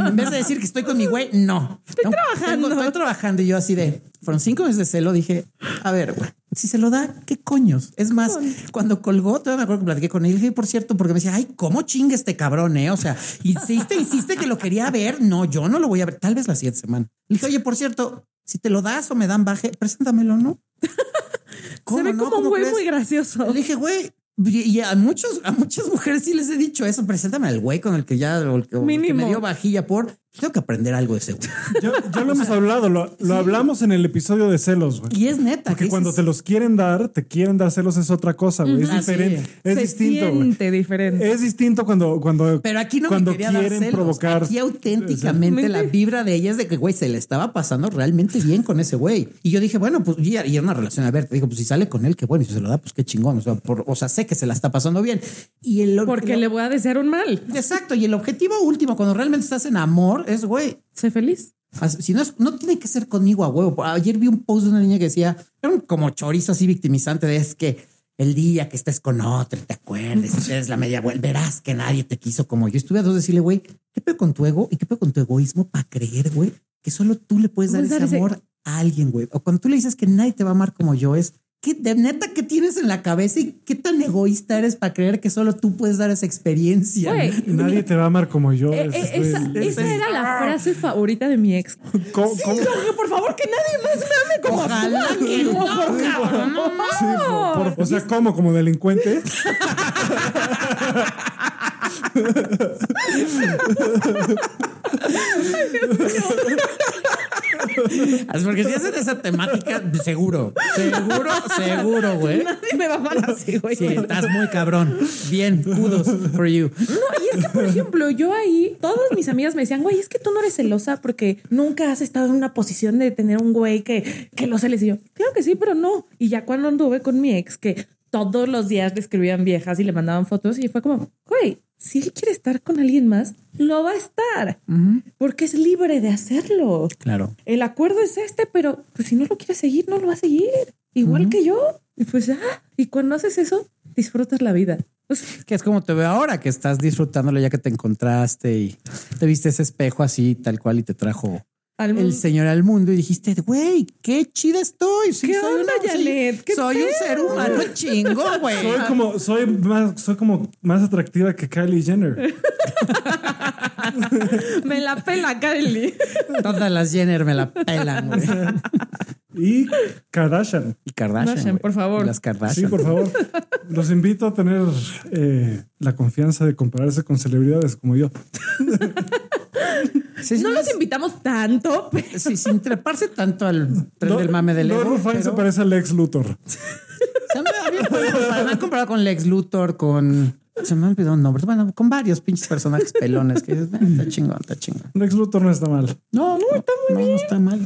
En vez de decir que estoy con mi güey, no. Estoy
trabajando.
estoy trabajando y yo así de, fueron cinco meses de celo, dije, a ver, güey, si se lo da, ¿qué coños? Es más, cuando colgó, todavía me acuerdo que platiqué con él, y dije, por cierto, porque me decía, ay, ¿cómo chingue este cabrón, eh? O sea, insiste, insiste que lo quería ver, no, yo no lo voy a ver, tal vez la siguiente semana. Le dije, oye, por cierto, si te lo das o me dan baje, preséntamelo, ¿no?
se ve
no?
como un
¿Cómo
güey
crees?
muy gracioso.
Le dije, güey, y a muchos, a muchas mujeres sí les he dicho eso. Preséntame al güey con el que ya o el que, o el que
Mínimo.
me dio vajilla por. Tengo que aprender algo de ese güey.
Ya, ya lo hemos hablado, lo, lo hablamos en el episodio de celos, güey.
Y es neta.
Porque
que
cuando te
dices,
los quieren dar, te quieren dar celos es otra cosa, güey. Es
Ujú. Ah,
diferente.
sí.
Es
se
distinto, güey. Eh,
siente diferente.
Es distinto cuando, cuando,
Pero aquí no
cuando
me quería
quieren
dar celos.
provocar.
Aquí auténticamente la vibra de ella es de que, güey, se le estaba pasando realmente bien con ese güey. Y yo dije, bueno, pues y, y era una relación. A ver, te digo, pues si sale con él, qué bueno. Y si se lo da, pues qué chingón. O sea, por- o sea sé que se la está pasando bien. Y el
Porque
el-
le voy a desear un mal.
Exacto. Y el objetivo último, cuando realmente estás en amor, es, güey,
Sé feliz.
Así- Si no, es- no tiene que ser conmigo a huevo. Ayer vi un post de una niña que decía, era un como chorizo así victimizante de es que el día que estés con otro, y te acuerdes, y te des la media vuelta, verás que nadie te quiso como yo. Estuve a dos de decirle, güey, ¿qué pedo con tu ego y qué pedo con tu egoísmo para creer, güey, que solo tú le puedes dar
Puedes
ese
dar ese-
amor a alguien, güey? O cuando tú le dices que nadie te va a amar como yo, es que de neta que tienes en la cabeza y qué tan egoísta eres para creer que solo tú puedes dar esa experiencia.
Güey,
Y Nadie te va a amar como yo.
Eh,
es-
eh, esa,
pues,
güey.
esa era la
ah.
frase favorita de mi ex.
¿Cómo- cómo-
Por favor, que nadie más me ame como
Ojalá que no, cabrón, no mames.
Sí, por- por- o sea, ¿cómo? ¿Como delincuente?
Así, Porque si hacen esa temática, seguro, seguro, seguro, güey.
Nadie me va a amar así, güey.
Sí, estás muy cabrón. Bien, kudos for you.
No, y es que, por ejemplo, yo ahí, todas mis amigas me decían, güey, es que tú no eres celosa porque nunca has estado en una posición de tener un güey que, que lo celes. Y yo, claro que sí, pero no. Y ya cuando anduve con mi ex, que todos los días le escribían viejas y le mandaban fotos, y fue como, güey, si él quiere estar con alguien más, lo va a estar porque es libre de hacerlo.
Claro.
El acuerdo es este, pero pues, si no lo quieres seguir, no lo va a seguir. Igual que yo. Y pues, ah, y cuando haces eso, disfrutas la vida. O sea,
Que es como te veo ahora, que estás disfrutándolo ya que te encontraste y te viste ese espejo así, tal cual, y te trajo
al
el
mundo-
señor al mundo y dijiste, güey, qué chida estoy. Sí,
¿Qué
soy
onda,
una- sí,
Janet? ¿Qué
soy un
pedo?
ser humano chingo, güey.
Soy como, soy más, soy como más atractiva que Kylie Jenner.
Me la pela Kylie.
Todas las Jenner me la pelan, güey.
Y Kardashian.
Y Kardashian.
Kardashian,
güey.
por favor.
Y las Kardashian.
Sí, por favor. Los invito a tener eh, la confianza de compararse con celebridades como yo.
Sí, sí,
no los
es-
invitamos tanto. pero-
sí, sin treparse tanto al tren del mame del
Lord
ego.
Rufine
pero-
se parece al ex Luthor.
Se me, había comparado- me han comparado con Lex Luthor, con. Se me olvidó un nombre. Bueno, con varios pinches personajes pelones que dices, "Eh, está chingón, está chingón.
Lex Luthor no está mal.
No, no, está muy bien. No está mal.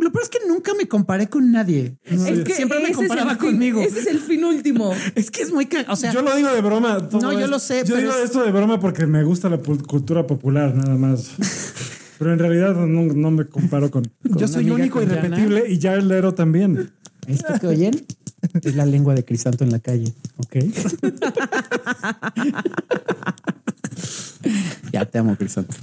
Lo peor es que nunca me comparé con nadie.
Es que
Siempre
ese
me
es el
comparaba
fin-
conmigo.
Ese es el fin último.
Es que es muy. ca- O sea,
Yo lo digo de broma. todo
No, yo
esto.
lo sé,
Yo
pero
digo
es-
esto de broma porque me gusta la pu- cultura popular, nada más. Pero en realidad no, no me comparo con.
una
yo soy
amiga
único,
con Diana.
irrepetible y ya el Lero también.
esto que oyen es la lengua de Crisanto en la calle. Ok. ya te amo, Crisanto.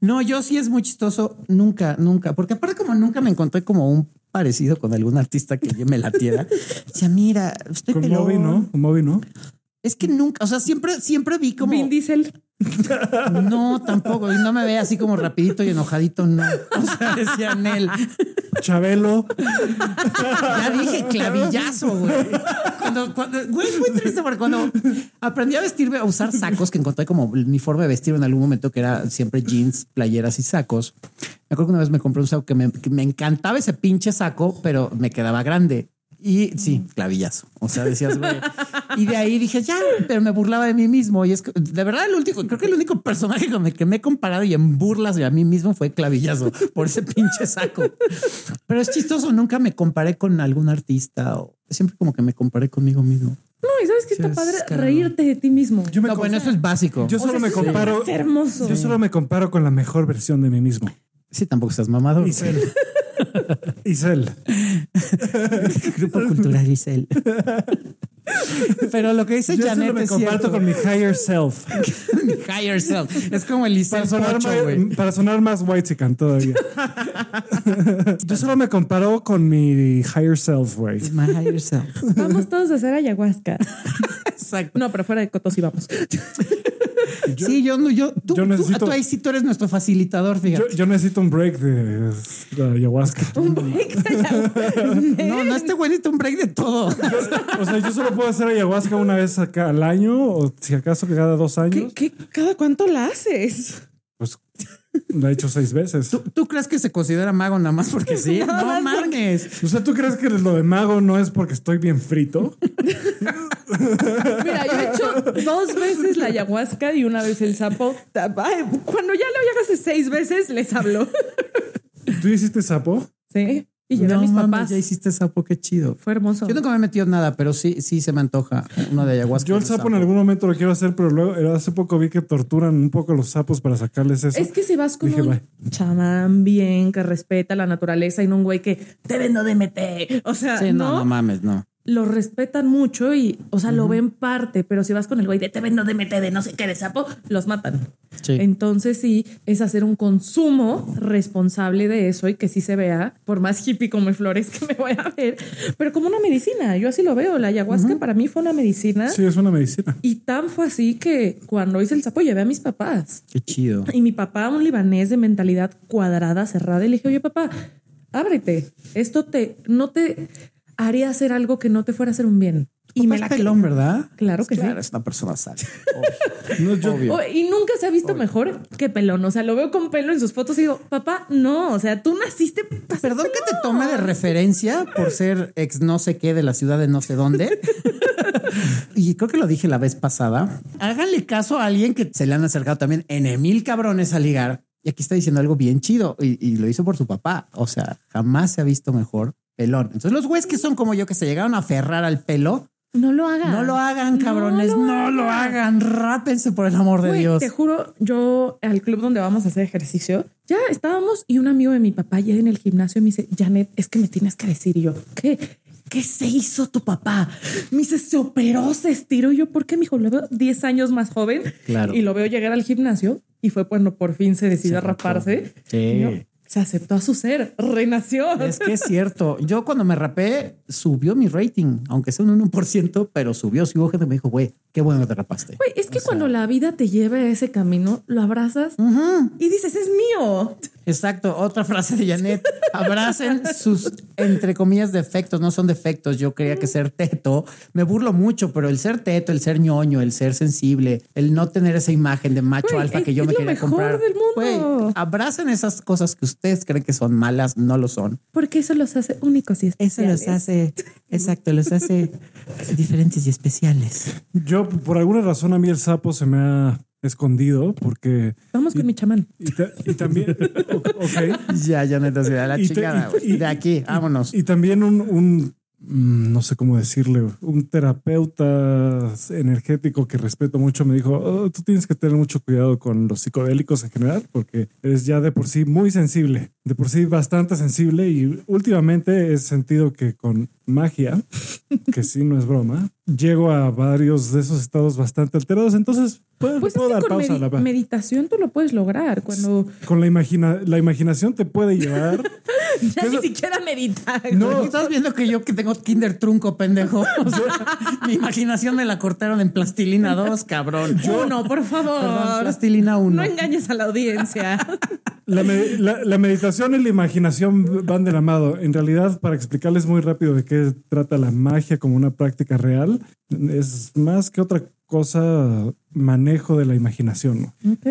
No, yo sí es muy chistoso. Nunca, nunca. Porque aparte, como nunca me encontré como un parecido con algún artista que yo me latiera. Decía, mira, estoy
Con
pelón.
Moby, ¿no? Con Moby, ¿no?
Es que nunca, o sea, siempre, siempre vi como.
Vin Diesel.
No, tampoco. Y no me ve así como rapidito y enojadito, no. O sea, decía Nel.
Chabelo.
Ya dije clavillazo, güey. Cuando, cuando, güey, es muy triste porque cuando aprendí a vestirme, a usar sacos, que encontré como mi forma de vestir en algún momento, que era siempre jeans, playeras y sacos. Me acuerdo que una vez me compré un saco que me, que me encantaba ese pinche saco, pero me quedaba grande. Y sí, clavillazo. O sea, decías, güey. Y de ahí dije, ya, pero me burlaba de mí mismo. Y es que, de verdad, el último, creo que el único personaje con el que me he comparado y en burlas de a mí mismo fue clavillazo por ese pinche saco. Pero es chistoso, nunca me comparé con algún artista o siempre como que me comparé conmigo mismo.
No, y sabes que está
es
padre
caro.
reírte de ti mismo.
Yo me
No,
com-
bueno, eso es básico.
Yo
sea,
solo me
eso es lo
comparo.
más hermoso.
Yo solo me comparo con la mejor versión de mí mismo.
Sí, tampoco estás mamado.
Isel. Isel.
Grupo Cultural Isel. Pero lo que dice
Yo solo
Janet
me
es
comparto
cierto.
con mi higher self.
Mi higher self. Es como el Isel
Para sonar,
pocho,
ma-
güey.
para sonar más white todavía. Yo solo me comparo con mi higher self, güey.
My higher self.
Vamos todos a hacer ayahuasca.
Exacto.
No, pero fuera de cotos y vamos.
sí, yo no, yo, tú,
yo
tú-
necesito-
tú ahí sí tú eres nuestro facilitador,
Yo,
fíjate.
yo necesito un break de, de ayahuasca.
Un break de ayahuasca.
no, no, este güey necesita un break de todo.
O sea, yo solo puedo hacer ayahuasca una vez acá al año o si acaso que cada dos
¿Qué,
años.
qué, cada cuánto la haces?
Pues la he hecho seis veces.
¿Tú, tú crees que se considera mago nada más porque sí?
Nada
No
más porque-
mames.
O sea, ¿tú crees que lo de mago no es porque estoy bien frito?
Mira, yo he hecho dos veces la ayahuasca y una vez el sapo. Ay, cuando ya lo viajaste seis veces, les hablo.
¿Tú hiciste sapo?
Sí. Y llevé
no
a mis
mames,
papás.
ya hiciste sapo, qué chido.
Fue hermoso.
Yo nunca me he metido en nada, pero sí, sí se me antoja uno de ayahuasca.
Yo el
de
sapo en algún momento lo quiero hacer, pero luego eh, hace poco vi que torturan un poco los sapos para sacarles eso.
Es que si vas con
Dije,
un
"Bye".
chamán bien que respeta la naturaleza y no un güey que te vendo de meter. O sea,
Sí, no,
¿no?
no mames, no.
lo respetan mucho y, o sea, lo ven parte, pero si vas con el güey de te vendo de mete de no sé qué de sapo, los matan.
Sí.
Entonces sí, es hacer un consumo responsable de eso y que sí se vea, por más hippie como el flores que me voy a ver, pero como una medicina, yo así lo veo, la ayahuasca para mí fue una medicina
Sí, es una medicina.
y tan fue así que cuando hice el sapo llevé a mis papás.
Qué chido.
Y mi papá, un libanés de mentalidad cuadrada, cerrada, y le dije, oye papá, ábrete. Esto te, no te haría hacer algo que no te fuera a hacer un bien. Y me
Papá
la
es Pues pelón, ¿verdad? Pues
Claro que sí.
Claro, es una persona sabia. Obvio.
No, yo-
Obvio.
Oh, y nunca se ha visto mejor que pelón. O sea, lo veo con pelo en sus fotos y digo, papá, no, o sea, tú naciste. pa-
Perdón que te tome de referencia por ser ex no sé qué de la ciudad de no sé dónde. y creo que lo dije la vez pasada. Háganle caso a alguien que se le han acercado también en mil cabrones a ligar. Y aquí está diciendo algo bien chido y, y lo hizo por su papá. O sea, jamás se ha visto mejor pelón. Entonces los güeyes que son como yo que se llegaron a aferrar al pelo,
No lo hagan.
no lo hagan,
Ah, No
cabrones, no
lo
lo, hagan. Rápense por el amor de
Güey,
Dios.
Te juro, yo al club donde vamos a hacer ejercicio, ya estábamos y un amigo de mi papá llega en el gimnasio y me dice, Janet, es que me tienes que decir Y yo, ¿qué? ¿Qué se hizo tu papá? Me dice, se operó, se estiró. Y yo, ¿por qué, mijo? Lo veo 10 años más joven
Claro.
y lo veo llegar al gimnasio y fue cuando por fin se decidió a
Se rapó.
raparse.
Sí.
Y yo, se aceptó a su ser, renació.
Es que es cierto. Yo cuando me rapé, subió mi rating, aunque sea un 1%, pero subió. Si hubo gente que me dijo, güey, qué bueno que te rapaste.
Güey, es que cuando la vida te lleve a ese camino, lo abrazas y dices, es mío.
Exacto, otra frase de Janet. Abracen sus, entre comillas, defectos. No son defectos. Yo creía que ser teto, me burlo mucho, pero el ser teto, el ser ñoño, el ser sensible, el no tener esa imagen de macho
Güey,
alfa
es-
que yo
es
me
lo
quería
mejor
comprar.
del mundo.
Güey, abracen esas cosas que ustedes creen que son malas, no lo son.
Porque eso los hace únicos y especiales.
hace, exacto, los hace diferentes y especiales.
Yo, por alguna razón, a mí el sapo se me ha escondido porque.
Vamos con mi chamán.
Y, ta- y también. o- ok.
Ya, Janet, así, a la
Y te-
chingada,
y-
güey.
y-
De aquí, vámonos.
Y también un. un, mm, no sé cómo decirle, un terapeuta energético que respeto mucho me dijo, "Oh, tú tienes que tener mucho cuidado con los psicodélicos en general porque eres ya de por sí muy sensible, de por sí bastante sensible y últimamente he sentido que con magia que sí no es broma, llego a varios de esos estados bastante alterados. Entonces, puedo,
Pues es
puedo
que
dar
con
pausa. a
medi-
la-
meditación tú lo puedes lograr cuando
Con la, imagina la imaginación te puede llevar.
ya
ni
ni
eso-
siquiera meditar.
No, estás viendo que yo que tengo Kinder Trunco, pendejo. O sea, mi imaginación me la cortaron en plastilina 2, cabrón.
Uno, por favor.
Perdón, plastilina 1.
no engañes a la audiencia.
la, me- la- la meditación y la imaginación van de la mano. En realidad, para explicarles muy rápido de qué trata la magia como una práctica real, es más que otra cosa manejo de la imaginación. ¿no?
ok.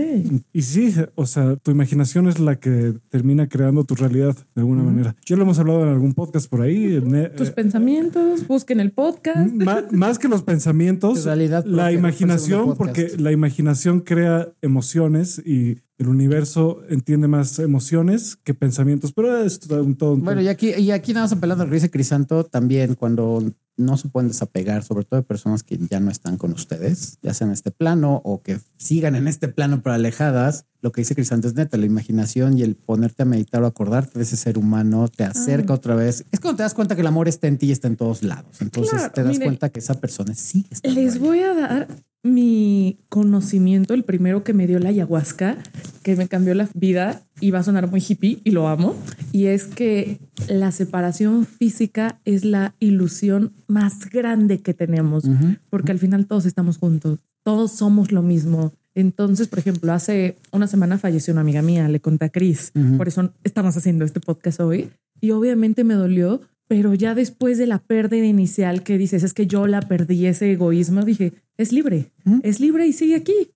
Y sí, o sea, tu imaginación es la que termina creando tu realidad de alguna manera. Ya lo hemos hablado en algún podcast por ahí. ne-
Tus
eh,
pensamientos, busquen el podcast.
Ma- más, que los pensamientos,
Tu realidad propia,
la imaginación,
fue el segundo
porque
podcast.
la imaginación crea emociones y el universo entiende más emociones que pensamientos, pero es todo un todo. un
Bueno, y aquí, y aquí nada más apelando al que dice Crisanto también, cuando no se pueden desapegar, sobre todo de personas que ya no están con ustedes, ya sea en este plano o que sigan en este plano pero alejadas. Lo que dice Crisanto es neta, la imaginación y el ponerte a meditar o acordarte de ese ser humano
Ah.
te acerca otra vez. Es cuando te das cuenta que el amor está en ti y está en todos lados. Entonces
Claro,
te das
miren,
cuenta que esa persona sí está.
Mm.
Les voy a dar mi conocimiento, el primero que me dio la ayahuasca, que me cambió la vida y va a sonar muy hippie y lo amo. Y es que la separación física es la ilusión más grande que tenemos, porque al final todos estamos juntos, todos somos lo mismo. Entonces, por ejemplo, hace una semana falleció una amiga mía, le conté a Cris, por eso estamos haciendo este podcast hoy, y obviamente me dolió, pero ya después de la pérdida inicial que dices, es que yo la perdí, ese egoísmo, dije, es libre, es libre y sigue aquí,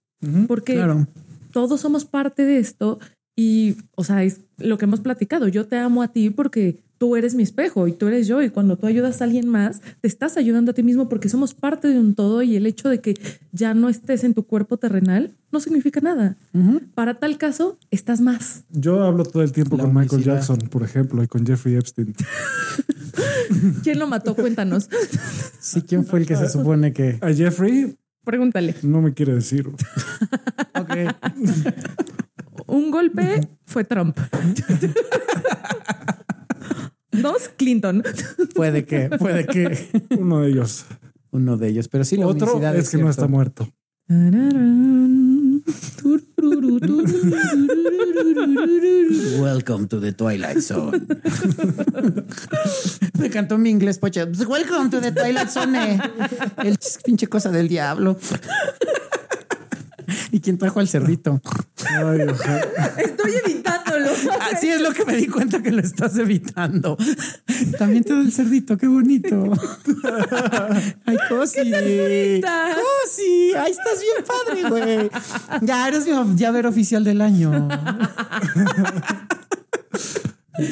porque
Claro.
todos somos parte de esto y, o sea, es lo que hemos platicado, yo te amo a ti porque tú eres mi espejo y tú eres yo y cuando tú ayudas a alguien más, te estás ayudando a ti mismo porque somos parte de un todo y el hecho de que ya no estés en tu cuerpo terrenal no significa nada. Para tal caso, estás más.
Yo hablo todo el tiempo
La
con Michael
unicidad.
Jackson, por ejemplo, y con Jeffrey Epstein.
¿Quién lo mató? Cuéntanos.
Sí, ¿quién fue el que se supone que?
A Jeffrey
Pregúntale.
no me quiere decir.
Un golpe fue Trump. Dos, Clinton.
Puede que, puede que
Uno de ellos.
uno de ellos, pero sí la
Otro
unicidad
es, que no
cierto.
está muerto.
Welcome to the Twilight Zone. Me cantó mi inglés poche. Welcome to the Twilight Zone. El chis- pinche cosa del diablo. ¿Y quién trajo al cerdito?
Ay, ojalá.
Estoy evitándolo.
Así es lo que me di cuenta que lo estás evitando. También te doy el cerdito, qué bonito. Ay, Cosi.
bonita.
Cosi, ahí estás bien padre, güey. Ya eres mi of- llavero oficial del año.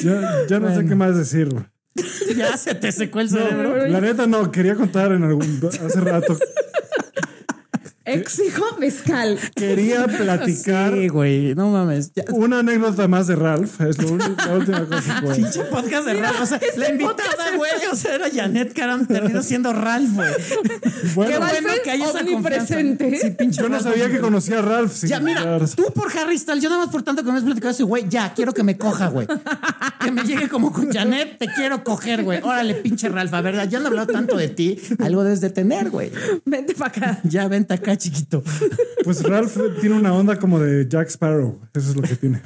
Ya, ya no sé
Bueno.
qué más decir.
Ya se te secó el cerebro.
No, la neta no, quería contar en algún hace rato.
Exijo mezcal.
Quería platicar
Sí, güey, no mames. Ya.
Una anécdota más de Ralph es lo único- la última cosa que puedo decir.
Pinche podcast de Ralph. O sea,
este
la
podcast
invitada,
de-
güey, o sea, era Janet Caram, terminó siendo Ralph, güey. Qué
Bueno,
Ralph
bueno
es
que hay esa
omnipresente.
confianza. Sí, pinche
yo no
Ralph.
sabía que conocía a Ralph. sin
Ya, mira,
mirar.
tú por Harry Styles, yo nada más por tanto que me has platicado eso, güey, ya, quiero que me coja, güey. Que me llegue como con Janet, te quiero coger, güey. Órale, pinche Ralph, a ver, ya no he hablado tanto de ti, algo debes de tener, güey.
Vente para acá.
Ya, vente acá, chiquito.
Pues Ralph tiene una onda como de Jack Sparrow. Eso es lo que tiene.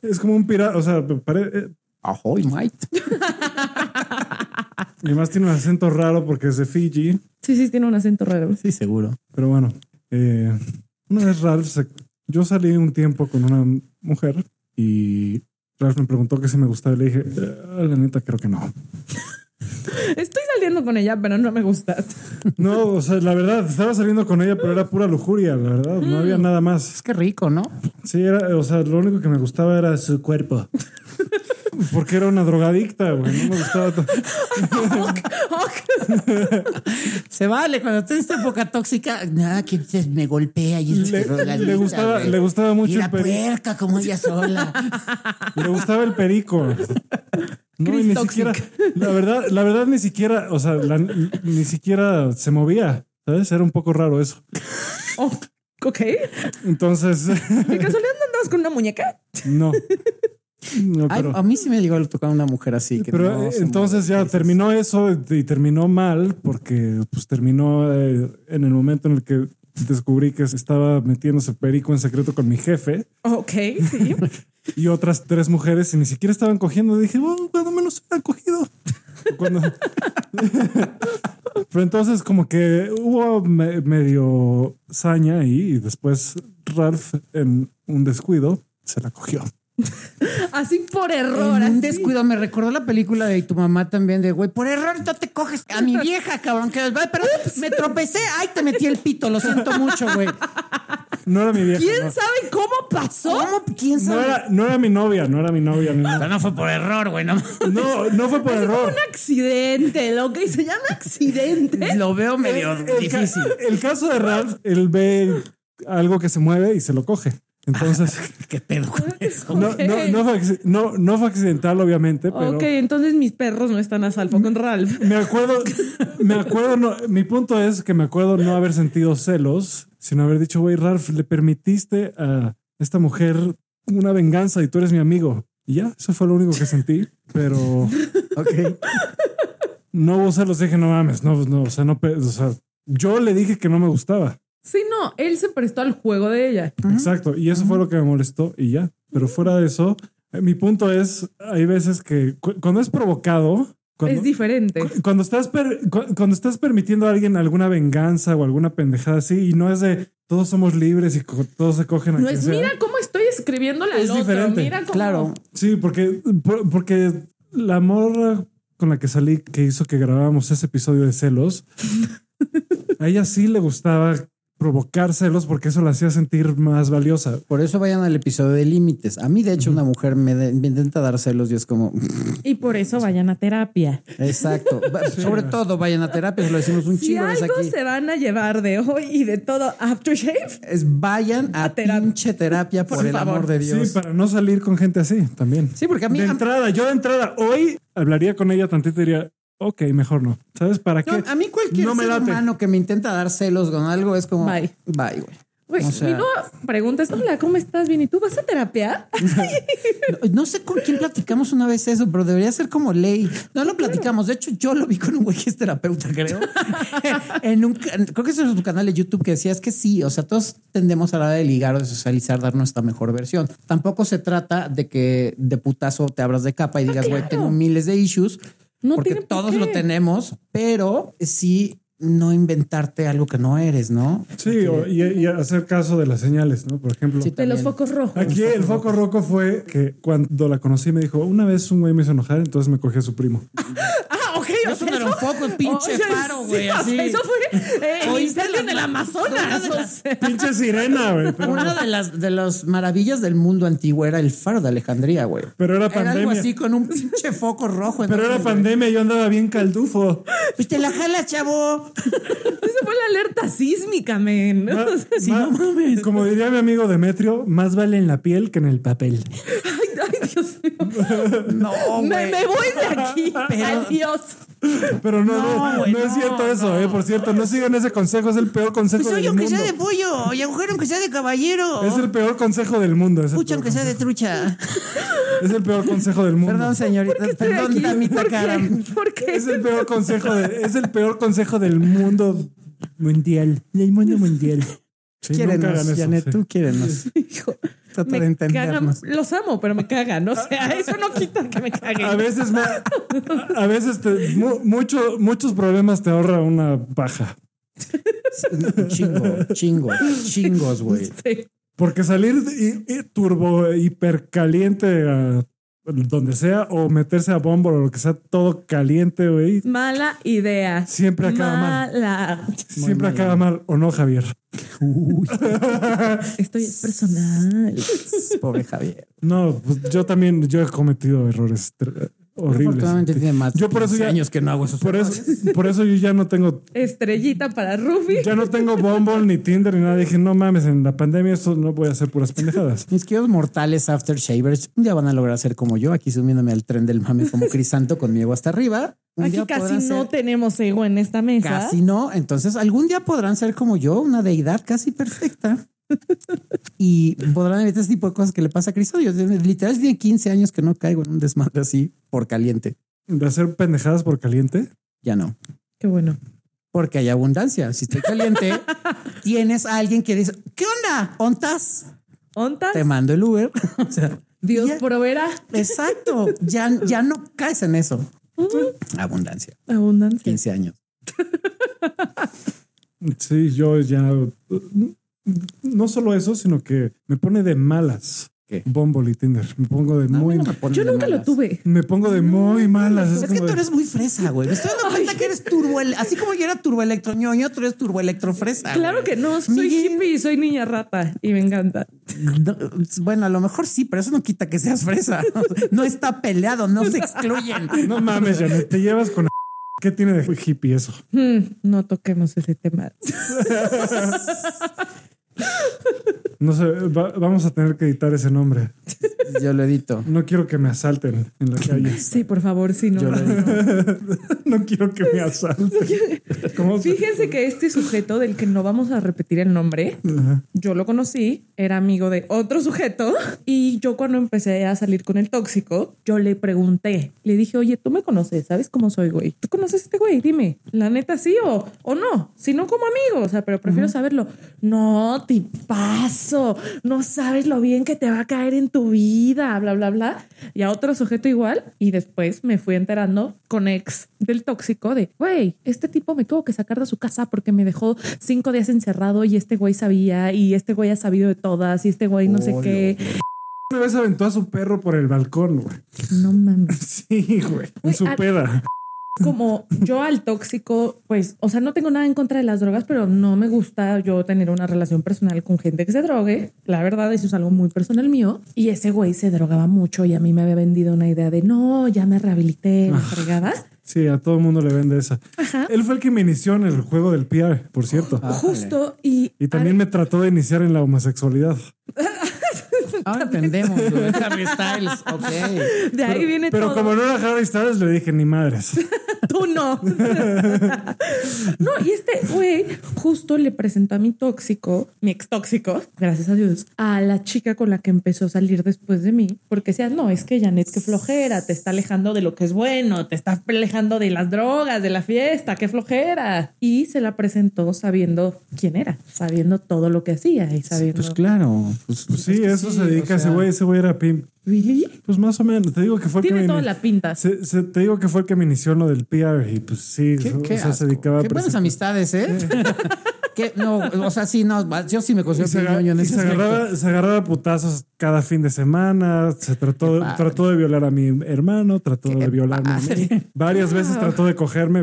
Es como un pirata, o sea, pare- eh,
Ahoy, mate.
y además tiene un acento raro porque es de Fiji.
Sí, sí, tiene un acento raro.
Sí, seguro.
Pero bueno, eh, una vez Ralph se Yo salí un tiempo con una mujer y Ralph me preguntó que si me gustaba y le dije, "Eh, la neta, creo que no.
Estoy saliendo con ella, pero no me gusta.
No, o sea, la verdad, estaba saliendo con ella, pero era pura lujuria, la verdad. No había nada más.
Es que rico, ¿no?
Sí, era, o sea, lo único que me gustaba era su cuerpo. Porque era una drogadicta, güey. No me gustaba. to-
Se vale cuando está en esta época tóxica. Nada, que se me golpea y es
Le-
drogadicta,
le gustaba-
güey.
le gustaba mucho
Y la
el peri-
puerca como ella sola.
Le gustaba el perico. No, y
Chris
ni
Toxic.
siquiera, la verdad, la verdad, ni siquiera, o sea, la- ni siquiera se movía. ¿Sabes? Era un poco raro eso.
Oh, ok. ¿De
Entonces,
casualidad no andabas con una muñeca?
no. No,
Ay,
pero-
a mí sí me llegó a tocar una mujer así. Que
Pero
no
eh,
se
entonces ya
mueve.
terminó eso y terminó mal porque pues terminó eh, en el momento en el que descubrí que se estaba metiéndose perico en secreto con mi jefe
Ok, sí.
y otras tres mujeres y ni siquiera estaban cogiendo. Dije, bueno, cuando menos hubieran cogido. Cuando- Pero entonces como que hubo me- medio saña ahí y después Ralph en un descuido se la cogió.
Así por error.
En un
así.
descuido me recordó la película de tu mamá también de güey, por error no te coges a mi vieja, cabrón, que va, pero me tropecé, ay, te metí el pito, lo siento mucho, güey.
No era mi vieja.
¿Quién
no.
sabe cómo pasó?
¿Cómo? ¿Quién
No
sabe?
era, no era mi novia, no era mi novia. mi novia.
Pero no fue por error, güey, no.
No, no fue por error.
Un accidente, lo que se llama accidente.
Lo veo medio
El, ca-
difícil.
el caso de Ralph, él ve algo que se mueve y se lo coge. Entonces,
¿Qué pedo con eso?
no, no, no, fue, acci- no, no fue accidental, obviamente, pero
Ok, entonces mis perros no están a salvo con Ralph.
me acuerdo, me acuerdo, no- mi punto es que me acuerdo no haber sentido celos, sino haber dicho, güey, Ralph, le permitiste a esta mujer una venganza y tú eres mi amigo. Y ya, eso fue lo único que sentí, pero
Ok.
no hubo celos. Dije, no mames, no, no, o sea, no, pe- o sea, yo le dije que no me gustaba.
Sí, no, él se prestó al juego de ella.
Exacto. Y eso fue lo que me molestó y ya. Pero fuera de eso, eh, mi punto es, hay veces que cu- cuando es provocado, cuando,
Es diferente.
cu- cuando estás per- cu- cuando estás permitiendo a alguien alguna venganza o alguna pendejada así y no es de todos somos libres y co- todos se cogen a
No
quien
es,
sea.
mira cómo estoy escribiendo la
Es
otro.
diferente.
Mira cómo.
Claro.
Sí, porque por- porque la morra con la que salí que hizo que grabáramos ese episodio de celos, a ella sí le gustaba provocar celos porque eso la hacía sentir más valiosa.
Por eso vayan al episodio de límites. A mí, de hecho, una mujer me, de- me intenta dar celos y es como,
Y por eso vayan a terapia.
exacto. Va- Sobre todo vayan a terapia, se lo decimos un
Si
chingo de veces
algo
aquí.
se van a llevar de hoy y de todo aftershave,
Es vayan a,
A terapia.
pinche terapia por,
Por
el
favor.
amor de Dios.
Sí, para no salir con gente así también.
Sí, porque a mí,
de
a-
entrada, yo de entrada hoy hablaría con ella tantito y diría, ok, mejor no. ¿Sabes para qué?
no, a mí cualquier
No me
ser
late.
humano que me intenta dar celos con algo es como,
Bye.
bye, bye, güey.
güey,
O sea-
y no preguntas, hola, ¿cómo estás? Bien, ¿y tú vas a terapia?
No, no sé con quién platicamos una vez eso, pero debería ser como ley. No lo platicamos. De hecho, yo lo vi con un güey que es terapeuta, creo. en un, can- creo que es en su canal de YouTube que decía es que sí, o sea, todos tendemos a la hora de ligar o de socializar, dar nuestra mejor versión. Tampoco se trata de que de putazo te abras de capa y digas, güey,
Ah, claro.
tengo miles de issues.
No
porque
tiene por
todos
qué.
lo tenemos, pero sí no inventarte algo que no eres, ¿no?
sí, o- y, y hacer caso de las señales, ¿no? Por ejemplo.
Sí,
De los
También.
focos rojos.
Aquí el foco roco fue que cuando la conocí me dijo, una vez un güey me hizo enojar, entonces me cogí a su primo.
Ah, ok. o
Eso
sea,
no era un foco, pinche
Oye,
faro,
sí,
güey,
o sea,
así.
Eso fue eh, el
Oíste
incendio
la-
en el Amazonas.
Una de las-
o sea.
Pinche sirena, güey. Pero,
Una de las de las maravillas del mundo antiguo era el faro de Alejandría, güey.
pero era
Era algo
pandemia.
así con un pinche foco rojo.
pero era
enorme, güey.
pandemia, yo andaba bien caldufo.
Pues te la jalas, chavo.
Esa fue la alerta sísmica, men.
Ma-
O sea,
ma- Como diría mi amigo Demetrio, más vale en la piel que en el papel.
Ay, ay, Dios mío.
No,
Me,
güey.
me voy de aquí. Adiós.
Pero no,
No,
no, no
güey,
es
no,
cierto eso, eh. Por cierto, no sigan ese consejo, es el peor consejo
Pues soy
del
aunque
mundo.
sea de pollo y agujero aunque sea de caballero.
Es el peor consejo del mundo. Es el,
Pucha
peor,
aunque sea de trucha.
es el peor consejo del mundo.
Perdón, señorita.
Estoy
Perdón,
aquí.
damita
¿Por
cara.
qué? ¿Por qué?
Es el peor consejo de- es el peor consejo del mundo mundial. Del mundo mundial. Sí, nunca hagan
Quiérenos,
eso,
Janet,
sí.
tú quiérenos.
Hijo,
Trata
me
de entendernos.
cagan. los amo, pero me cagan. O sea, eso no quita que me caguen.
A veces, ma- a veces te- mu- mucho- muchos problemas te ahorra una paja.
Chingo, chingo, chingos, güey.
Sí.
Porque salir y, y turbo, hipercaliente a donde sea o meterse a bombo o lo que sea, todo caliente, güey.
Mala idea.
Siempre acaba mal.
Mala.
Siempre
mala.
acaba mal, ¿o no, Javier?
Uy,
Esto ya es personal.
pobre Javier.
No, pues yo también, yo he cometido errores tr- horribles.
Afortunadamente tiene más
Yo por eso
15
ya-
años que no hago esos
Por eso, por eso yo ya no tengo,
Estrellita para Rufi.
ya no tengo Bumble ni Tinder ni nada. Dije, no mames, en la pandemia esto no voy a hacer puras pendejadas.
Mis queridos mortales aftershavers, un día van a lograr ser como yo, aquí sumiéndome al tren del mame como Crisanto con mi ego hasta arriba. Un
Aquí
día podrán
casi no
ser-
tenemos ego en esta mesa.
Casi no. Entonces, algún día podrán ser como yo, una deidad casi perfecta. y podrán evitar ese tipo de cosas que le pasa a Cristo. Yo literal tiene 15 años que no caigo en un desmadre así por caliente.
De hacer pendejadas por caliente.
Ya no.
Qué bueno.
Porque hay abundancia. Si estoy caliente, tienes a alguien que dice, ¿qué onda? ¿Ontas?
Onta,
Te mando el Uber. o sea,
Dios
ya-
proveerá
Exacto. Ya, ya no caes en eso. Abundancia.
abundancia.
15 años.
Sí, yo ya. No solo eso, sino que me pone de malas.
¿Qué?
Bumble y Tinder. Me pongo de
A mí
muy.
no me pone
Yo
de
nunca lo
malas.
tuve.
Me pongo de muy malas. Es
Es que
como
tú
de-
eres muy fresa, güey. Me estoy dando cuenta que eres turbo, así como yo era turbo electroñoño, tú eres turbo electrofresa.
Claro que no, soy
Miguel.
hippie y soy niña rata y me encanta.
No, bueno, a lo mejor sí, pero eso no quita que seas fresa. No está peleado, no se excluyen.
No mames, Janet, te llevas con. ¿Qué tiene de hippie eso?
Hmm, no toquemos ese tema.
No sé, va- vamos a tener que editar ese nombre.
Yo lo edito.
No quiero que me asalten en la calle.
Sí, por favor, si no.
Yo lo edito.
No quiero que me asalten. ¿Cómo se-
Fíjense que este sujeto del que no vamos a repetir el nombre, yo lo conocí, era amigo de otro sujeto y yo cuando empecé a salir con el tóxico, yo le pregunté, le dije, oye, tú me conoces, ¿sabes cómo soy, güey? ¿Tú conoces a este güey? Dime, la neta sí o, o no, si no como amigo, o sea, pero prefiero saberlo. No, te paso, no sabes lo bien que te va a caer en tu vida, bla, bla, bla. Y a otro sujeto igual. Y después me fui enterando con ex del tóxico de, güey, este tipo me tuvo que sacar de su casa porque me dejó cinco días encerrado y este güey sabía y este güey ha sabido de todas y este güey no sé
Olo.
qué.
Una vez aventó a su perro por el balcón, güey.
No mames.
Sí, güey. En
Güey,
su
al-
peda.
como yo al tóxico, pues, o sea, no tengo nada en contra de las drogas, pero no me gusta yo tener una relación personal con gente que se drogue. La verdad, eso es algo muy personal mío. Y ese güey se drogaba mucho y a mí me había vendido una idea de no, ya me rehabilité,
Ah,
me fregaba.
Sí, a todo el mundo le vende esa.
Ajá.
Él fue el que me inició en el juego del PR, por cierto.
Ah.
Justo y,
Y también me trató de iniciar en la homosexualidad.
Ah,
Ahora entendemos. güey. Harry Styles. Ok.
de ahí viene
Pero
todo.
como no era Harry Styles, le dije, ni madres.
Tú no. no, y este güey justo le presentó a mi tóxico, mi ex tóxico, gracias a Dios, a la chica con la que empezó a salir después de mí, porque decía, no, es que Janet, qué flojera, te está alejando de lo que es bueno, te está alejando de las drogas, de la fiesta, qué flojera. Y se la presentó sabiendo quién era, sabiendo todo lo que hacía y sabiendo.
Pues claro. Pues,
Pues sí, eso se dedica
o
a ese
sea,
güey. Ese güey era pimp.
¿Really?
Pues más o menos. Te digo que fue el que
Tiene
me
toda
ini-
la pinta.
se- se- Te digo que fue el que me inició en lo del PR. Y pues sí,
Qué,
o
qué
sea, se
asco.
dedicaba a
Qué buenas
presentar-
amistades, ¿eh? Que no, o sea, sí, no, yo sí me
Y
considero
se,
ñoño en
aga- y
ese
se
aspecto.
agarraba, se agarraba a putazos cada fin de semana. Se trató,
padre.
trató de violar a mi hermano, trató de violarme a mí.
padre.
Varias veces trató de cogerme,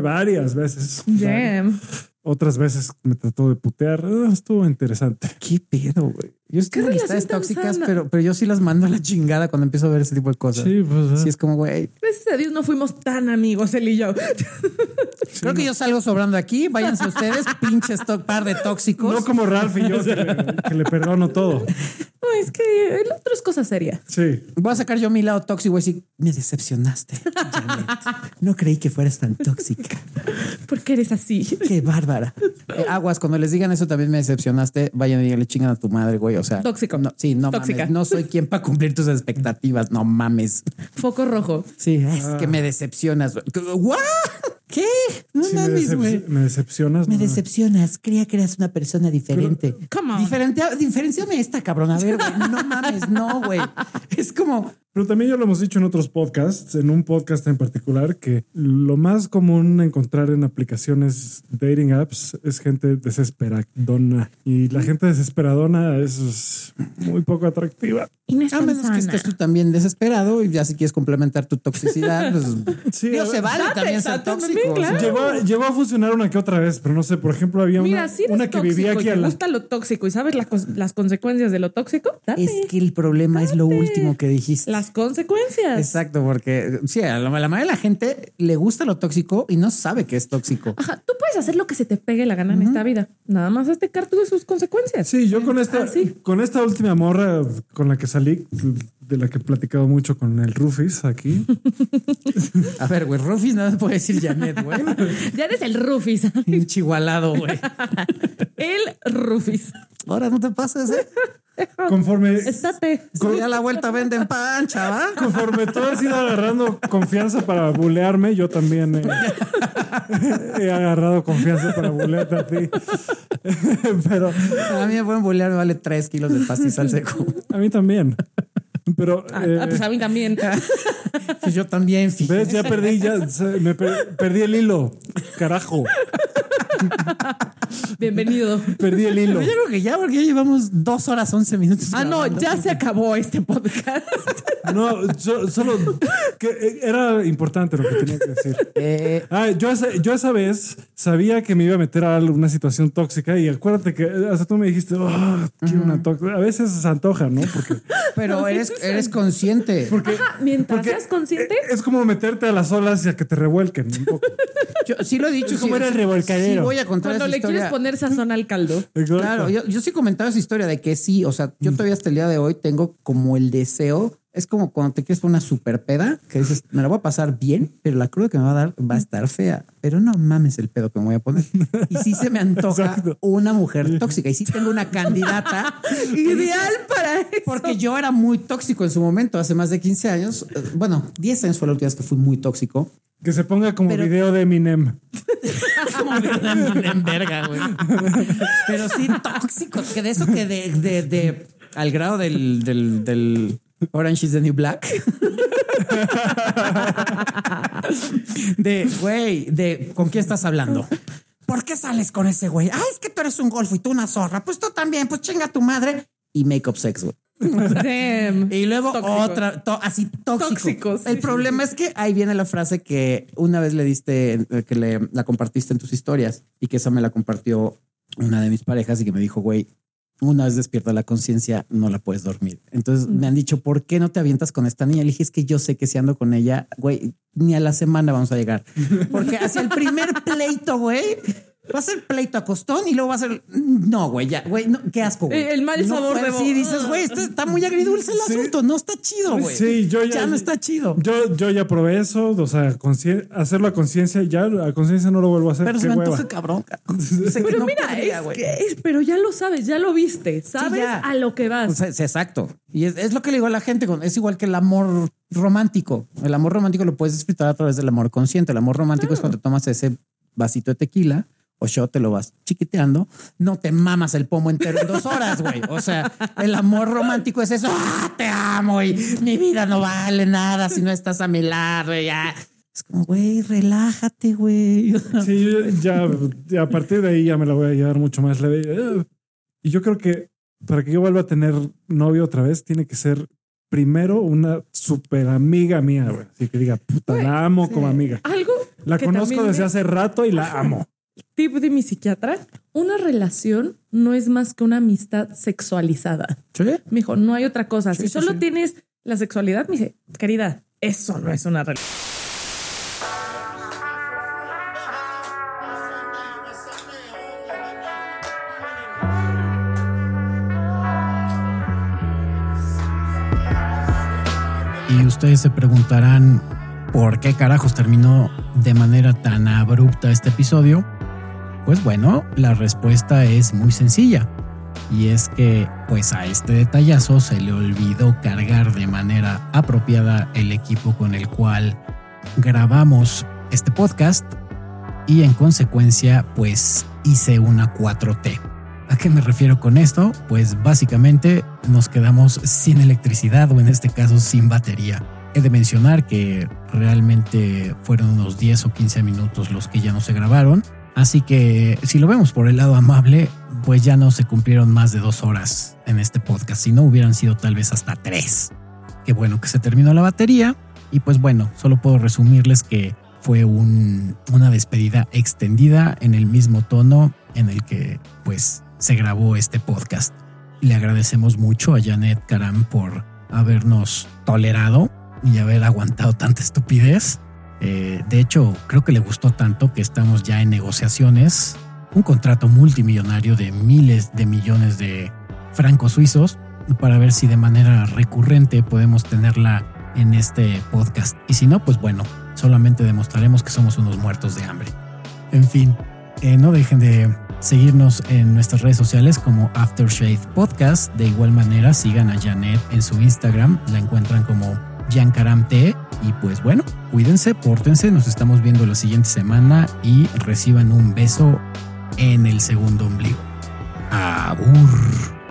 varias veces.
Damn.
Otras veces me trató de putear. Ah, Estuvo interesante.
¿Qué pedo, güey? Yo es que
¿Qué
amistades
relación tan
tóxicas,
sana?
pero, pero yo sí las mando a la chingada cuando empiezo a ver ese tipo de cosas.
Sí, pues,
Sí,
ah.
es como, güey,
Gracias a Dios no fuimos tan amigos él y yo.
creo que yo salgo sobrando de aquí. Váyanse ustedes, pinches to- par de tóxicos.
No como Ralph y yo, que le, que le perdono todo.
No, es que el otro es cosa seria.
Sí.
Voy a sacar yo mi lado tóxico y voy a decir, me decepcionaste, Janet. No creí que fueras tan tóxica.
Porque eres así.
Qué bárbara. Eh, aguas, cuando les digan eso también me decepcionaste, vayan y le chingan a tu madre, güey. O sea,
Tóxico.
No, sí, no
Tóxica.
mames. No soy quien para cumplir tus expectativas. No mames.
Foco rojo.
Sí, es que me decepcionas. ¿What? ¿Qué? No
Sí, me,
mames,
decep-
güey.
me decepcionas.
Me
no.
decepcionas, creía que eras una persona diferente.
Come on.
Diferente, diferenciame esta, cabrón. A ver, güey, no mames, no, güey. Es como,
Pero también ya lo hemos dicho en otros podcasts, en un podcast en particular, que lo más común encontrar en aplicaciones dating apps es gente desesperadona. Y la gente desesperadona es muy poco atractiva.
Inés
A menos que
Tanzana.
estés tú también desesperado y ya si quieres complementar tu toxicidad, pues
Sí,
Digo,
a-
se vale
Date,
también ser
date
tóxico.
también,
o sea,
claro.
Llegó, a- llegó a funcionar una que otra vez, pero no sé, por ejemplo, había
Mira,
una,
si eres
una que
tóxico
vivía
y
aquí
te
a la...
gusta lo tóxico y sabes las cos- las consecuencias de lo tóxico, date.
Es que el problema es lo último que dijiste.
Las consecuencias.
Exacto, porque sí, a la, a la mayoría de la gente le gusta lo tóxico y no sabe que es tóxico.
Ajá, tú puedes hacer lo que se te pegue la gana en esta vida. Nada más hazte cargo de sus consecuencias.
Sí, yo con esta,
Ah, sí.
con esta última morra con la que salí, de la que he platicado mucho con el Rufis aquí.
A ver, güey, Rufis nada más puede decir Janet, güey.
Ya eres el Rufis.
Un chihualado, güey.
El Rufis.
Ahora no te pases, ¿eh?
Conforme,
Estate.
Si a la vuelta venden pan, chaval.
conforme tú has ido agarrando confianza para bulearme, yo también eh, he, agarrado confianza para bulearte a ti. Pero
A mí me pueden bolear, me vale tres kilos de pastizal seco.
a mí también. Pero
Ah,
eh,
ah, pues a mí también.
Pues yo también, fíjate.
ves, ya perdí, ya se- me per- perdí el hilo. Carajo,
Bienvenido.
perdí el hilo.
Yo creo que ya, porque ya llevamos dos horas, once minutos.
Ah, no,
grabando.
ya se acabó este podcast.
No, so- solo que eh, era importante lo que tenía que decir.
Eh,
Ah, yo, esa, yo esa vez sabía que me iba a meter a una situación tóxica y acuérdate que eh, hasta tú me dijiste, "Oh, quiero una tóxica. A veces se antoja, ¿no? Porque,
pero eres, eres consciente.
Ajá, mientras
porque
seas consciente.
e- Es como meterte a las olas y a que te revuelquen un poco.
Yo sí lo he dicho.
Es como
sí,
era el revolcadero.
sí voy a contar
Cuando
esa
le
historia.
quieres poner sazón al caldo.
Exacto.
Claro, yo, yo sí he comentado esa historia de que sí, o sea, yo todavía hasta el día de hoy tengo como el deseo. Es como cuando te quieres poner una super peda que dices, me la voy a pasar bien, pero la cruda que me va a dar va a estar fea. Pero no mames el pedo que me voy a poner. Y sí se me antoja
Exacto.
una mujer tóxica. Y sí tengo una candidata
Ideal para eso.
Porque yo era muy tóxico en su momento, hace más de 15 años. Eh, Bueno, 10 años fue la última vez que fui muy tóxico.
Que se ponga como
Pero-
video de Eminem.
en verga, güey. Pero sí, tóxicos, que de eso que de, de, de- al grado del, del, del Orange is the New Black. De, güey, de con quién estás hablando. ¿Por qué sales con ese güey? Ah, es que tú eres un golfo y tú una zorra. Pues tú también, pues chinga tu madre. Y make up sex, güey.
Damn.
Y luego
Tóxico.
otra, to- así tóxico.
Tóxico, sí.
El problema es que ahí viene la frase que una vez le diste, eh, que le, la compartiste en tus historias y que esa me la compartió una de mis parejas y que me dijo, güey, una vez despierta la conciencia, no la puedes dormir. Entonces me han dicho, ¿por qué no te avientas con esta niña? Le dije, es que yo sé que si ando con ella, güey, ni a la semana vamos a llegar. Porque hacia el primer pleito, güey, va a ser pleito a costón y luego va a ser, no, güey, ya, güey, no, qué asco, güey.
El- el mal
No
sabor
puedes-
de-
Sí, dices, güey, este está muy agridulce el
Sí.
asunto, no está chido, güey.
Sí, yo ya-
ya no está chido.
Yo, yo ya probé eso, o sea, consci- hacerlo a conciencia, ya a conciencia no lo vuelvo a hacer.
Pero se
qué
me
hueva.
antoja cabrón. cabrón. Sé que
Pero
no
mira,
podría,
es
güey.
que es- pero ya lo sabes, ya lo viste, sabes
ya.
a lo que vas.
O sea, es exacto. Y es, es lo que le digo a la gente, con- es igual que el amor romántico. El amor romántico lo puedes disfrutar a través del amor consciente. El amor romántico es cuando te tomas ese vasito de tequila o yo te lo vas chiquiteando, no te mamas el pomo entero en dos horas, güey. O sea, el amor romántico es eso, "Ah, te amo y mi vida no vale nada si no estás a mi lado. y ya. Es como, güey, relájate, güey.
Sí, yo ya, ya a partir de ahí ya me la voy a llevar mucho más leve. Eh, Y yo creo que para que yo vuelva a tener novio otra vez, tiene que ser primero una super amiga mía, güey. Así que diga, puta, la amo como amiga.
Algo
La
que
conozco
también
desde
me-
hace rato y la amo.
tip de mi psiquiatra, una relación no es más que una amistad sexualizada.
¿Sí?
Me dijo, no hay otra cosa.
Sí,
si
sí,
solo
sí.
tienes la sexualidad, me dice, querida, eso no es una relación.
Y ustedes se preguntarán por qué carajos terminó de manera tan abrupta este episodio. Pues bueno, la respuesta es muy sencilla. Y es que pues a este detallazo se le olvidó cargar de manera apropiada el equipo con el cual grabamos este podcast y en consecuencia pues hice una 4T.
¿A qué me refiero con esto? Pues básicamente nos quedamos sin electricidad o en este caso sin batería. He de mencionar que realmente fueron unos 10 o 15 minutos los que ya no se grabaron. Así que si lo vemos por el lado amable, pues ya no se cumplieron más de dos horas en este podcast. Si no, hubieran sido tal vez hasta tres. Qué bueno que se terminó la batería. Y pues bueno, solo puedo resumirles que fue un- una despedida extendida en el mismo tono en el que pues se grabó este podcast. Y le agradecemos mucho a Janet Karam por habernos tolerado y haber aguantado tanta estupidez. Eh, de hecho, creo que le gustó tanto que estamos ya en negociaciones. Un contrato multimillonario de miles de millones de francos suizos para ver si de manera recurrente podemos tenerla en este podcast. Y si no, pues bueno, solamente demostraremos que somos unos muertos de hambre. En fin, eh, no dejen de seguirnos en nuestras redes sociales como Aftershave Podcast. De igual manera, sigan a Janet en su Instagram. La encuentran como Jankaramte. Y pues bueno, cuídense, pórtense. Nos estamos viendo la siguiente semana y reciban un beso en el segundo ombligo. Abur.